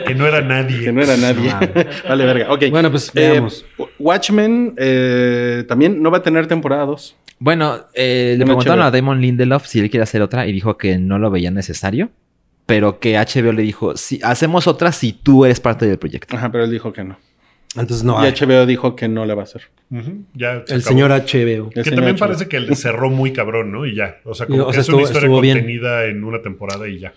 Speaker 2: que no era nadie.
Speaker 4: que no era nadie. vale, verga. Ok.
Speaker 3: Bueno, pues
Speaker 4: Eh,
Speaker 3: veamos.
Speaker 4: Watchmen eh, también no va a tener temporada 2.
Speaker 5: Bueno, eh,
Speaker 4: Una
Speaker 5: le preguntaron
Speaker 4: chévere.
Speaker 5: a Damon Lindelof si él quiere hacer otra y dijo que no lo veía necesario, pero que HBO le dijo, si hacemos otra si tú eres parte del proyecto.
Speaker 4: Ajá, pero él dijo que no.
Speaker 3: Entonces no
Speaker 4: y
Speaker 3: hay.
Speaker 4: HBO dijo que no la va a hacer.
Speaker 2: Ujú, ya se acabó.
Speaker 3: El señor HBO.
Speaker 4: El
Speaker 2: Que
Speaker 4: señor
Speaker 2: también
Speaker 4: HBO.
Speaker 2: parece que le cerró muy cabrón, ¿no? Y ya. O sea, como
Speaker 3: O
Speaker 2: que
Speaker 3: sea,
Speaker 2: es una
Speaker 3: estuvo-
Speaker 2: historia
Speaker 3: estuvo bien.
Speaker 2: contenida en una temporada y ya.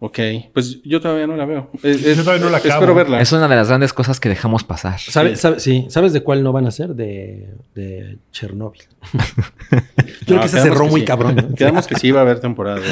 Speaker 4: Ok, pues yo todavía no la veo. Es- es-
Speaker 2: Yo todavía no la acabo.
Speaker 4: Espero verla.
Speaker 5: Es una de las grandes cosas que dejamos pasar.
Speaker 3: ¿Sabe- sabe- sí, ¿Sabes de cuál no van a ser? De, de Chernobyl. Creo
Speaker 4: No,
Speaker 3: que se
Speaker 4: quedamos
Speaker 3: cerró
Speaker 4: que
Speaker 3: muy
Speaker 4: sí.
Speaker 3: cabrón. ¿no?
Speaker 4: Quedamos que sí va a haber temporada.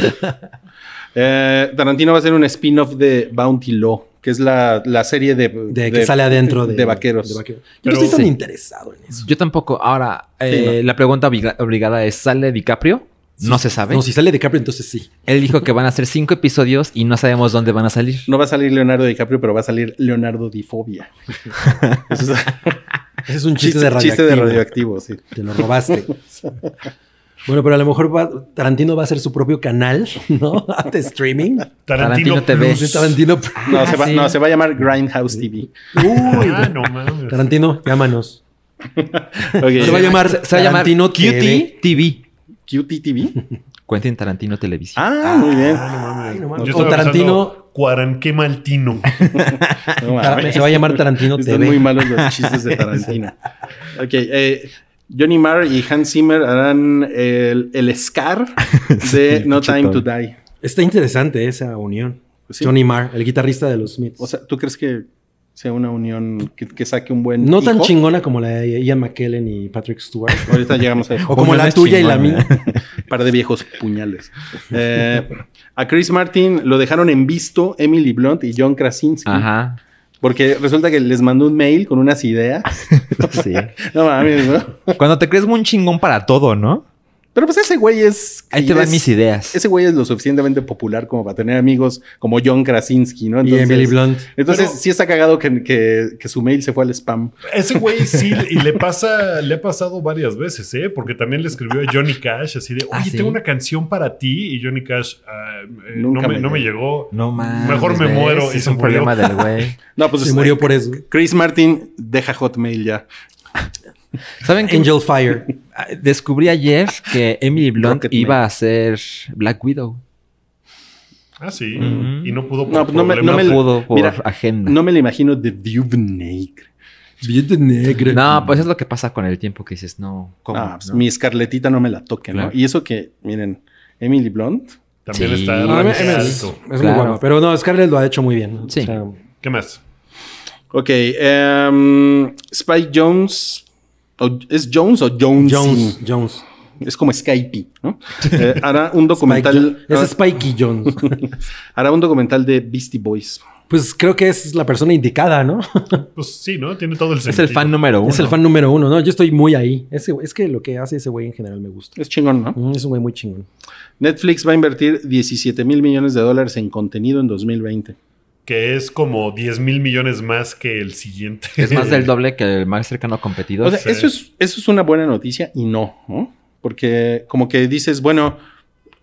Speaker 4: Eh, Tarantino va a hacer un spin-off de Bounty Law, que es la, la serie de,
Speaker 3: De que sale adentro de,
Speaker 4: de vaqueros.
Speaker 3: de vaqueros. Yo
Speaker 2: Pero-
Speaker 3: no estoy tan
Speaker 5: Sí.
Speaker 3: interesado en eso.
Speaker 5: Yo tampoco. Ahora, eh,
Speaker 4: Sí,
Speaker 5: la pregunta obliga- obligada es, ¿sale DiCaprio? No se sabe.
Speaker 3: No, si sale DiCaprio, entonces sí.
Speaker 5: Él dijo que van a hacer cinco episodios y no sabemos dónde van a salir.
Speaker 4: No va a salir Leonardo DiCaprio, pero va a salir Leonardo Difobia. Eso es
Speaker 3: Ese es un chiste, de radioactivo.
Speaker 4: chiste de radioactivo, sí.
Speaker 3: Te lo robaste. Bueno, pero a lo mejor va- Tarantino va a hacer su propio canal, ¿no? De streaming.
Speaker 2: Tarantino,
Speaker 5: Tarantino TV.
Speaker 2: Plus.
Speaker 3: De Tarantino.
Speaker 4: No,
Speaker 5: Ah,
Speaker 4: se va,
Speaker 5: sí.
Speaker 4: no, se va a llamar Grindhouse TV.
Speaker 2: Ah, no mames.
Speaker 3: Tarantino, llámanos.
Speaker 4: Ok.
Speaker 3: Se va a llamar Tarantino TV.
Speaker 5: Cutie TV.
Speaker 4: Cutie TV.
Speaker 5: Cuenten Tarantino Televisión.
Speaker 4: Ah, muy bien.
Speaker 2: Ah, no mames.
Speaker 3: Ay, no mames.
Speaker 2: Yo
Speaker 3: O
Speaker 2: estaba
Speaker 3: Tarantino-
Speaker 2: pensando, Cuaranqué Maltino.
Speaker 4: No
Speaker 3: Tar-
Speaker 4: mames.
Speaker 3: se va a llamar Tarantino
Speaker 4: Están
Speaker 3: TV.
Speaker 4: muy malos los chistes de Tarantino. ok, eh, Johnny Marr y Hans Zimmer harán el, el Scar de
Speaker 5: Sí,
Speaker 4: No
Speaker 5: pinche
Speaker 4: Time to
Speaker 5: Tom.
Speaker 4: Die.
Speaker 3: Está interesante esa unión.
Speaker 4: Pues sí.
Speaker 3: Johnny Marr, el guitarrista de los Smiths.
Speaker 4: O sea, ¿tú crees que sea una unión que, que saque un buen
Speaker 3: no tan
Speaker 4: hijo?
Speaker 3: chingona como la de Ian McKellen y Patrick Stewart.
Speaker 4: Ahorita llegamos a
Speaker 3: O como
Speaker 5: no
Speaker 3: la
Speaker 5: es
Speaker 3: tuya y la
Speaker 5: chingona,
Speaker 3: mía.
Speaker 4: par de viejos puñales. Eh, a Chris Martin lo dejaron en visto Emily Blunt y John Krasinski.
Speaker 5: Ajá.
Speaker 4: Porque resulta que les mandó un mail con unas ideas.
Speaker 5: Sí.
Speaker 4: No mames, ¿no?
Speaker 5: Cuando te crees un chingón para todo, ¿no?
Speaker 4: Pero pues ese güey es...
Speaker 5: Ahí te van
Speaker 4: es-
Speaker 5: mis ideas.
Speaker 4: Ese güey es lo suficientemente popular como para tener amigos como John Krasinski, ¿no?
Speaker 3: y Emily Blunt.
Speaker 4: Entonces,
Speaker 2: Pero-
Speaker 4: sí está cagado que, que- que su mail se fue al spam.
Speaker 2: Ese güey sí, y le pasa, le ha pasado varias veces, ¿eh? Porque también le escribió a Johnny Cash así de, oye,
Speaker 5: Ah, ¿sí?
Speaker 2: tengo una canción para ti. Y Johnny Cash, ah, eh, no,
Speaker 4: Nunca
Speaker 2: me,
Speaker 4: me
Speaker 2: no me
Speaker 4: llegó.
Speaker 2: llegó.
Speaker 5: No mames.
Speaker 2: Mejor me
Speaker 5: ¿ves?
Speaker 2: muero y
Speaker 5: Es
Speaker 2: se
Speaker 5: un
Speaker 2: murió.
Speaker 5: problema del güey.
Speaker 4: No, pues
Speaker 3: Se murió por eso.
Speaker 4: Chris Martin deja Hotmail ya.
Speaker 5: ¿Saben qué?
Speaker 3: Angel Fire.
Speaker 5: Ah, Descubrí ayer que Emily Blunt
Speaker 4: Rocketman.
Speaker 5: iba a ser Black Widow.
Speaker 2: Ah, sí.
Speaker 5: Ujú.
Speaker 2: Y no pudo por
Speaker 4: No, pues no me-
Speaker 5: No,
Speaker 2: problemas.
Speaker 4: me-
Speaker 5: pudo por
Speaker 4: mira,
Speaker 5: agenda. No,
Speaker 4: No me lo imagino de Dubnake.
Speaker 3: Billete negro.
Speaker 5: pues es lo que pasa con el tiempo que dices, no, ¿cómo?
Speaker 4: Ah, pues
Speaker 5: no?
Speaker 4: mi escarletita no me la toquen,
Speaker 5: Claro.
Speaker 4: ¿no? Y eso que, miren, Emily Blunt.
Speaker 2: También
Speaker 5: Sí.
Speaker 2: está
Speaker 3: No,
Speaker 5: Ah,
Speaker 2: Randy
Speaker 3: es, es
Speaker 2: Alto.
Speaker 3: muy
Speaker 5: Claro.
Speaker 3: guapa. Pero no, Scarlett lo ha hecho muy bien.
Speaker 5: Sí.
Speaker 3: O sea,
Speaker 2: ¿Qué más?
Speaker 4: Ok, em, Spike Jones. o- ¿Es Jones o Jones?
Speaker 3: Jones, Jones.
Speaker 4: Es como Skype, ¿no? Eh, hará un documental.
Speaker 3: Spike Jo- es Spikey Jones.
Speaker 4: hará un documental de Beastie Boys.
Speaker 3: pues creo que es la persona indicada, ¿no?
Speaker 2: Pues sí, ¿no? Tiene todo el
Speaker 5: es
Speaker 2: sentido.
Speaker 5: el fan número uno.
Speaker 3: Es el fan número uno, ¿no? Yo estoy muy ahí. Ese- es que lo que hace ese güey en general me gusta.
Speaker 4: Es chingón, ¿no?
Speaker 3: Mm, Es un güey muy chingón.
Speaker 4: Netflix va a invertir 17 mil millones de dólares en contenido en 2020.
Speaker 2: Que es como 10 mil millones más que el siguiente.
Speaker 5: Es más del doble que el más cercano competidor.
Speaker 4: O sea,
Speaker 2: Sí.
Speaker 4: eso es, eso es una buena noticia y no, ¿no? Porque como que dices, bueno,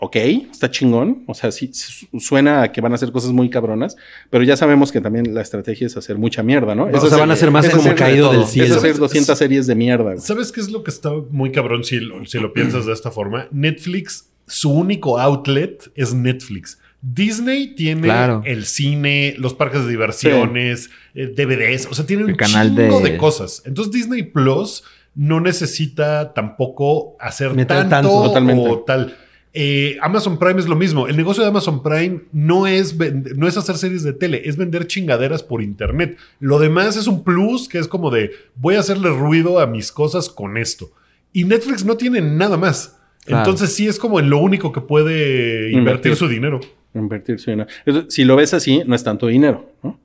Speaker 4: ok, está chingón, o sea, sí, sí, su- suena a que van a hacer cosas muy cabronas, pero ya sabemos que también la estrategia es hacer mucha mierda, ¿no?
Speaker 3: o sea, van a ser más
Speaker 4: es
Speaker 3: como
Speaker 4: hacer-
Speaker 3: caído del
Speaker 4: Es
Speaker 3: cielo.
Speaker 4: hacer 200 series de mierda. güey.
Speaker 2: ¿Sabes qué es lo que está muy cabrón si lo, si lo piensas de esta forma? Netflix, su único outlet es Netflix. Disney tiene
Speaker 5: Claro.
Speaker 2: el cine, los parques de diversiones, eh, DVDs, o sea, tiene un
Speaker 5: El canal
Speaker 2: chingo de...
Speaker 5: de-
Speaker 2: cosas. Entonces Disney Plus no necesita tampoco hacer
Speaker 3: Meter
Speaker 2: tanto,
Speaker 3: tanto.
Speaker 4: Totalmente.
Speaker 2: o tal. Eh, Amazon Prime es lo mismo. El negocio de Amazon Prime no es, vend- no es hacer series de tele, es vender chingaderas por internet. Lo demás es un plus que es como de voy a hacerle ruido a mis cosas con esto. Y Netflix no tiene nada más.
Speaker 5: Claro.
Speaker 2: Entonces sí es como en lo único que puede invertir
Speaker 4: Invertir.
Speaker 2: su dinero.
Speaker 4: Invertir su dinero. Eso, si lo ves así, no es tanto dinero, ¿no?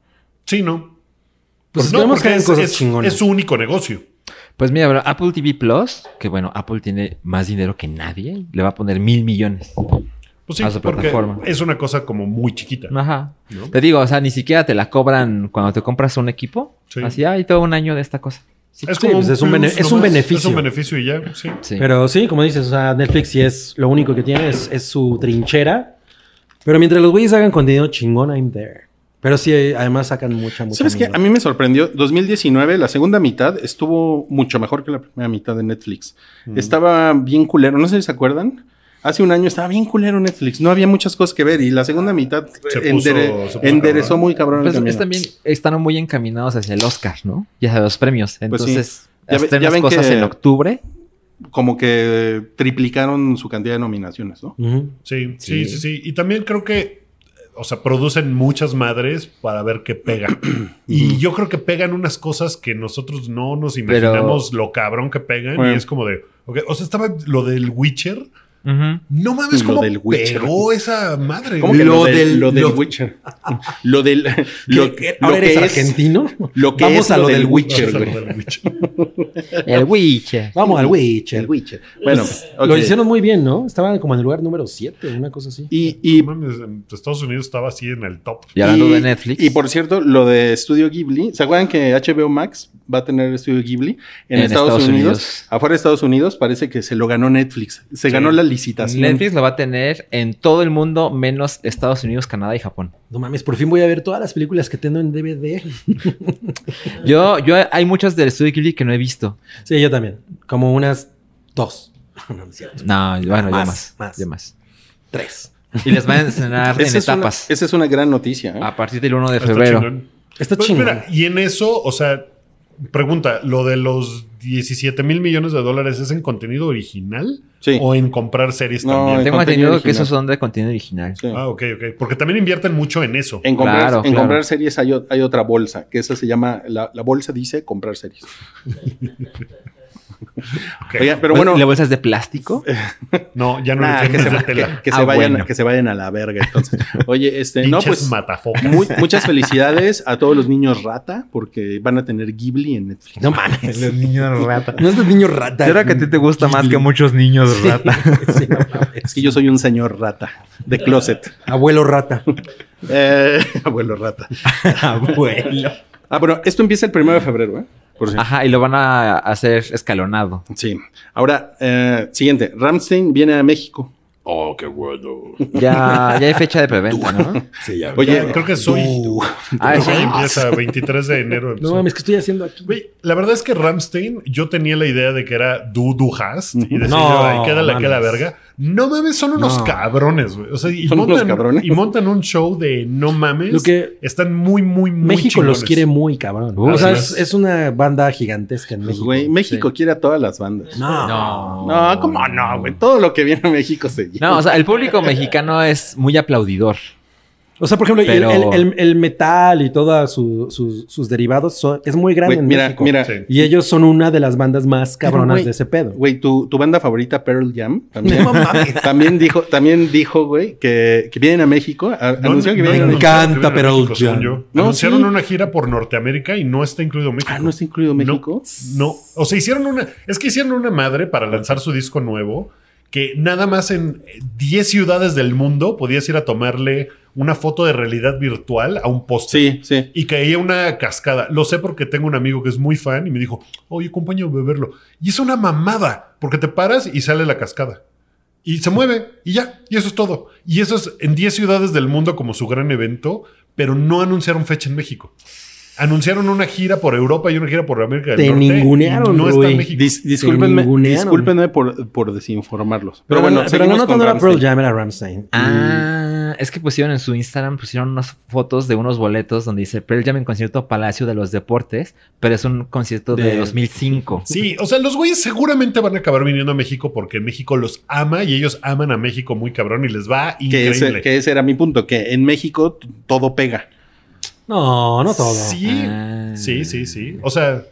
Speaker 2: Sí, no.
Speaker 3: Pues
Speaker 2: no,
Speaker 3: esperemos
Speaker 2: porque
Speaker 3: que hagan
Speaker 2: es-
Speaker 3: cosas
Speaker 2: es-
Speaker 3: chingonas.
Speaker 2: es su único negocio.
Speaker 5: Pues mira, bro, Apple TV Plus, que bueno, Apple tiene más dinero que nadie, le va a poner mil millones.
Speaker 2: Pues sí,
Speaker 5: a su
Speaker 2: porque
Speaker 5: plataforma.
Speaker 2: es una cosa como muy chiquita.
Speaker 5: Ajá.
Speaker 2: ¿no?
Speaker 5: Te digo, o sea, ni siquiera te la cobran cuando te compras un equipo.
Speaker 2: Sí.
Speaker 5: Así, hay todo un año de esta cosa. Sí.
Speaker 2: Es
Speaker 3: Sí, pues es un
Speaker 2: plus
Speaker 3: bene- es un
Speaker 2: nomás,
Speaker 3: beneficio.
Speaker 2: Es un beneficio y ya, sí.
Speaker 5: Sí.
Speaker 3: Pero sí, como dices, o sea, Netflix sí es lo único que tiene, es, es su trinchera. Pero mientras los güeyes hagan contenido chingón, I'm there. Pero sí, eh, además sacan mucha, mucha.
Speaker 4: ¿Sabes qué?
Speaker 3: mierda.
Speaker 4: A mí me sorprendió. 2019, la segunda mitad, estuvo mucho mejor que la primera mitad de Netflix. Estaba bien culero. No sé si se acuerdan. Hace un año estaba bien culero Netflix. No había muchas cosas que ver. Y la segunda mitad
Speaker 2: Se
Speaker 4: eh,
Speaker 2: puso-
Speaker 4: endere-
Speaker 2: se puso
Speaker 4: enderezó
Speaker 2: cabrón.
Speaker 4: muy cabrón el
Speaker 5: Pues,
Speaker 4: camino.
Speaker 5: es también están muy encaminados hacia el Oscar, ¿no? Ya sabes, los premios.
Speaker 4: Pues sí.
Speaker 5: Entonces,
Speaker 4: Ya ve-
Speaker 5: hacen
Speaker 4: ya
Speaker 5: las
Speaker 4: ven
Speaker 5: cosas
Speaker 4: que-
Speaker 5: en octubre.
Speaker 4: Como que triplicaron su cantidad de nominaciones, ¿no?
Speaker 3: Ujú.
Speaker 2: Sí, sí,
Speaker 5: Sí.
Speaker 2: sí, sí. Y también creo que, o sea, producen muchas madres para ver qué pega.
Speaker 4: Mm.
Speaker 2: y yo creo que pegan unas cosas que nosotros no nos
Speaker 5: Pero-
Speaker 2: imaginamos lo cabrón que pegan.
Speaker 4: Bueno.
Speaker 2: Y es como de, ok, o sea, estaba lo del Witcher.
Speaker 5: Ujú.
Speaker 2: No mames,
Speaker 4: Lo
Speaker 2: cómo
Speaker 4: del Witcher.
Speaker 2: pegó esa madre.
Speaker 4: ¿Cómo
Speaker 2: güey.
Speaker 4: que
Speaker 2: Lo del-
Speaker 4: lo del
Speaker 2: lo-
Speaker 4: Witcher? Lo del... Lo,
Speaker 3: ¿Qué-
Speaker 4: lo
Speaker 3: ¿Ahora
Speaker 4: que
Speaker 3: eres
Speaker 4: es...
Speaker 3: argentino?
Speaker 4: lo que
Speaker 3: Vamos
Speaker 4: es
Speaker 3: a
Speaker 4: lo
Speaker 3: lo
Speaker 4: del
Speaker 3: del
Speaker 4: Witcher,
Speaker 3: Witcher.
Speaker 2: lo
Speaker 4: güey.
Speaker 2: del Witcher.
Speaker 5: El Witcher.
Speaker 3: Vamos al Witcher.
Speaker 4: Bueno,
Speaker 3: Lo
Speaker 4: ok.
Speaker 3: hicieron muy bien, ¿no? Estaban como en el lugar número 7, una cosa así.
Speaker 4: Y,
Speaker 2: No
Speaker 4: y
Speaker 2: mames, en Estados Unidos estaba así en el top.
Speaker 5: Y hablando de
Speaker 4: Y-
Speaker 5: Netflix.
Speaker 4: Y por cierto, lo de Estudio Ghibli, ¿se acuerdan que HBO Max va a tener Estudio Ghibli en,
Speaker 5: En
Speaker 4: Estados,
Speaker 5: Estados
Speaker 4: Unidos?
Speaker 5: Unidos.
Speaker 4: Afuera de Estados Unidos parece que se lo ganó Netflix. Se
Speaker 2: Sí.
Speaker 4: ganó la licitación.
Speaker 5: Netflix lo va a tener en todo el mundo, menos Estados Unidos, Canadá y Japón.
Speaker 3: No mames, por fin voy a ver todas las películas que tengo en DVD.
Speaker 5: Yo, yo hay muchas del estudio Ghibli que no he visto.
Speaker 3: Sí, yo también. Como unas dos. No, no es cierto.
Speaker 5: No, bueno, ya
Speaker 3: Más,
Speaker 5: más.
Speaker 3: más.
Speaker 5: Ya más.
Speaker 3: Tres.
Speaker 5: Y les van a enseñar en
Speaker 4: Esa es, una,
Speaker 5: etapas. Ah,
Speaker 4: esa es una gran noticia. ¿eh?
Speaker 5: A partir del 1 de
Speaker 2: Está
Speaker 5: febrero.
Speaker 2: chingón.
Speaker 3: Está
Speaker 2: Pues
Speaker 3: chingón.
Speaker 2: mira, y en eso, o sea, pregunta, ¿lo de los 17 mil millones de dólares es en contenido original
Speaker 4: Sí.
Speaker 5: oh,
Speaker 2: o en comprar series
Speaker 4: No,
Speaker 2: también?
Speaker 4: en-
Speaker 5: Tengo
Speaker 4: contenido
Speaker 5: entendido que
Speaker 4: original.
Speaker 5: esos son de contenido original.
Speaker 4: Sí.
Speaker 2: Ah, ok, ok. Porque también invierten mucho en eso.
Speaker 4: En comprar,
Speaker 5: Claro,
Speaker 4: en
Speaker 5: claro.
Speaker 4: comprar series hay, o- hay otra bolsa, que esa se llama, la, la bolsa dice comprar series.
Speaker 2: Ok.
Speaker 4: Oiga, pero bueno,
Speaker 5: ¿La bolsa es de plástico?
Speaker 2: no, ya no
Speaker 4: nah,
Speaker 2: le
Speaker 4: que, se,
Speaker 2: tienen de
Speaker 4: va-
Speaker 2: tela.
Speaker 4: que- que se
Speaker 5: Ah,
Speaker 4: vayan,
Speaker 5: bueno.
Speaker 4: que se vayan a la verga entonces. Oye, este, no,
Speaker 2: Pinches
Speaker 4: pues
Speaker 2: matafocas.
Speaker 4: mu- muchas felicidades a todos los niños rata, porque van a tener Ghibli en Netflix.
Speaker 3: No mames.
Speaker 5: Los niños rata.
Speaker 3: No es de niño rata.
Speaker 5: Yo creo que a ti te gusta más que muchos niños
Speaker 3: Sí,
Speaker 5: rata.
Speaker 3: sí, no mames.
Speaker 4: Es que yo soy un señor rata, de closet.
Speaker 3: Abuelo rata.
Speaker 4: Eh, abuelo rata.
Speaker 3: Abuelo.
Speaker 4: Ah, bueno, esto empieza el primero de febrero, ¿eh? Por si-
Speaker 5: Ajá, y lo van a hacer escalonado.
Speaker 4: Sí. Ahora, eh, siguiente. Ramstein viene a México.
Speaker 6: Oh, qué bueno.
Speaker 5: Ya, ya hay fecha de preventa, ¿no?
Speaker 6: Sí, ya.
Speaker 4: Oye,
Speaker 2: Ya, creo que soy.
Speaker 5: Ah,
Speaker 2: Creo que
Speaker 5: sí.
Speaker 2: empieza 23 de enero.
Speaker 3: No mames, ¿qué estoy haciendo aquí?
Speaker 2: Güey, la verdad es que Ramstein, yo tenía la idea de que era du, du hast. Y decía
Speaker 3: No,
Speaker 2: yo, ay, queda la,
Speaker 3: mames.
Speaker 2: queda la verga. No mames, son unos
Speaker 5: No.
Speaker 2: cabrones, güey. O sea, y
Speaker 4: Son
Speaker 2: montan,
Speaker 4: unos cabrones.
Speaker 2: Y montan un show de no mames.
Speaker 3: Lo que-
Speaker 2: Están muy, muy, muy
Speaker 3: México
Speaker 2: chingones.
Speaker 3: los quiere muy cabrón.
Speaker 5: Uh,
Speaker 3: o sea,
Speaker 2: así
Speaker 3: es,
Speaker 2: es.
Speaker 3: es una banda gigantesca en
Speaker 4: pues,
Speaker 3: México.
Speaker 4: güey, México quiere a todas las bandas.
Speaker 3: No.
Speaker 5: No.
Speaker 4: No, ¿cómo no, güey? Todo lo que viene a México se lleva.
Speaker 5: No, o sea, el público mexicano es muy aplaudidor.
Speaker 3: O sea, por ejemplo, el-
Speaker 5: Pero-
Speaker 3: el, el- el metal y todos sus, sus derivados son- es muy grande
Speaker 4: Güey,
Speaker 3: en
Speaker 4: mira,
Speaker 3: México.
Speaker 4: mira.
Speaker 2: Sí.
Speaker 3: Y ellos son una de las bandas más cabronas
Speaker 4: güey,
Speaker 3: de ese pedo.
Speaker 4: Güey, tu, tu banda favorita, Pearl Jam, también, también dijo, también dijo, güey, que, que vienen a México. A,
Speaker 2: No,
Speaker 4: anunció que
Speaker 2: no,
Speaker 4: vienen a
Speaker 2: no,
Speaker 3: Me
Speaker 2: no,
Speaker 4: México.
Speaker 3: encanta,
Speaker 2: no, no, no,
Speaker 3: pero
Speaker 2: México, según
Speaker 3: ya.
Speaker 2: yo.
Speaker 4: No,
Speaker 2: Anunciaron
Speaker 4: sí.
Speaker 2: una gira por Norteamérica y no está incluido México.
Speaker 4: Ah, ¿no está incluido México?
Speaker 2: No, no. o sea, hicieron una. Es que hicieron una madre para lanzar su disco nuevo que nada más en eh, 10 ciudades del mundo podías ir a tomarle una foto de realidad virtual a un poste.
Speaker 4: Sí, sí.
Speaker 2: Y caía una cascada. Lo sé porque tengo un amigo que es muy fan y me dijo, oye, compañero, ve a verlo. Y es una mamada, porque te paras y sale la cascada. Y se mueve y ya, y eso es todo. Y eso es en 10 ciudades del mundo como su gran evento, pero no anunciaron fecha en México. Anunciaron una gira por Europa y una gira por América del
Speaker 3: Te
Speaker 2: Norte. y
Speaker 3: ningunearon,
Speaker 2: No está
Speaker 3: güey.
Speaker 2: en México.
Speaker 4: Dis- discúlpenme
Speaker 3: ningunearon.
Speaker 4: discúlpenme por, por desinformarlos. Pero,
Speaker 3: Pero,
Speaker 4: bueno,
Speaker 3: la- pero la
Speaker 4: seguimos
Speaker 3: nota
Speaker 4: con
Speaker 3: no era
Speaker 4: Rammstein.
Speaker 3: Pearl Jam, era Ramstein.
Speaker 5: Ah, pusieron, es que pusieron en su Instagram, pusieron unas fotos de unos boletos donde dice Pearl Jam en concierto Palacio de los Deportes, pero es un concierto de,
Speaker 4: De-
Speaker 5: 2005.
Speaker 2: Sí, o sea, los güeyes seguramente van a acabar viniendo a México porque México los ama y ellos aman a México muy cabrón y les va
Speaker 4: Que
Speaker 2: increíble.
Speaker 4: ese, que ese era mi punto, que en México t- todo pega.
Speaker 3: No, no todo.
Speaker 2: Sí,
Speaker 5: Ah.
Speaker 2: sí, sí, sí. O sea,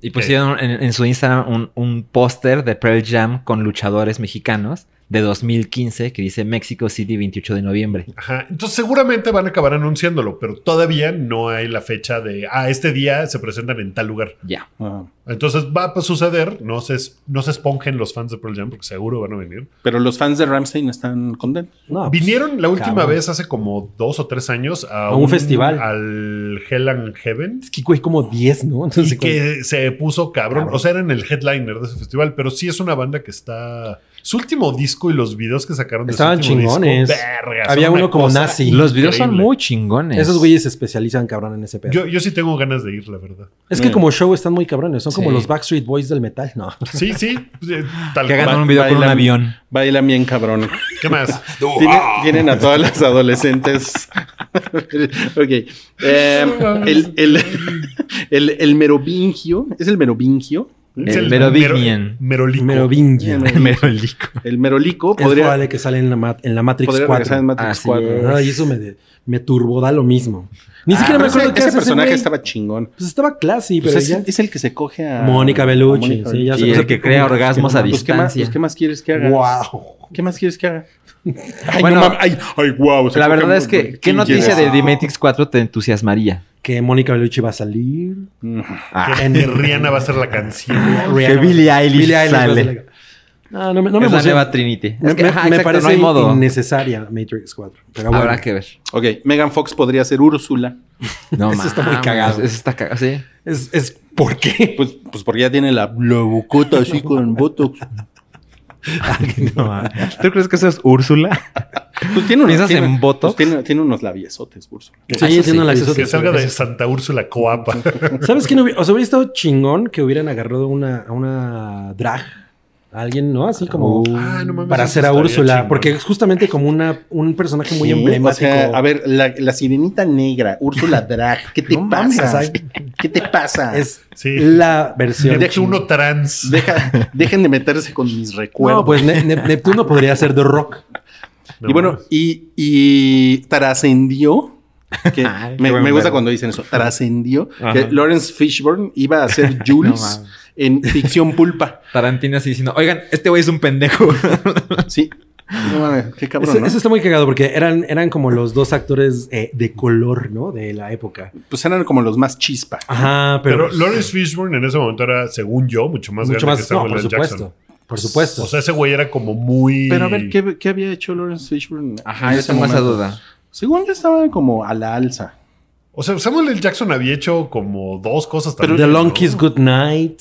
Speaker 5: Y pusieron en, en su Instagram un, un póster de Pearl Jam con luchadores mexicanos de 2015 que dice México City 28 de noviembre.
Speaker 2: ajá. Entonces seguramente van a acabar anunciándolo, pero todavía no hay la fecha de, ah, este día se presentan en tal lugar.
Speaker 5: Ya.
Speaker 4: Ah,
Speaker 2: Entonces va a suceder, no se, es- no se esponjen los fans de Pearl Jam porque seguro van a venir.
Speaker 4: Pero los fans de Ramstein están contentos.
Speaker 3: No, pues,
Speaker 2: Vinieron la última
Speaker 3: cabrón.
Speaker 2: vez hace como dos o tres años a,
Speaker 3: A un festival.
Speaker 2: Al Hell and Heaven.
Speaker 3: es que, güey, como 10, ¿no? Entonces,
Speaker 2: Y que se puso cabrón.
Speaker 3: Cabrón.
Speaker 2: O sea, eran el headliner de ese festival, pero sí es una banda que está. Su último disco y los videos que sacaron de su
Speaker 3: Estaban
Speaker 2: último disco,
Speaker 3: chingones.
Speaker 2: verga, son
Speaker 3: Había
Speaker 2: una
Speaker 3: uno como
Speaker 2: cosa
Speaker 3: nazi.
Speaker 5: Los videos son
Speaker 2: increíble.
Speaker 5: muy chingones.
Speaker 3: esos güeyes se especializan, cabrón, en ese pedo.
Speaker 2: Yo, yo sí tengo ganas de ir, la verdad.
Speaker 3: es que
Speaker 4: Mm.
Speaker 3: como show están muy cabrones. Son como
Speaker 5: Sí.
Speaker 3: los Backstreet Boys del metal. No.
Speaker 2: Sí, sí. eh, Tal
Speaker 5: que hagan
Speaker 2: cual.
Speaker 5: un video con un
Speaker 4: Bailan.
Speaker 5: avión.
Speaker 4: Bailan bien cabrón.
Speaker 2: ¿Qué más? Ah,
Speaker 4: Tienen, tienen a todas las adolescentes. ok. Eh, el, el, el, el merovingio. ¿Es el merovingio?
Speaker 2: Es
Speaker 5: El Merovingian.
Speaker 2: Mero- Merolico.
Speaker 3: Merovingian. Es
Speaker 5: Merolico.
Speaker 4: El merolico podría,
Speaker 3: probable que sale en la, ma- en la Matrix
Speaker 4: podría regresar en
Speaker 3: 4.
Speaker 4: Matrix
Speaker 5: Así
Speaker 4: 4.
Speaker 5: es.
Speaker 3: Ay, eso me, de- me turbo, da lo mismo. Ni
Speaker 4: Ah,
Speaker 3: siquiera me
Speaker 4: pero
Speaker 3: acuerdo
Speaker 4: ese,
Speaker 3: qué
Speaker 4: ese
Speaker 3: hace
Speaker 4: personaje
Speaker 3: güey.
Speaker 4: estaba chingón.
Speaker 3: Pues estaba classy,
Speaker 4: Pues
Speaker 3: pero
Speaker 4: es,
Speaker 3: ya...
Speaker 4: es el que se coge a
Speaker 3: Mónica Bellucci,
Speaker 4: a Mónica
Speaker 3: sí, ya
Speaker 4: Bellucci.
Speaker 5: Y
Speaker 3: sé
Speaker 5: el que crea orgasmos a
Speaker 4: Pues, ¿qué más,
Speaker 5: distancia.
Speaker 4: pues, ¿qué más quieres que haga?
Speaker 3: ¡Wow!
Speaker 4: ¿Qué más quieres que haga? Ay,
Speaker 5: Bueno,
Speaker 4: no mames, ay, ay, wow. se
Speaker 5: La
Speaker 4: coge
Speaker 5: verdad
Speaker 4: a
Speaker 5: es que,
Speaker 4: Mónica.
Speaker 5: ¿qué
Speaker 4: ¿Quién
Speaker 5: noticia
Speaker 4: quieres?
Speaker 5: de The Matrix 4 te entusiasmaría?
Speaker 3: Que Mónica Bellucci va a salir.
Speaker 4: Mm.
Speaker 5: Ah,
Speaker 2: Que Rihanna va a ser la
Speaker 3: Ah,
Speaker 2: canción.
Speaker 5: que
Speaker 3: Rihanna.
Speaker 5: Billie Eilish
Speaker 3: Billie Eilish va a
Speaker 5: sale.
Speaker 3: salir. No, no me, no me
Speaker 5: es la
Speaker 3: emociona.
Speaker 5: nueva Trinity. Es
Speaker 3: Me,
Speaker 5: que,
Speaker 3: me-
Speaker 5: ajá,
Speaker 3: me
Speaker 5: exacto,
Speaker 3: parece
Speaker 5: no hay modo.
Speaker 3: innecesaria Matrix 4. Pero bueno.
Speaker 5: Habrá que ver.
Speaker 4: Ok, Megan Fox podría ser Úrsula.
Speaker 5: No,
Speaker 3: Eso está muy
Speaker 5: mames,
Speaker 3: cagado.
Speaker 5: Eso está cagado, sí.
Speaker 3: Es, es ¿Por qué?
Speaker 4: Pues, pues porque ya tiene la, la bocota así con botox.
Speaker 5: ¿Tú crees que eso es Úrsula?
Speaker 4: Pues tiene unos,
Speaker 5: ¿Piensas
Speaker 4: tiene,
Speaker 5: en botox?
Speaker 4: pues tiene, tiene unos labiosotes, Úrsula.
Speaker 5: Eso
Speaker 3: Ahí
Speaker 5: sí,
Speaker 3: entiendo la
Speaker 5: eso sí.
Speaker 2: Que salga de Santa Úrsula Coapa.
Speaker 3: ¿Sabes quién hubiera, o sea, hubiera estado chingón que hubieran agarrado una, a una drag? A alguien, ¿no? Así como
Speaker 2: Ah, no mames,
Speaker 3: para
Speaker 2: eso
Speaker 3: hacer a
Speaker 2: estaría
Speaker 3: Úrsula.
Speaker 2: chingón.
Speaker 3: Porque es justamente como una, un personaje muy
Speaker 4: Sí,
Speaker 3: emblemático.
Speaker 4: O sea, a ver, la, la sirenita negra, Úrsula Drag, ¿qué te
Speaker 3: No mames,
Speaker 4: pasa?
Speaker 3: ay.
Speaker 4: ¿Qué te pasa?
Speaker 2: Ah.
Speaker 3: es
Speaker 2: Sí.
Speaker 3: la versión.
Speaker 2: De hecho, uno trans.
Speaker 4: Deja- dejen de meterse con mis recuerdos.
Speaker 3: No, pues Ne- Ne- Neptuno podría ser de rock.
Speaker 2: No
Speaker 4: y bueno,
Speaker 2: mames.
Speaker 4: y, y trascendió. que
Speaker 5: Ay, qué
Speaker 4: me,
Speaker 5: buen
Speaker 4: me gusta
Speaker 5: verbo.
Speaker 4: cuando dicen eso. Trascendió
Speaker 5: Ajá.
Speaker 4: que Lawrence Fishburne iba a ser Jules
Speaker 5: No mames.
Speaker 4: en ficción pulpa.
Speaker 5: Tarantino así diciendo, oigan, este güey es un pendejo.
Speaker 4: Sí. No mames, qué cabrón,
Speaker 3: Eso,
Speaker 4: ¿no?
Speaker 3: eso está muy cagado porque eran, eran como los dos actores eh, de color, ¿no? De la época.
Speaker 4: Pues eran como los más chispa.
Speaker 3: Ajá,
Speaker 2: Pero,
Speaker 3: pero.
Speaker 2: Lawrence Fishburne en ese momento era, según yo, mucho más
Speaker 3: mucho
Speaker 2: grande
Speaker 3: más.
Speaker 2: que
Speaker 3: no,
Speaker 2: Samuel
Speaker 3: por
Speaker 2: L.
Speaker 3: supuesto.
Speaker 2: Jackson.
Speaker 3: Por supuesto.
Speaker 2: O sea, ese güey era como muy.
Speaker 4: Pero a ver, ¿qué, qué había hecho Lawrence Fishburne?
Speaker 5: Ajá,
Speaker 4: en
Speaker 5: Ah, yo
Speaker 4: ese
Speaker 5: tengo esa
Speaker 4: momento?
Speaker 5: duda.
Speaker 4: Según yo estaba como a la alza.
Speaker 2: O sea, Samuel L. Jackson había hecho como dos cosas
Speaker 4: Pero-
Speaker 3: The
Speaker 2: ¿no?
Speaker 3: Long Kiss Goodnight.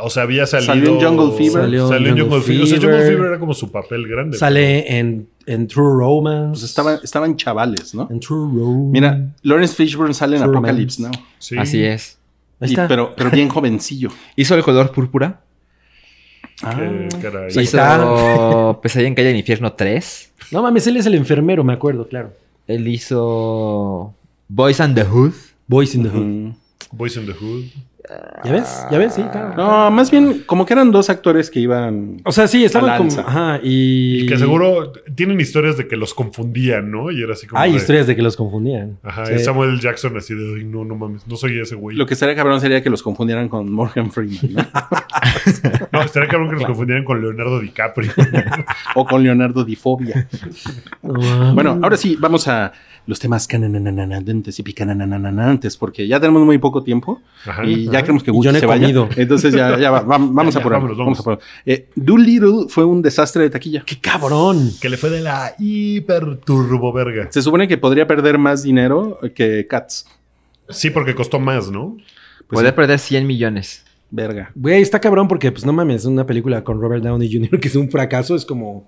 Speaker 2: O sea, había salido.
Speaker 4: Salió en Jungle Fever.
Speaker 2: Salió,
Speaker 3: Salió en
Speaker 2: en Jungle
Speaker 3: Jungle
Speaker 2: Fever. O sea, Jungle
Speaker 3: Fever.
Speaker 2: Fever era como su papel grande.
Speaker 3: Sale en, en True Romance.
Speaker 4: Pues estaban, estaban chavales, ¿no?
Speaker 3: En True Romance.
Speaker 4: Mira, Lawrence Fishburne sale en
Speaker 3: True
Speaker 4: Apocalypse Now.
Speaker 2: Sí.
Speaker 5: Así es.
Speaker 3: Ahí
Speaker 4: Y-
Speaker 3: está.
Speaker 4: pero, pero bien jovencillo.
Speaker 5: Hizo el color púrpura.
Speaker 2: Que-
Speaker 4: Ah.
Speaker 2: caray.
Speaker 3: Ahí
Speaker 5: Hizo Pesadilla en Calle del Infierno 3.
Speaker 3: No mames, él es el enfermero, me acuerdo, claro.
Speaker 5: Él hizo Boys and the Hood.
Speaker 3: Boys in the Hood.
Speaker 4: Ujú.
Speaker 2: Boys in the Hood.
Speaker 3: ¿Ya ves? ¿Ya ves? Sí,
Speaker 2: Ah,
Speaker 3: claro.
Speaker 4: No, más bien como que eran dos actores que iban...
Speaker 3: O sea, sí, estaban como.
Speaker 4: Balanza.
Speaker 3: Ajá, y.
Speaker 2: Y que seguro tienen historias de que los confundían, ¿no? Y era así como.
Speaker 3: Ah, Hay
Speaker 2: de-
Speaker 3: historias de que los confundían.
Speaker 2: Ajá,
Speaker 3: Sí.
Speaker 2: y Samuel L. Jackson así de, "Ay, no, no mames, no soy ese güey.
Speaker 4: Lo que estaría cabrón sería que los confundieran con Morgan Freeman, ¿no?
Speaker 2: No, estaría cabrón que los confundieran con Leonardo DiCaprio.
Speaker 4: o con Leonardo Difobia. Bueno, ahora sí, vamos a los temas canananananantes y picanananananantes, porque ya tenemos muy poco tiempo
Speaker 2: Ajá.
Speaker 4: y ya queremos que
Speaker 3: Y yo
Speaker 4: Gucci
Speaker 3: no he
Speaker 4: se vaya.
Speaker 3: comido.
Speaker 4: Entonces ya, ya va- va- vamos
Speaker 2: Ya,
Speaker 4: a por
Speaker 2: vámonos,
Speaker 4: Vamos
Speaker 2: vamos.
Speaker 4: a por eh, Doolittle fue un desastre de taquilla.
Speaker 3: ¡Qué cabrón!
Speaker 2: Que le fue de la hiper turbo verga.
Speaker 4: Se supone que podría perder más dinero que Cats.
Speaker 2: Sí, porque costó más, ¿no?
Speaker 4: Pues
Speaker 5: Podría
Speaker 4: sí,
Speaker 5: perder 100 millones.
Speaker 4: verga.
Speaker 3: Güey, está cabrón porque, pues no mames, una película con Robert Downey Jr. que es un fracaso, es como.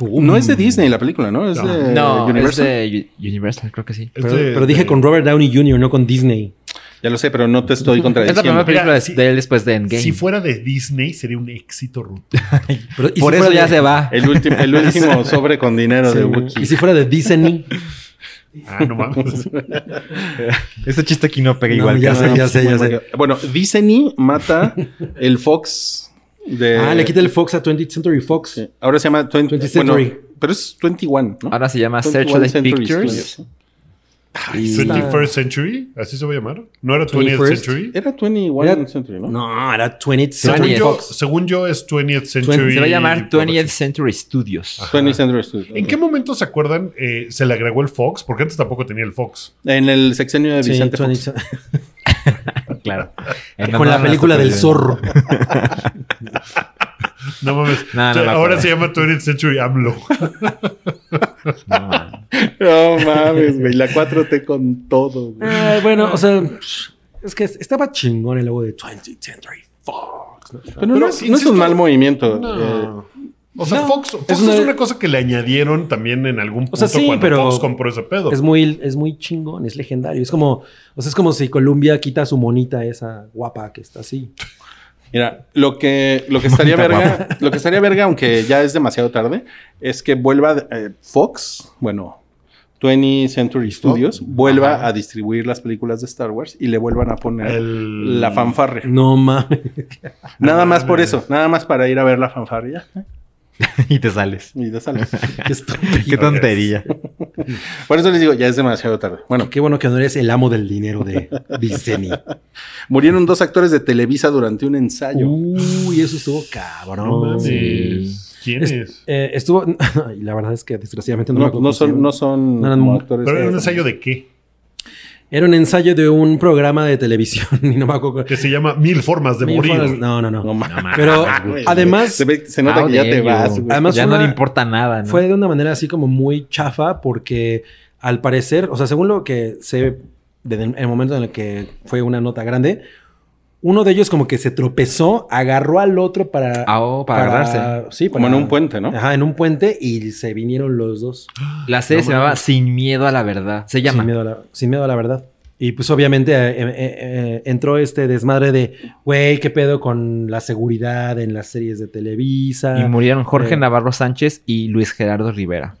Speaker 4: No es de Disney la película, ¿no? Es
Speaker 2: No.
Speaker 4: de
Speaker 5: no,
Speaker 4: Universal.
Speaker 5: es de U- Universal, creo que sí.
Speaker 2: Es
Speaker 3: Pero,
Speaker 2: de-
Speaker 3: pero dije
Speaker 2: de-
Speaker 3: con Robert Downey Jr., no con Disney.
Speaker 4: Ya lo sé, pero no te estoy
Speaker 5: Es la primera
Speaker 4: contradiciendo.
Speaker 5: película
Speaker 2: Mira,
Speaker 5: de,
Speaker 2: si-
Speaker 5: de él después de Endgame.
Speaker 2: Si fuera de Disney, sería un éxito rotundo.
Speaker 3: Pero, ¿y si
Speaker 5: Por
Speaker 3: fuera
Speaker 5: eso ya
Speaker 3: de-
Speaker 5: se va.
Speaker 4: El último, el último sobre con dinero
Speaker 3: Sí,
Speaker 4: de
Speaker 3: güey.
Speaker 4: Wookiee.
Speaker 3: Y si fuera de Disney.
Speaker 2: Ah, no mames.
Speaker 5: Ese chiste aquí no pega
Speaker 3: No,
Speaker 5: igual.
Speaker 3: Ah, ya
Speaker 5: que-
Speaker 3: sé, ya sé, ya sé.
Speaker 4: Bueno, Disney mata el Fox de.
Speaker 3: Ah, le quita el Fox a 20th Century Fox.
Speaker 4: Eh, Sí. Ahora se llama 20,
Speaker 3: 20th
Speaker 4: bueno,
Speaker 3: Century.
Speaker 4: pero es 21, ¿no?
Speaker 5: Ahora se llama
Speaker 4: 21
Speaker 5: Searchlight
Speaker 4: Century
Speaker 5: Pictures.
Speaker 4: Studios.
Speaker 3: Y-
Speaker 2: 21st Century, así se va a llamar. ¿No era 20th
Speaker 3: 21st?
Speaker 2: Century?
Speaker 4: Era 21
Speaker 3: Era-
Speaker 4: Century, ¿no?
Speaker 3: No, era 20th
Speaker 2: Según
Speaker 3: Century
Speaker 5: 20th.
Speaker 2: yo,
Speaker 3: Fox.
Speaker 2: según yo es 20th Century.
Speaker 5: Se va a llamar 20th
Speaker 2: Productions.
Speaker 5: Century Studios.
Speaker 4: 20 Century Studios.
Speaker 2: ¿En qué momento se acuerdan eh, se le agregó el Fox? Porque antes tampoco tenía el Fox.
Speaker 4: En el sexenio de
Speaker 3: Sí,
Speaker 4: Vicente Fox.
Speaker 3: 20th
Speaker 5: Claro.
Speaker 3: Con la película del zorro.
Speaker 2: No mames.
Speaker 5: No, no
Speaker 2: O sea,
Speaker 5: me acuerdo.
Speaker 2: ahora se llama 20th Century AMLO.
Speaker 5: No, man.
Speaker 4: No mames, güey. La 4T con todo, güey.
Speaker 3: Ah, bueno, o sea, es que estaba chingón el logo de 20th Century Fox. ¿no?
Speaker 4: Pero, no, es- no es
Speaker 2: insisto,
Speaker 4: un mal movimiento. eh,
Speaker 2: O sea, Fox, Fox
Speaker 3: Ah. es
Speaker 2: es,
Speaker 3: una-
Speaker 2: una... cosa que le añadieron también en algún punto
Speaker 3: O sea, sí,
Speaker 2: cuando
Speaker 3: pero-
Speaker 2: Fox compró ese pedo.
Speaker 3: Es muy, es muy chingón, es legendario. Es como, o sea, es como si Colombia quita a su monita esa guapa que está así.
Speaker 4: Mira, lo que, lo que estaría
Speaker 5: Mónica
Speaker 4: verga, lo que estaría verga, aunque ya es demasiado tarde, es que vuelva eh, Fox, bueno, 20th Century Studios, vuelva a distribuir las películas de Star Wars y le vuelvan a poner
Speaker 2: El-
Speaker 4: la fanfarria.
Speaker 3: No mames.
Speaker 4: Nada más por eso, nada más para ir a ver la fanfarria
Speaker 5: y te sales.
Speaker 4: y ya sales.
Speaker 3: Qué estúpido.
Speaker 5: Qué tontería.
Speaker 4: Por eso les digo, ya es demasiado tarde. Bueno,
Speaker 3: Qué bueno que no eres el amo del dinero de Disney.
Speaker 4: murieron dos actores de Televisa durante un ensayo.
Speaker 3: Uh, Uy, eso estuvo cabrón.
Speaker 2: No mames.
Speaker 5: Sí.
Speaker 2: ¿Quién
Speaker 3: Es-
Speaker 2: es?
Speaker 3: eh, estuvo. y la verdad es que desgraciadamente no, me
Speaker 4: no,
Speaker 3: acuerdo
Speaker 4: no
Speaker 3: cómo se
Speaker 4: son,
Speaker 3: llama.
Speaker 4: no son
Speaker 3: No eran
Speaker 4: como
Speaker 3: mu-
Speaker 4: actores.
Speaker 2: ¿Pero
Speaker 4: de-
Speaker 2: era un ensayo de qué?
Speaker 3: Era un ensayo de un programa de televisión y no me acuerdo.
Speaker 2: Que se llama Mil formas de
Speaker 3: Mil
Speaker 2: morir. Ah,
Speaker 3: formas- No, Ah, no, no.
Speaker 4: No mames.
Speaker 3: Pero
Speaker 4: güey.
Speaker 3: además
Speaker 4: se, ve- se nota
Speaker 5: How
Speaker 4: que ya
Speaker 5: dare
Speaker 4: te
Speaker 5: you.
Speaker 4: vas. güey.
Speaker 3: Además,
Speaker 5: ya
Speaker 3: una-
Speaker 5: no le importa nada, ¿no?
Speaker 3: fue de una manera así como muy chafa porque al parecer, o sea, según lo que sé, desde el, el momento en el que fue una nota grande, uno de ellos como que se tropezó, agarró al otro para...
Speaker 5: Ah, oh, para agarrarse.
Speaker 3: Sí,
Speaker 4: Como en
Speaker 3: para-
Speaker 4: un puente, ¿no?
Speaker 3: Ajá, en un puente y se vinieron los dos.
Speaker 5: La serie
Speaker 2: No
Speaker 5: se llamaba
Speaker 2: mames.
Speaker 5: Sin Miedo a la Verdad. Se
Speaker 3: Sin
Speaker 5: llama.
Speaker 3: miedo, a la, sin miedo a la verdad. Y pues obviamente eh, eh, eh, entró este desmadre de, güey, ¿qué pedo con la seguridad en las series de Televisa?
Speaker 5: Y murieron Jorge
Speaker 3: Eh.
Speaker 5: Navarro Sánchez y Luis Gerardo Rivera.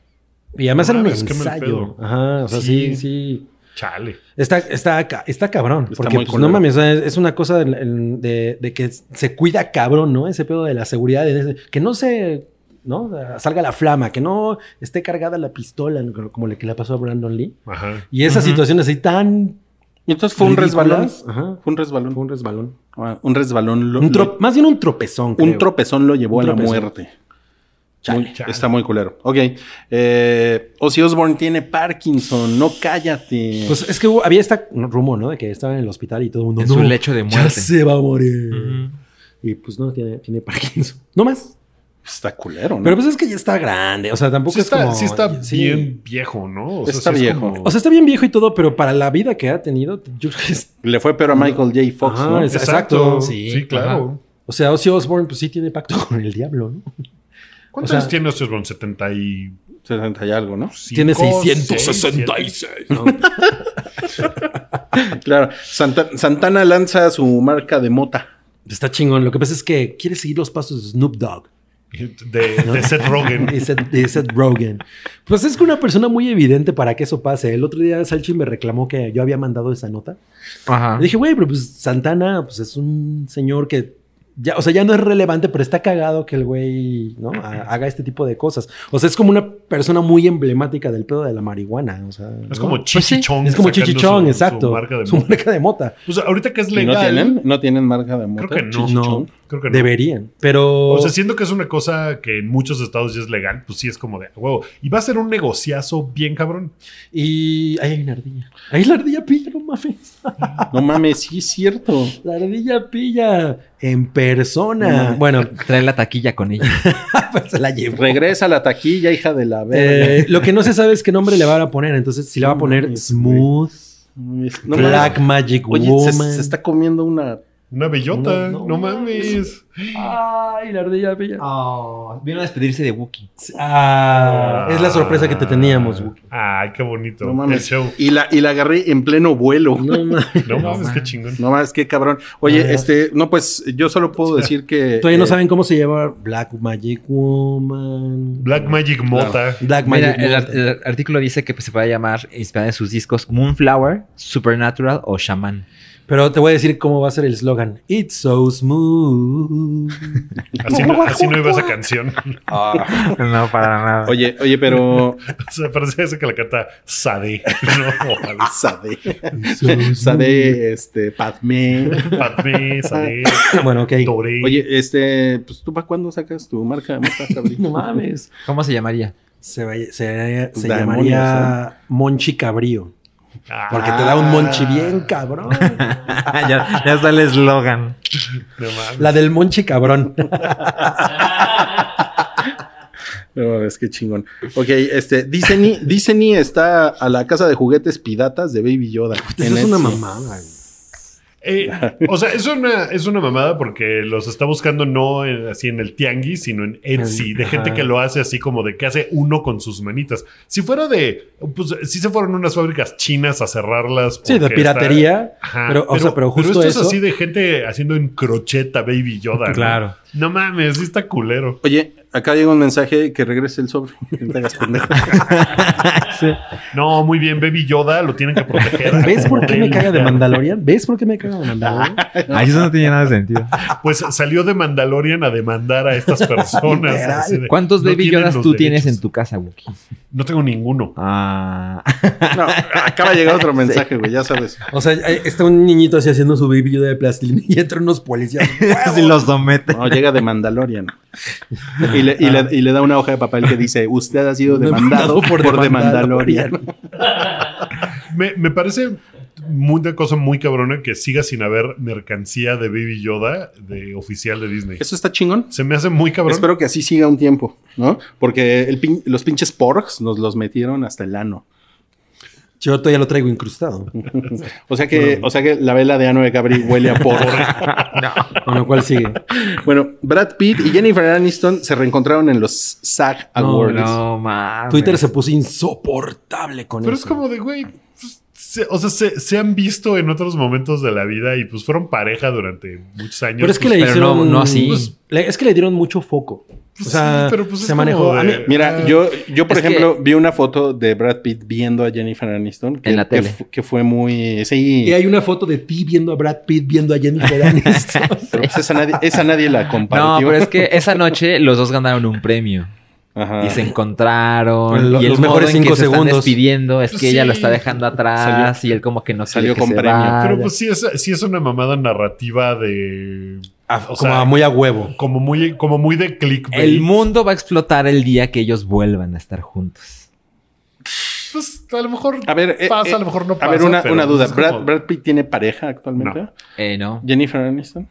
Speaker 3: Y además
Speaker 2: No
Speaker 3: era un
Speaker 2: mames, qué mal
Speaker 3: ensayo.
Speaker 2: pedo.
Speaker 3: Ajá, o sea, sí,
Speaker 2: Sí.
Speaker 3: sí.
Speaker 2: Chale.
Speaker 3: Está, está, ca- está cabrón.
Speaker 4: Está
Speaker 3: porque,
Speaker 4: muy
Speaker 3: pues, no
Speaker 4: culero.
Speaker 3: mames, o sea, es es una cosa del- el- de, de que se cuida cabrón, ¿no? Ese pedo de la seguridad, de- de- que no se, ¿no? Salga la flama, que no esté cargada la pistola, ¿no? como le que le pasó a Brandon Lee.
Speaker 2: Ajá.
Speaker 3: Y esas
Speaker 5: Ujú.
Speaker 3: situaciones así tan.
Speaker 4: Y entonces fue un resbalón.
Speaker 3: ridículas. Ajá.
Speaker 4: Fue un resbalón.
Speaker 3: Fue un resbalón.
Speaker 4: Ah, Un resbalón. lo-
Speaker 3: Un tro-
Speaker 4: lo-
Speaker 3: más bien un tropezón.
Speaker 4: un
Speaker 3: creo.
Speaker 4: tropezón lo llevó
Speaker 3: Un
Speaker 4: a la
Speaker 3: tropezón.
Speaker 4: muerte.
Speaker 3: Chale.
Speaker 4: Muy-
Speaker 2: Chale.
Speaker 4: Está muy culero. Ok. Eh, Ozzy Osbourne tiene Parkinson. No cállate.
Speaker 3: Pues es que hubo- había este rumor, ¿no? De que estaba en el hospital y todo el mundo.
Speaker 5: en su
Speaker 3: "No,
Speaker 5: lecho de
Speaker 3: ya
Speaker 5: muerte.
Speaker 3: se va a morir.
Speaker 5: Ujú.
Speaker 3: Y pues no, tiene, tiene Parkinson. No más.
Speaker 4: está culero, ¿no?
Speaker 3: Pero pues es que ya está grande. O sea, tampoco
Speaker 2: Sí
Speaker 3: es
Speaker 2: está,
Speaker 3: como-
Speaker 2: sí está
Speaker 3: sí.
Speaker 2: bien viejo, ¿no? O sea,
Speaker 4: Está
Speaker 2: sí es
Speaker 4: viejo.
Speaker 2: como-
Speaker 3: O sea, está bien viejo y todo, pero para la vida que ha tenido, yo creo que es-
Speaker 4: Le fue peor a Michael J. Fox,
Speaker 3: Ajá,
Speaker 4: ¿no?
Speaker 3: es- exacto, sí,
Speaker 2: Sí, claro.
Speaker 3: O sea, Ozzy Osbourne, pues sí tiene pacto con el diablo, ¿no?
Speaker 2: ¿Cuántos
Speaker 3: O sea-
Speaker 2: años tiene Ozzy Osbourne? 75.
Speaker 4: 60 y algo, ¿no?
Speaker 3: Tiene
Speaker 2: 666.
Speaker 6: 166.
Speaker 4: Claro. Santa- Santana lanza su marca de mota.
Speaker 3: Está chingón. Lo que pasa es que quiere seguir los pasos de Snoop Dogg
Speaker 2: De, de Seth Rogen.
Speaker 3: y Seth, y Seth Rogen. Pues es que una persona muy evidente para que eso pase. El otro día Salchi me reclamó que yo había mandado esa nota.
Speaker 2: Ah.
Speaker 5: Ajá.
Speaker 3: Le dije, güey, pero pues Santana, pues es un señor que ya, o sea, ya no es relevante, pero está cagado que el güey, ¿no? Ha- haga este tipo de cosas. O sea, es como una persona muy emblemática del pedo de la marihuana. O sea,
Speaker 2: Es
Speaker 3: ¿no? Pues
Speaker 2: como chichichón.
Speaker 3: es como
Speaker 2: sacando
Speaker 3: chichichón,
Speaker 2: su-
Speaker 3: exacto.
Speaker 2: Su marca de
Speaker 3: Su
Speaker 2: moda.
Speaker 3: marca de mota.
Speaker 2: O sea, ahorita que es
Speaker 4: ¿Y
Speaker 2: legal.
Speaker 4: ¿No tienen? ¿No tienen marca de mota?
Speaker 2: Creo que no.
Speaker 3: No.
Speaker 2: Creo que no.
Speaker 3: Deberían. Pero.
Speaker 2: O sea, siento que es una cosa que en muchos estados ya es legal, pues sí es como de "Ah, huevo. Y va a ser un negociazo bien cabrón.
Speaker 3: Y. Ahí hay una ardilla. Ahí la ardilla pilla, no mames.
Speaker 4: No mames, sí es cierto.
Speaker 3: La ardilla pilla en persona.
Speaker 4: No.
Speaker 3: Bueno,
Speaker 5: Trae la taquilla con ella.
Speaker 3: pues se la llevo.
Speaker 4: Regresa a la taquilla, hija de la verga.
Speaker 3: Eh, lo que no se sabe es qué nombre le van a poner. Entonces, si le va a poner Smooth,
Speaker 4: No mames.
Speaker 3: Black Magic
Speaker 4: Oye, se,
Speaker 3: Woman.
Speaker 4: se está comiendo una.
Speaker 2: Una bellota,
Speaker 3: No, no
Speaker 2: no, mames.
Speaker 3: Ay, la ardilla bella.
Speaker 5: Oh, vino a despedirse de Wookiee.
Speaker 3: Ah, es la sorpresa que te teníamos, Wookie.
Speaker 2: Ay, qué bonito.
Speaker 4: No mames.
Speaker 2: El show.
Speaker 4: Y la, y la agarré en pleno vuelo.
Speaker 3: No, ma-
Speaker 2: No
Speaker 5: No
Speaker 2: mames, qué
Speaker 5: mames.
Speaker 2: chingón.
Speaker 4: No más, qué cabrón. Oye,
Speaker 3: Ah.
Speaker 4: este, no, pues yo solo puedo decir que.
Speaker 3: Todavía no
Speaker 4: eh,
Speaker 3: saben cómo se llama Black Magic Woman.
Speaker 2: Black Magic Mota.
Speaker 3: Black
Speaker 5: Mira,
Speaker 3: Magic
Speaker 5: el,
Speaker 3: Woman.
Speaker 5: ar- el artículo dice que pues, se va a llamar, inspirada en sus discos, Moonflower, Supernatural o Shaman.
Speaker 3: Pero te voy a decir cómo va a ser el slogan. It's so smooth.
Speaker 2: Así, no, así no iba esa canción.
Speaker 4: ah,
Speaker 5: No, para nada.
Speaker 4: oye, oye, pero.
Speaker 2: O sea, parece esa que la canta Sade. No,
Speaker 4: Sade.
Speaker 3: So smooth.
Speaker 4: Sade, este, Padme.
Speaker 2: Padme, Sade,
Speaker 3: Bueno, ok.
Speaker 2: Dore.
Speaker 4: Oye, este, pues tú para cuándo sacas tu marca? Marta Cabri?
Speaker 3: No mames.
Speaker 5: ¿Cómo se llamaría?
Speaker 3: Se, vaya- se-
Speaker 4: Demonios,
Speaker 3: se llamaría Monchi Cabrío.
Speaker 2: Ah,
Speaker 3: Porque te da un monchi
Speaker 4: Ah.
Speaker 3: bien cabrón.
Speaker 5: ya, ya está el eslogan.
Speaker 2: no mames.
Speaker 3: La del monchi cabrón.
Speaker 4: No, es que chingón. Ok, este, Disney, Disney está a la casa de juguetes piratas de Baby Yoda.
Speaker 3: Eso
Speaker 4: En
Speaker 3: es una
Speaker 4: Etsy.
Speaker 3: mamada. güey.
Speaker 2: Eh, o sea, es una, es una mamada porque los está buscando no en- así en el tianguis, sino en Etsy,
Speaker 3: En-
Speaker 2: de gente
Speaker 3: ajá.
Speaker 2: que lo hace así como de que hace uno con sus manitas. Si fuera de, pues si se fueron unas fábricas chinas a cerrarlas.
Speaker 3: Sí, de
Speaker 2: porque está-
Speaker 3: piratería.
Speaker 2: Ajá,
Speaker 3: pero, o sea, pero justo
Speaker 2: esto es
Speaker 3: eso-
Speaker 2: así de gente haciendo en crocheta Baby Yoda. ¿no?
Speaker 5: Claro.
Speaker 2: No mames, sí está culero.
Speaker 4: Oye, acá llega un mensaje que regrese el sobre. No te hagas pendejo.
Speaker 2: No, muy bien, Baby Yoda lo tienen que proteger.
Speaker 3: ¿Ves por qué me
Speaker 2: Del-
Speaker 3: caga de Mandalorian? ¿Ves por qué me caga de Mandalorian?
Speaker 5: Ahí eso no tenía nada de sentido.
Speaker 2: Pues salió de Mandalorian a demandar a estas personas.
Speaker 3: Literal.
Speaker 2: así de,
Speaker 5: ¿Cuántos
Speaker 2: no
Speaker 5: Baby
Speaker 2: tienen
Speaker 5: Yodas
Speaker 2: los
Speaker 5: tú tienes
Speaker 2: derechos.
Speaker 5: en tu casa, Wookiee?
Speaker 2: No tengo ninguno.
Speaker 5: Ah.
Speaker 4: No, acaba de llegar otro mensaje, güey, ya sabes.
Speaker 3: O sea, eh, está un niñito así haciendo su baby Yoda de plastilina y entran unos policías.
Speaker 5: si los somete.
Speaker 4: No, llega de Mandalorian. Y le, y le- y le da una hoja de papel que dice, usted ha sido demandado por,
Speaker 3: The
Speaker 4: de Mandalorian.
Speaker 2: Me, me parece muy- una cosa muy cabrona que siga sin haber mercancía de Baby Yoda de oficial de Disney.
Speaker 4: Eso está chingón.
Speaker 2: Se me hace muy cabrón.
Speaker 4: Espero que así siga un tiempo, ¿no? Porque el pin- los pinches porgs nos los metieron hasta el ano.
Speaker 3: Yo todavía lo traigo incrustado.
Speaker 4: O sea que, o sea que la vela de ano de Gabriel huele a porg.
Speaker 3: Con lo cual sigue.
Speaker 4: bueno, Brad Pitt y Jennifer Aniston se reencontraron en los SAG
Speaker 3: No,
Speaker 4: Awards.
Speaker 5: mames.
Speaker 3: Twitter se puso insoportable con
Speaker 2: Pero
Speaker 3: eso.
Speaker 2: es como de, güey, pues, se- o sea, se, se han visto en otros momentos de la vida y pues fueron pareja durante muchos años.
Speaker 3: Pero es que
Speaker 2: Pues,
Speaker 3: le
Speaker 5: pero
Speaker 3: hicieron...
Speaker 5: no- no así.
Speaker 3: pues, le- es que le dieron mucho foco.
Speaker 2: pues,
Speaker 3: o sea,
Speaker 2: sí, pero, pues, es
Speaker 3: se
Speaker 2: como
Speaker 3: manejó...
Speaker 2: de- Ah,
Speaker 3: a mí-
Speaker 4: Mira, yo, yo por
Speaker 5: Es
Speaker 4: ejemplo vi una foto de Brad Pitt viendo a Jennifer Aniston que,
Speaker 5: En la
Speaker 4: que
Speaker 5: tele.
Speaker 4: fu- que fue muy sí.
Speaker 3: y hay una foto de ti viendo a Brad Pitt, viendo a Jennifer Aniston.
Speaker 4: Pero pues esa nadie, esa nadie la
Speaker 5: No,
Speaker 4: compartió.
Speaker 5: pero es que esa noche los dos ganaron un premio.
Speaker 4: Ajá.
Speaker 5: Y se encontraron.
Speaker 3: Lo-
Speaker 5: y el
Speaker 3: los
Speaker 5: modo
Speaker 3: mejores
Speaker 5: en que
Speaker 3: cinco
Speaker 5: se están
Speaker 3: segundos.
Speaker 5: despidiendo es que
Speaker 2: Sí.
Speaker 5: ella lo está dejando atrás y él como que no
Speaker 4: salió
Speaker 5: salió
Speaker 4: con
Speaker 5: con
Speaker 4: premio.
Speaker 2: Pero pues sí es, sí es una mamada narrativa de...
Speaker 4: Ah,
Speaker 3: A-
Speaker 2: o
Speaker 3: como
Speaker 2: sea,
Speaker 3: a- muy a huevo.
Speaker 2: como muy, como muy de clickbait.
Speaker 5: el mundo va a explotar el día que ellos vuelvan a estar juntos.
Speaker 2: Pues a lo mejor
Speaker 4: a ver, eh,
Speaker 2: pasa,
Speaker 4: eh,
Speaker 2: a lo mejor no pasa.
Speaker 4: a ver una,
Speaker 2: pero,
Speaker 4: una
Speaker 2: pues,
Speaker 4: duda.
Speaker 2: es
Speaker 4: Brad,
Speaker 2: como-
Speaker 4: Brad Pitt tiene pareja actualmente.
Speaker 5: Eh, no.
Speaker 4: Jennifer Aniston.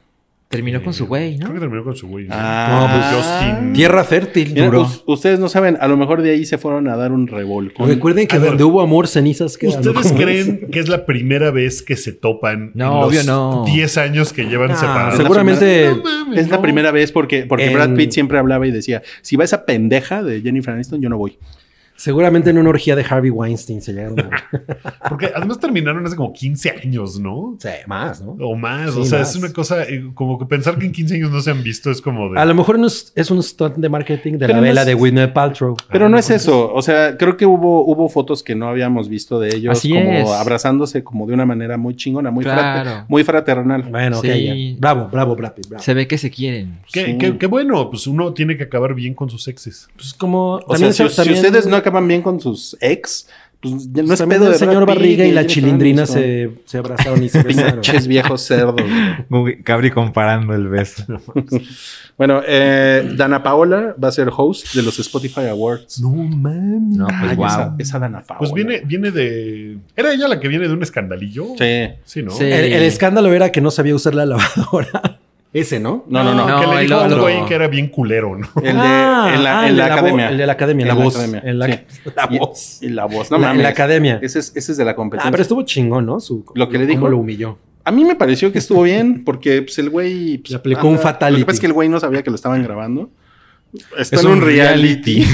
Speaker 5: Terminó con su güey,
Speaker 2: Creo que
Speaker 5: ¿no?
Speaker 2: terminó con su güey. ¿no?
Speaker 4: Ah.
Speaker 2: No, pues Justin.
Speaker 3: Tierra fértil.
Speaker 4: Mira,
Speaker 3: duró.
Speaker 4: us- ustedes no saben, a lo mejor de ahí se fueron a dar un revolco.
Speaker 3: Recuerden que
Speaker 2: A ver,
Speaker 3: donde hubo amor, cenizas quedan. ¿no?
Speaker 2: ¿Ustedes
Speaker 3: ¿Cómo es?
Speaker 2: creen que es la primera vez que se topan
Speaker 5: No,
Speaker 2: en los
Speaker 5: obvio no.
Speaker 2: 10 años que llevan
Speaker 3: Ah,
Speaker 2: separados?
Speaker 3: seguramente
Speaker 4: Es la primera vez porque, porque
Speaker 3: En-
Speaker 4: Brad Pitt siempre hablaba y decía, si va esa pendeja de Jennifer Aniston, yo no voy.
Speaker 5: Ah,
Speaker 3: seguramente en una orgía de Harvey Weinstein se llegaron a...
Speaker 2: Porque además terminaron hace como 15 años, ¿no?
Speaker 3: Sí, más, ¿no?
Speaker 2: O más.
Speaker 3: Sí,
Speaker 2: o sea,
Speaker 3: más.
Speaker 2: es una cosa eh, como que pensar que en 15 años no se han visto es como de.
Speaker 3: A lo mejor no es, es un stunt de marketing de
Speaker 4: Pero
Speaker 3: la
Speaker 4: no
Speaker 3: vela
Speaker 4: es-
Speaker 3: de Whitney Paltrow.
Speaker 4: Pero no es eso, o sea, creo que hubo, hubo fotos que no habíamos visto de ellos
Speaker 5: Así
Speaker 4: como
Speaker 5: es.
Speaker 4: abrazándose como de una manera muy chingona, muy, frate-
Speaker 5: Claro.
Speaker 4: muy fraternal.
Speaker 3: Bueno, ok.
Speaker 5: Sí.
Speaker 3: ya. Bravo, bravo, Brad Pitt, bravo.
Speaker 5: Se ve que se quieren.
Speaker 2: Qué,
Speaker 4: Sí.
Speaker 2: qué- qué bueno, pues uno tiene que acabar bien con sus exes.
Speaker 3: Pues como...
Speaker 4: O
Speaker 3: también
Speaker 4: sea,
Speaker 3: se-
Speaker 4: si,
Speaker 3: también-
Speaker 4: si ustedes no acaban bien con sus ex, pues ya no es
Speaker 3: también
Speaker 4: pedo de
Speaker 3: el señor
Speaker 4: Brad Pitt
Speaker 3: Barriga y la
Speaker 4: Jennifer
Speaker 3: chilindrina
Speaker 4: Aniston.
Speaker 3: se, se abrazaron y se besaron.
Speaker 4: Pinches viejos cerdos. güey.
Speaker 5: Cabri comparando el beso.
Speaker 4: Bueno, eh, Dana Paola va a ser host de los Spotify Awards.
Speaker 3: no mames.
Speaker 5: No, pues
Speaker 4: Ay,
Speaker 5: wow.
Speaker 4: esa, esa Dana Paola.
Speaker 2: Pues viene, viene de. ¿Era ella la que viene de un escandalillo?
Speaker 4: Sí.
Speaker 2: Sí, ¿no?
Speaker 5: Sí.
Speaker 3: El, el escándalo era que no sabía usar la lavadora. Ese, ¿no?
Speaker 4: No, no, no.
Speaker 5: No,
Speaker 2: que
Speaker 5: el
Speaker 2: le dijo a un
Speaker 5: otro.
Speaker 2: güey que era bien culero, ¿no?
Speaker 4: El de,
Speaker 3: Ah,
Speaker 4: en la,
Speaker 3: ah,
Speaker 4: en
Speaker 3: el
Speaker 4: la
Speaker 3: de vo-
Speaker 4: academia.
Speaker 3: el de la academia,
Speaker 4: En
Speaker 3: la
Speaker 4: la
Speaker 3: voz.
Speaker 4: academia,
Speaker 3: En la,
Speaker 4: sí.
Speaker 3: la
Speaker 4: Y-
Speaker 3: voz.
Speaker 4: y la voz, no
Speaker 3: La-
Speaker 4: mames.
Speaker 3: en la academia.
Speaker 4: Ese es, ese es de la competencia.
Speaker 3: Ah, pero estuvo chingón, ¿no? Su-
Speaker 4: Lo que le
Speaker 3: cómo
Speaker 4: dijo.
Speaker 3: lo humilló.
Speaker 4: A mí me pareció que estuvo bien, porque pues, el güey. pues,
Speaker 3: Le aplicó un fatality.
Speaker 4: Lo que pasa es que el güey no sabía que lo estaban grabando. Está
Speaker 5: Es
Speaker 4: en un
Speaker 5: un
Speaker 4: reality.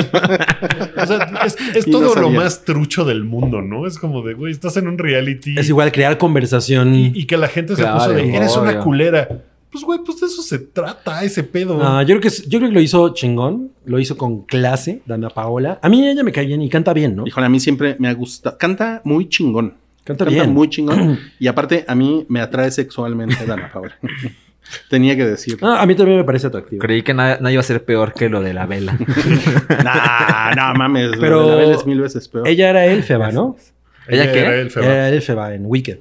Speaker 2: O sea, es, es
Speaker 4: Y no
Speaker 2: todo lo
Speaker 4: sabía.
Speaker 2: más trucho del mundo, ¿no? Es como de, güey, estás en un reality
Speaker 3: Es igual crear conversación.
Speaker 2: y, y que la gente
Speaker 5: Claro,
Speaker 2: se puso de, eres una
Speaker 5: obvio.
Speaker 2: culera. Pues, güey, pues de eso se trata, ese pedo.
Speaker 3: Ah, yo, creo que, es- yo creo que lo hizo chingón. Lo hizo con clase, Dana Paola. A mí ella me cae bien y canta bien, ¿no?
Speaker 4: Híjole, a mí siempre me ha gustado. Canta muy chingón.
Speaker 3: Canta
Speaker 4: Canta
Speaker 3: bien.
Speaker 4: muy chingón. Y aparte, a mí me atrae sexualmente Dana Paola. Tenía que decir.
Speaker 3: Ah, a mí también me parece atractivo.
Speaker 5: Creí que nada, nada iba a ser peor que lo de la vela.
Speaker 4: Nah, no mames.
Speaker 3: Pero-
Speaker 4: Pero. La Bel es mil veces peor.
Speaker 3: Ella era Elfeba, ¿no?
Speaker 5: ¿Ella qué?
Speaker 2: era el feo.
Speaker 3: Era Elfeba en Wicked.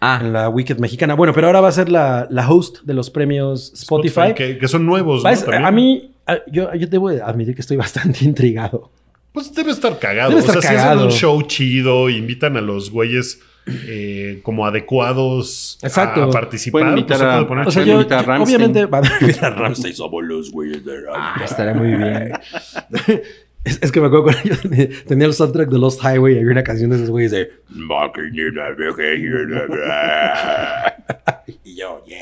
Speaker 5: Ah,
Speaker 3: En la Wicked mexicana. Bueno, pero ahora va a ser la, la host de los premios Spotify.
Speaker 2: Que, que son nuevos,
Speaker 3: Va a-
Speaker 2: ¿no? También.
Speaker 3: a mí, a- yo, yo debo admitir que estoy bastante intrigado.
Speaker 2: Pues debe estar cagado.
Speaker 3: Debe estar
Speaker 2: o sea, si hacen
Speaker 3: cagado.
Speaker 2: un show chido, invitan a los güeyes eh, como adecuados a-
Speaker 3: Exacto.
Speaker 2: a, participar.
Speaker 4: Pueden invitar
Speaker 2: pues, se puede
Speaker 4: a-
Speaker 2: poner
Speaker 3: O sea,
Speaker 4: Pueden
Speaker 3: yo,
Speaker 4: invitar a
Speaker 3: yo-
Speaker 4: Rammstein.
Speaker 3: obviamente va a
Speaker 6: La Ramsey somos los güeyes de Ramsey.
Speaker 5: estará Ah, muy bien.
Speaker 3: Es, es que me acuerdo cuando yo tenía, tenía el soundtrack de Lost Highway y había una canción de esos güeyes de...
Speaker 6: Maquinita vieja.
Speaker 3: Y yo, yeah.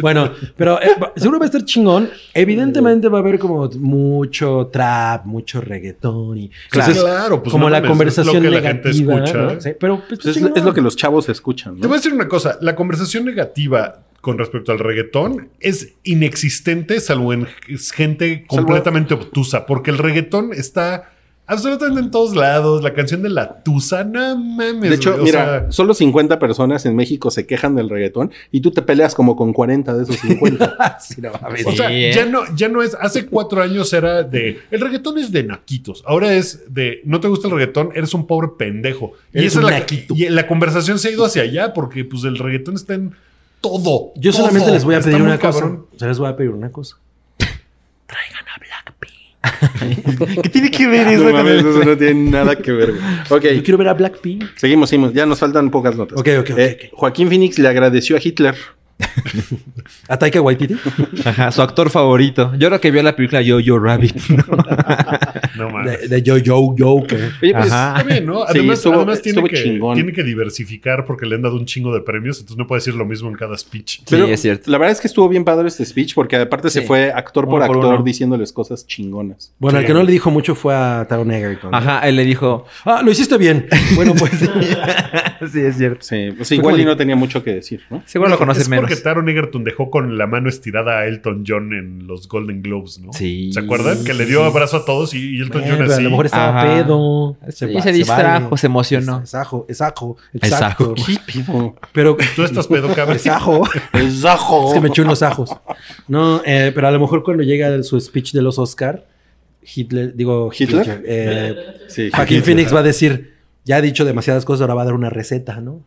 Speaker 3: Bueno, pero eh, va- seguro va a estar chingón. Evidentemente va a haber como mucho trap, mucho reggaetón y...
Speaker 2: Claro,
Speaker 3: Entonces,
Speaker 2: claro, pues
Speaker 3: como
Speaker 2: no
Speaker 3: la
Speaker 2: mames,
Speaker 3: conversación
Speaker 2: es lo que la gente
Speaker 3: negativa.
Speaker 2: escucha.
Speaker 3: ¿no? Sí, pero pues,
Speaker 4: Pues es,
Speaker 3: chingón.
Speaker 4: es lo que los chavos escuchan.
Speaker 2: Te
Speaker 4: ¿no?
Speaker 2: voy a decir una cosa, la conversación negativa con respecto al reggaetón es inexistente, salvo en es gente completamente obtusa, porque el reggaetón está absolutamente en todos lados, la canción de la tusa, no mames.
Speaker 4: De hecho,
Speaker 2: güey, o
Speaker 4: mira,
Speaker 2: sea,
Speaker 4: solo 50 personas en México se quejan del reggaetón y tú te peleas como con 40 de esos 50.
Speaker 2: Ah,
Speaker 3: Sí, no mames.
Speaker 2: O sea,
Speaker 5: Sí, ¿eh?
Speaker 2: ya no, ya no es. Hace cuatro años era de el reggaetón es de naquitos. Ahora es de no te gusta el reggaetón, eres un pobre pendejo. Y
Speaker 3: Eres
Speaker 2: esa
Speaker 3: un
Speaker 2: es la,
Speaker 3: naquito.
Speaker 2: y la conversación se ha ido hacia allá porque pues el reggaetón está en todo.
Speaker 3: Yo
Speaker 2: todo.
Speaker 3: solamente les voy a
Speaker 2: Está
Speaker 3: pedir
Speaker 2: muy
Speaker 3: una
Speaker 2: cabrón.
Speaker 3: cosa. Se les voy a pedir una cosa.
Speaker 5: ¿Qué tiene que ver eso
Speaker 4: no
Speaker 5: con
Speaker 4: mames,
Speaker 5: el-
Speaker 4: eso no tiene nada que ver. güey.
Speaker 3: Yo
Speaker 4: Ok,
Speaker 3: quiero ver a Blackpink.
Speaker 4: seguimos, seguimos. Ya nos faltan pocas notas. Eh,
Speaker 3: Ok, ok, ok, ok.
Speaker 4: Joaquín Phoenix le agradeció a Hitler.
Speaker 3: ¿A Taika Waititi?
Speaker 5: Ajá, su actor favorito. Yo creo que vio la película Yo Yo Rabbit. ¿no?
Speaker 2: No mames.
Speaker 3: De, de Yo Yo Yo. que-
Speaker 4: Oye, pues,
Speaker 5: Ajá.
Speaker 2: Está bien, ¿no?
Speaker 4: Sí,
Speaker 2: Además,
Speaker 4: estuvo-
Speaker 2: además tiene,
Speaker 4: estuvo
Speaker 2: que,
Speaker 4: chingón.
Speaker 2: tiene que diversificar porque le han dado un chingo de premios, entonces no puede decir lo mismo en cada speech.
Speaker 5: Sí, es cierto.
Speaker 4: La verdad es que estuvo bien padre este speech porque aparte se
Speaker 5: Sí.
Speaker 4: fue actor por
Speaker 5: Uno por
Speaker 4: actor
Speaker 5: uno.
Speaker 4: diciéndoles cosas chingonas.
Speaker 3: Bueno,
Speaker 2: Sí.
Speaker 3: el que no le dijo mucho fue a Taron Egerton.
Speaker 5: Ajá, él le dijo.
Speaker 3: Ah, lo hiciste bien. Bueno, pues.
Speaker 5: sí, es cierto.
Speaker 4: Sí, pues igual y no tenía mucho que decir, ¿no?
Speaker 5: Seguro lo conoces
Speaker 2: es
Speaker 5: menos.
Speaker 2: porque Taron Egerton dejó con la mano estirada a Elton John en los Golden Globes, ¿no?
Speaker 5: Sí.
Speaker 2: ¿Se acuerdan? Que le dio abrazo a todos y, y Elton
Speaker 3: Bueno,
Speaker 2: John
Speaker 3: pero a
Speaker 2: así.
Speaker 3: lo mejor estaba
Speaker 5: Ajá.
Speaker 3: pedo.
Speaker 5: Sí,
Speaker 3: va-
Speaker 5: se eh. distrajo,
Speaker 3: vale.
Speaker 5: se emocionó.
Speaker 3: Es ajo, es ajo,
Speaker 5: Es
Speaker 3: exacto.
Speaker 5: ajo.
Speaker 3: Pero
Speaker 2: Tú estás pedo, cabrón.
Speaker 3: es ajo.
Speaker 4: Es ajo.
Speaker 3: Es que me echó unos ajos. No, eh, pero a lo mejor cuando llega su speech de los Oscar, Hitler, digo,
Speaker 4: ¿Hitler?
Speaker 3: eh,
Speaker 4: Sí,
Speaker 3: Joaquín
Speaker 4: Hitler.
Speaker 3: Phoenix va a decir, ya ha dicho demasiadas cosas, ahora va a dar una receta, ¿no?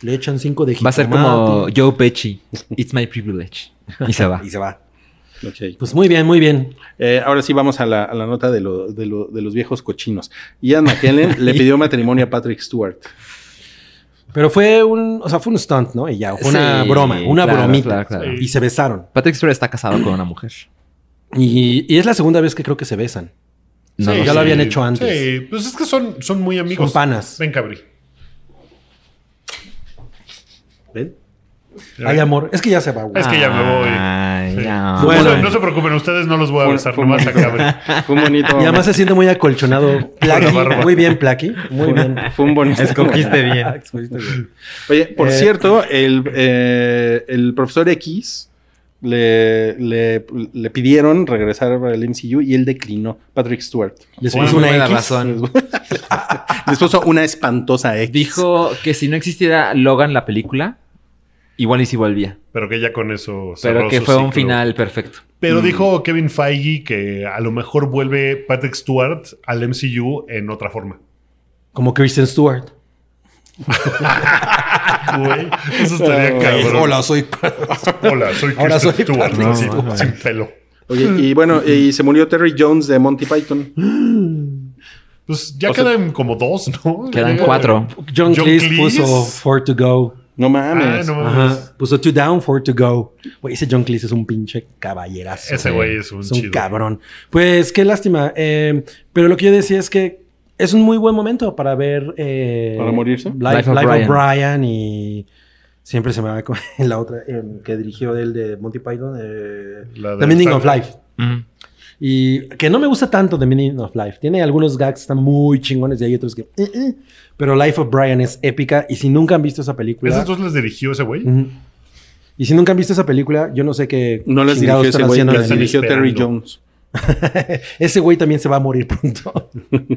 Speaker 3: Le echan cinco de jitomate.
Speaker 5: Va a ser como Joe Pesci. It's my privilege. Y se va.
Speaker 3: Y se va.
Speaker 4: Ok.
Speaker 3: Pues muy bien, muy bien.
Speaker 4: Eh, ahora sí vamos a la, a la nota de, lo- de lo- de los viejos cochinos. Ian McKellen le pidió matrimonio a Patrick Stewart.
Speaker 3: Pero fue un, o sea, fue un stunt, ¿no? Y ya, fue una
Speaker 5: Sí,
Speaker 3: broma, una
Speaker 5: claro,
Speaker 3: bromita.
Speaker 5: claro, claro.
Speaker 3: Y se besaron.
Speaker 5: Patrick Stewart está casado con una mujer.
Speaker 3: Y, y es la segunda vez que creo que se besan.
Speaker 5: No
Speaker 3: Sí,
Speaker 5: lo
Speaker 3: ya
Speaker 5: sé.
Speaker 3: lo habían hecho antes.
Speaker 2: Sí, pues es que son, son muy amigos.
Speaker 3: Son panas.
Speaker 2: Ven, cabrí.
Speaker 3: ¿Ven? Ay, amor, es que ya se va, güey.
Speaker 2: Es que ya me voy.
Speaker 5: Ay,
Speaker 2: Sí.
Speaker 5: no.
Speaker 2: No se-
Speaker 3: Bueno.
Speaker 2: no se preocupen, ustedes no los voy a
Speaker 4: Fue-
Speaker 2: besar,
Speaker 4: fue
Speaker 2: nomás a
Speaker 4: bonito.
Speaker 2: cabrí.
Speaker 4: Fue un bonito.
Speaker 3: Y además se siente muy acolchonado. Plaqui,
Speaker 2: barba.
Speaker 3: muy bien, Plaqui. Muy bien.
Speaker 4: Fue un bonito.
Speaker 5: Escogiste bien.
Speaker 4: Oye, por
Speaker 3: Eh,
Speaker 4: cierto, el, eh, el profesor X le, le, le pidieron regresar al MCU y él declinó. Patrick Stewart.
Speaker 3: Les
Speaker 5: Por
Speaker 3: puso
Speaker 5: una
Speaker 3: una
Speaker 5: buena
Speaker 3: X.
Speaker 5: razón.
Speaker 4: Les puso una espantosa X.
Speaker 5: Dijo que si no existiera Logan la película, igual y si volvía.
Speaker 2: Pero que ya con eso cerró
Speaker 5: Pero que
Speaker 2: su
Speaker 5: fue un
Speaker 2: ciclo.
Speaker 5: final perfecto.
Speaker 2: Pero dijo Kevin Feige que a lo mejor vuelve Patrick Stewart al MCU en otra forma.
Speaker 3: Como Kristen Stewart.
Speaker 2: Güey, eso estaría cabrón. Hola, soy Hola, soy
Speaker 3: Ahora
Speaker 2: Kristen
Speaker 3: soy
Speaker 2: Stewart,
Speaker 3: Patrick
Speaker 2: así,
Speaker 5: Stewart.
Speaker 2: sin pelo.
Speaker 4: Oye, y
Speaker 2: "Mm,
Speaker 4: bueno, y se murió Terry Jones de Monty Python.
Speaker 2: Pues ya
Speaker 4: O sea,
Speaker 2: quedan como dos, ¿no?
Speaker 5: Quedan
Speaker 2: Ya-
Speaker 5: cuatro.
Speaker 3: John,
Speaker 2: John
Speaker 3: Cleese,
Speaker 2: Cleese.
Speaker 3: puso Four to Go.
Speaker 4: No
Speaker 2: Ah,
Speaker 4: mames.
Speaker 2: no mames.
Speaker 3: Ajá. Puso Two Down, Four to Go. Güey, ese John Cleese es un pinche caballerazo.
Speaker 2: Ese güey es un
Speaker 3: Es un
Speaker 2: chido.
Speaker 3: em, cabrón. Pues qué lástima. eh, pero lo que yo decía es que es un muy buen momento para ver. eh,
Speaker 4: ¿Para morirse?
Speaker 3: Life,
Speaker 5: Life of
Speaker 3: Life
Speaker 5: Brian.
Speaker 3: of Brian y. Siempre se me va con la otra em, que dirigió él de Monty Python. eh,
Speaker 2: La de
Speaker 3: The Meaning of
Speaker 2: Sandra.
Speaker 3: Life. Y que no me gusta tanto The Meaning of Life. Tiene algunos gags que están muy chingones y hay otros que. eh, eh. Pero Life of Brian es épica. Y si nunca han visto esa película.
Speaker 2: ¿Esas dos las dirigió ese güey?
Speaker 3: Ujú. Y si nunca han visto esa película, yo no sé qué.
Speaker 4: No les dirigió
Speaker 3: chingados
Speaker 4: ese
Speaker 3: están
Speaker 4: güey,
Speaker 3: haciendo
Speaker 4: las
Speaker 3: en el-
Speaker 4: dirigió Terry
Speaker 2: esperando.
Speaker 4: Jones.
Speaker 3: ese güey también se va a morir pronto.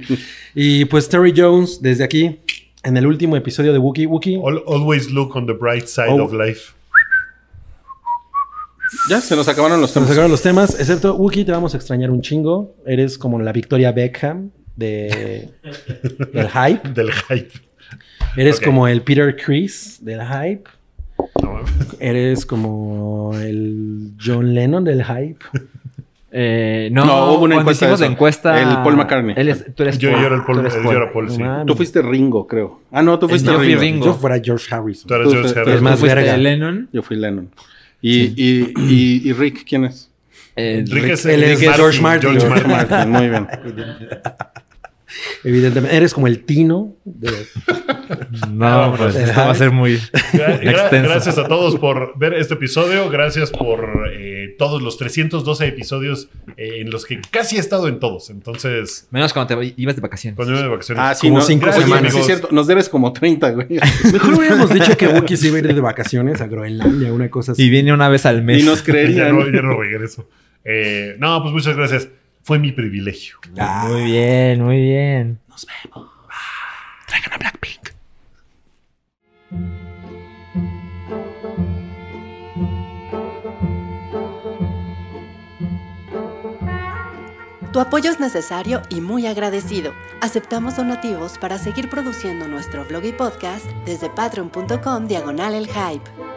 Speaker 3: y pues Terry Jones, desde aquí, en el último episodio de Wookiee, Wookiee.
Speaker 2: Al- always look on the bright side
Speaker 4: Oh.
Speaker 2: of life.
Speaker 4: Ya, se nos acabaron los
Speaker 3: Se nos
Speaker 4: temas.
Speaker 3: acabaron los temas, excepto Wookiee, te vamos a extrañar un chingo. Eres como la Victoria Beckham de el hype.
Speaker 2: Del hype.
Speaker 3: Eres
Speaker 2: Ok.
Speaker 3: como el Peter Chris del hype.
Speaker 2: No mames.
Speaker 3: Eres como el John Lennon del hype.
Speaker 5: Eh, no,
Speaker 4: No, hubo una
Speaker 5: cuando
Speaker 4: encuesta
Speaker 5: hicimos
Speaker 4: de
Speaker 5: la
Speaker 4: eso.
Speaker 5: encuesta.
Speaker 4: El Paul McCartney.
Speaker 5: Él es- tú eres
Speaker 2: Yo,
Speaker 5: Paul.
Speaker 2: yo era el Paul,
Speaker 5: tú eres
Speaker 2: yo era Paul,
Speaker 3: No
Speaker 2: sí.
Speaker 3: mames.
Speaker 4: Tú fuiste Ringo, creo. Ah, no, tú fuiste
Speaker 5: yo fui
Speaker 4: Ringo.
Speaker 5: Ringo.
Speaker 3: Yo fuera George Harrison.
Speaker 2: Tú eres
Speaker 4: Tú-
Speaker 2: George
Speaker 4: tú-
Speaker 2: Harrison.
Speaker 3: el más
Speaker 5: Tú fuiste
Speaker 3: verga.
Speaker 5: Lennon.
Speaker 4: Yo fui Lennon. Y, y, y, y Rick, ¿quién es?
Speaker 5: eh,
Speaker 2: Rick es
Speaker 3: él
Speaker 2: el
Speaker 3: es George Martin.
Speaker 2: George
Speaker 4: George
Speaker 2: Martin.
Speaker 4: Martin, muy bien.
Speaker 3: Evidentemente, eres como el Tino de
Speaker 5: No, pues esto va a ser muy.
Speaker 2: Gra- gra-
Speaker 5: Extenso.
Speaker 2: gracias a todos por ver este episodio. Gracias por eh, todos los 312 episodios eh, en los que casi he estado en todos. Entonces,
Speaker 5: Menos cuando te ibas de vacaciones.
Speaker 2: cuando iba de vacaciones.
Speaker 4: Ah, sí,
Speaker 3: Como
Speaker 4: no,
Speaker 3: cinco
Speaker 4: oye,
Speaker 2: semanas.
Speaker 4: sí es cierto, nos debes como 30, güey.
Speaker 3: Mejor hubiéramos dicho que Wookiee se iba a ir de vacaciones a Groenlandia, una cosa
Speaker 5: Y
Speaker 3: así.
Speaker 5: viene una vez al mes.
Speaker 4: Y nos
Speaker 2: ya, no,
Speaker 4: creerían.
Speaker 2: ya no regreso. Eh, no, pues muchas gracias. Fue mi privilegio.
Speaker 5: Ah, Muy bien, muy bien.
Speaker 7: Tu apoyo es necesario y muy agradecido. Aceptamos donativos para seguir produciendo nuestro blog y podcast desde patreon.com diagonal el hype.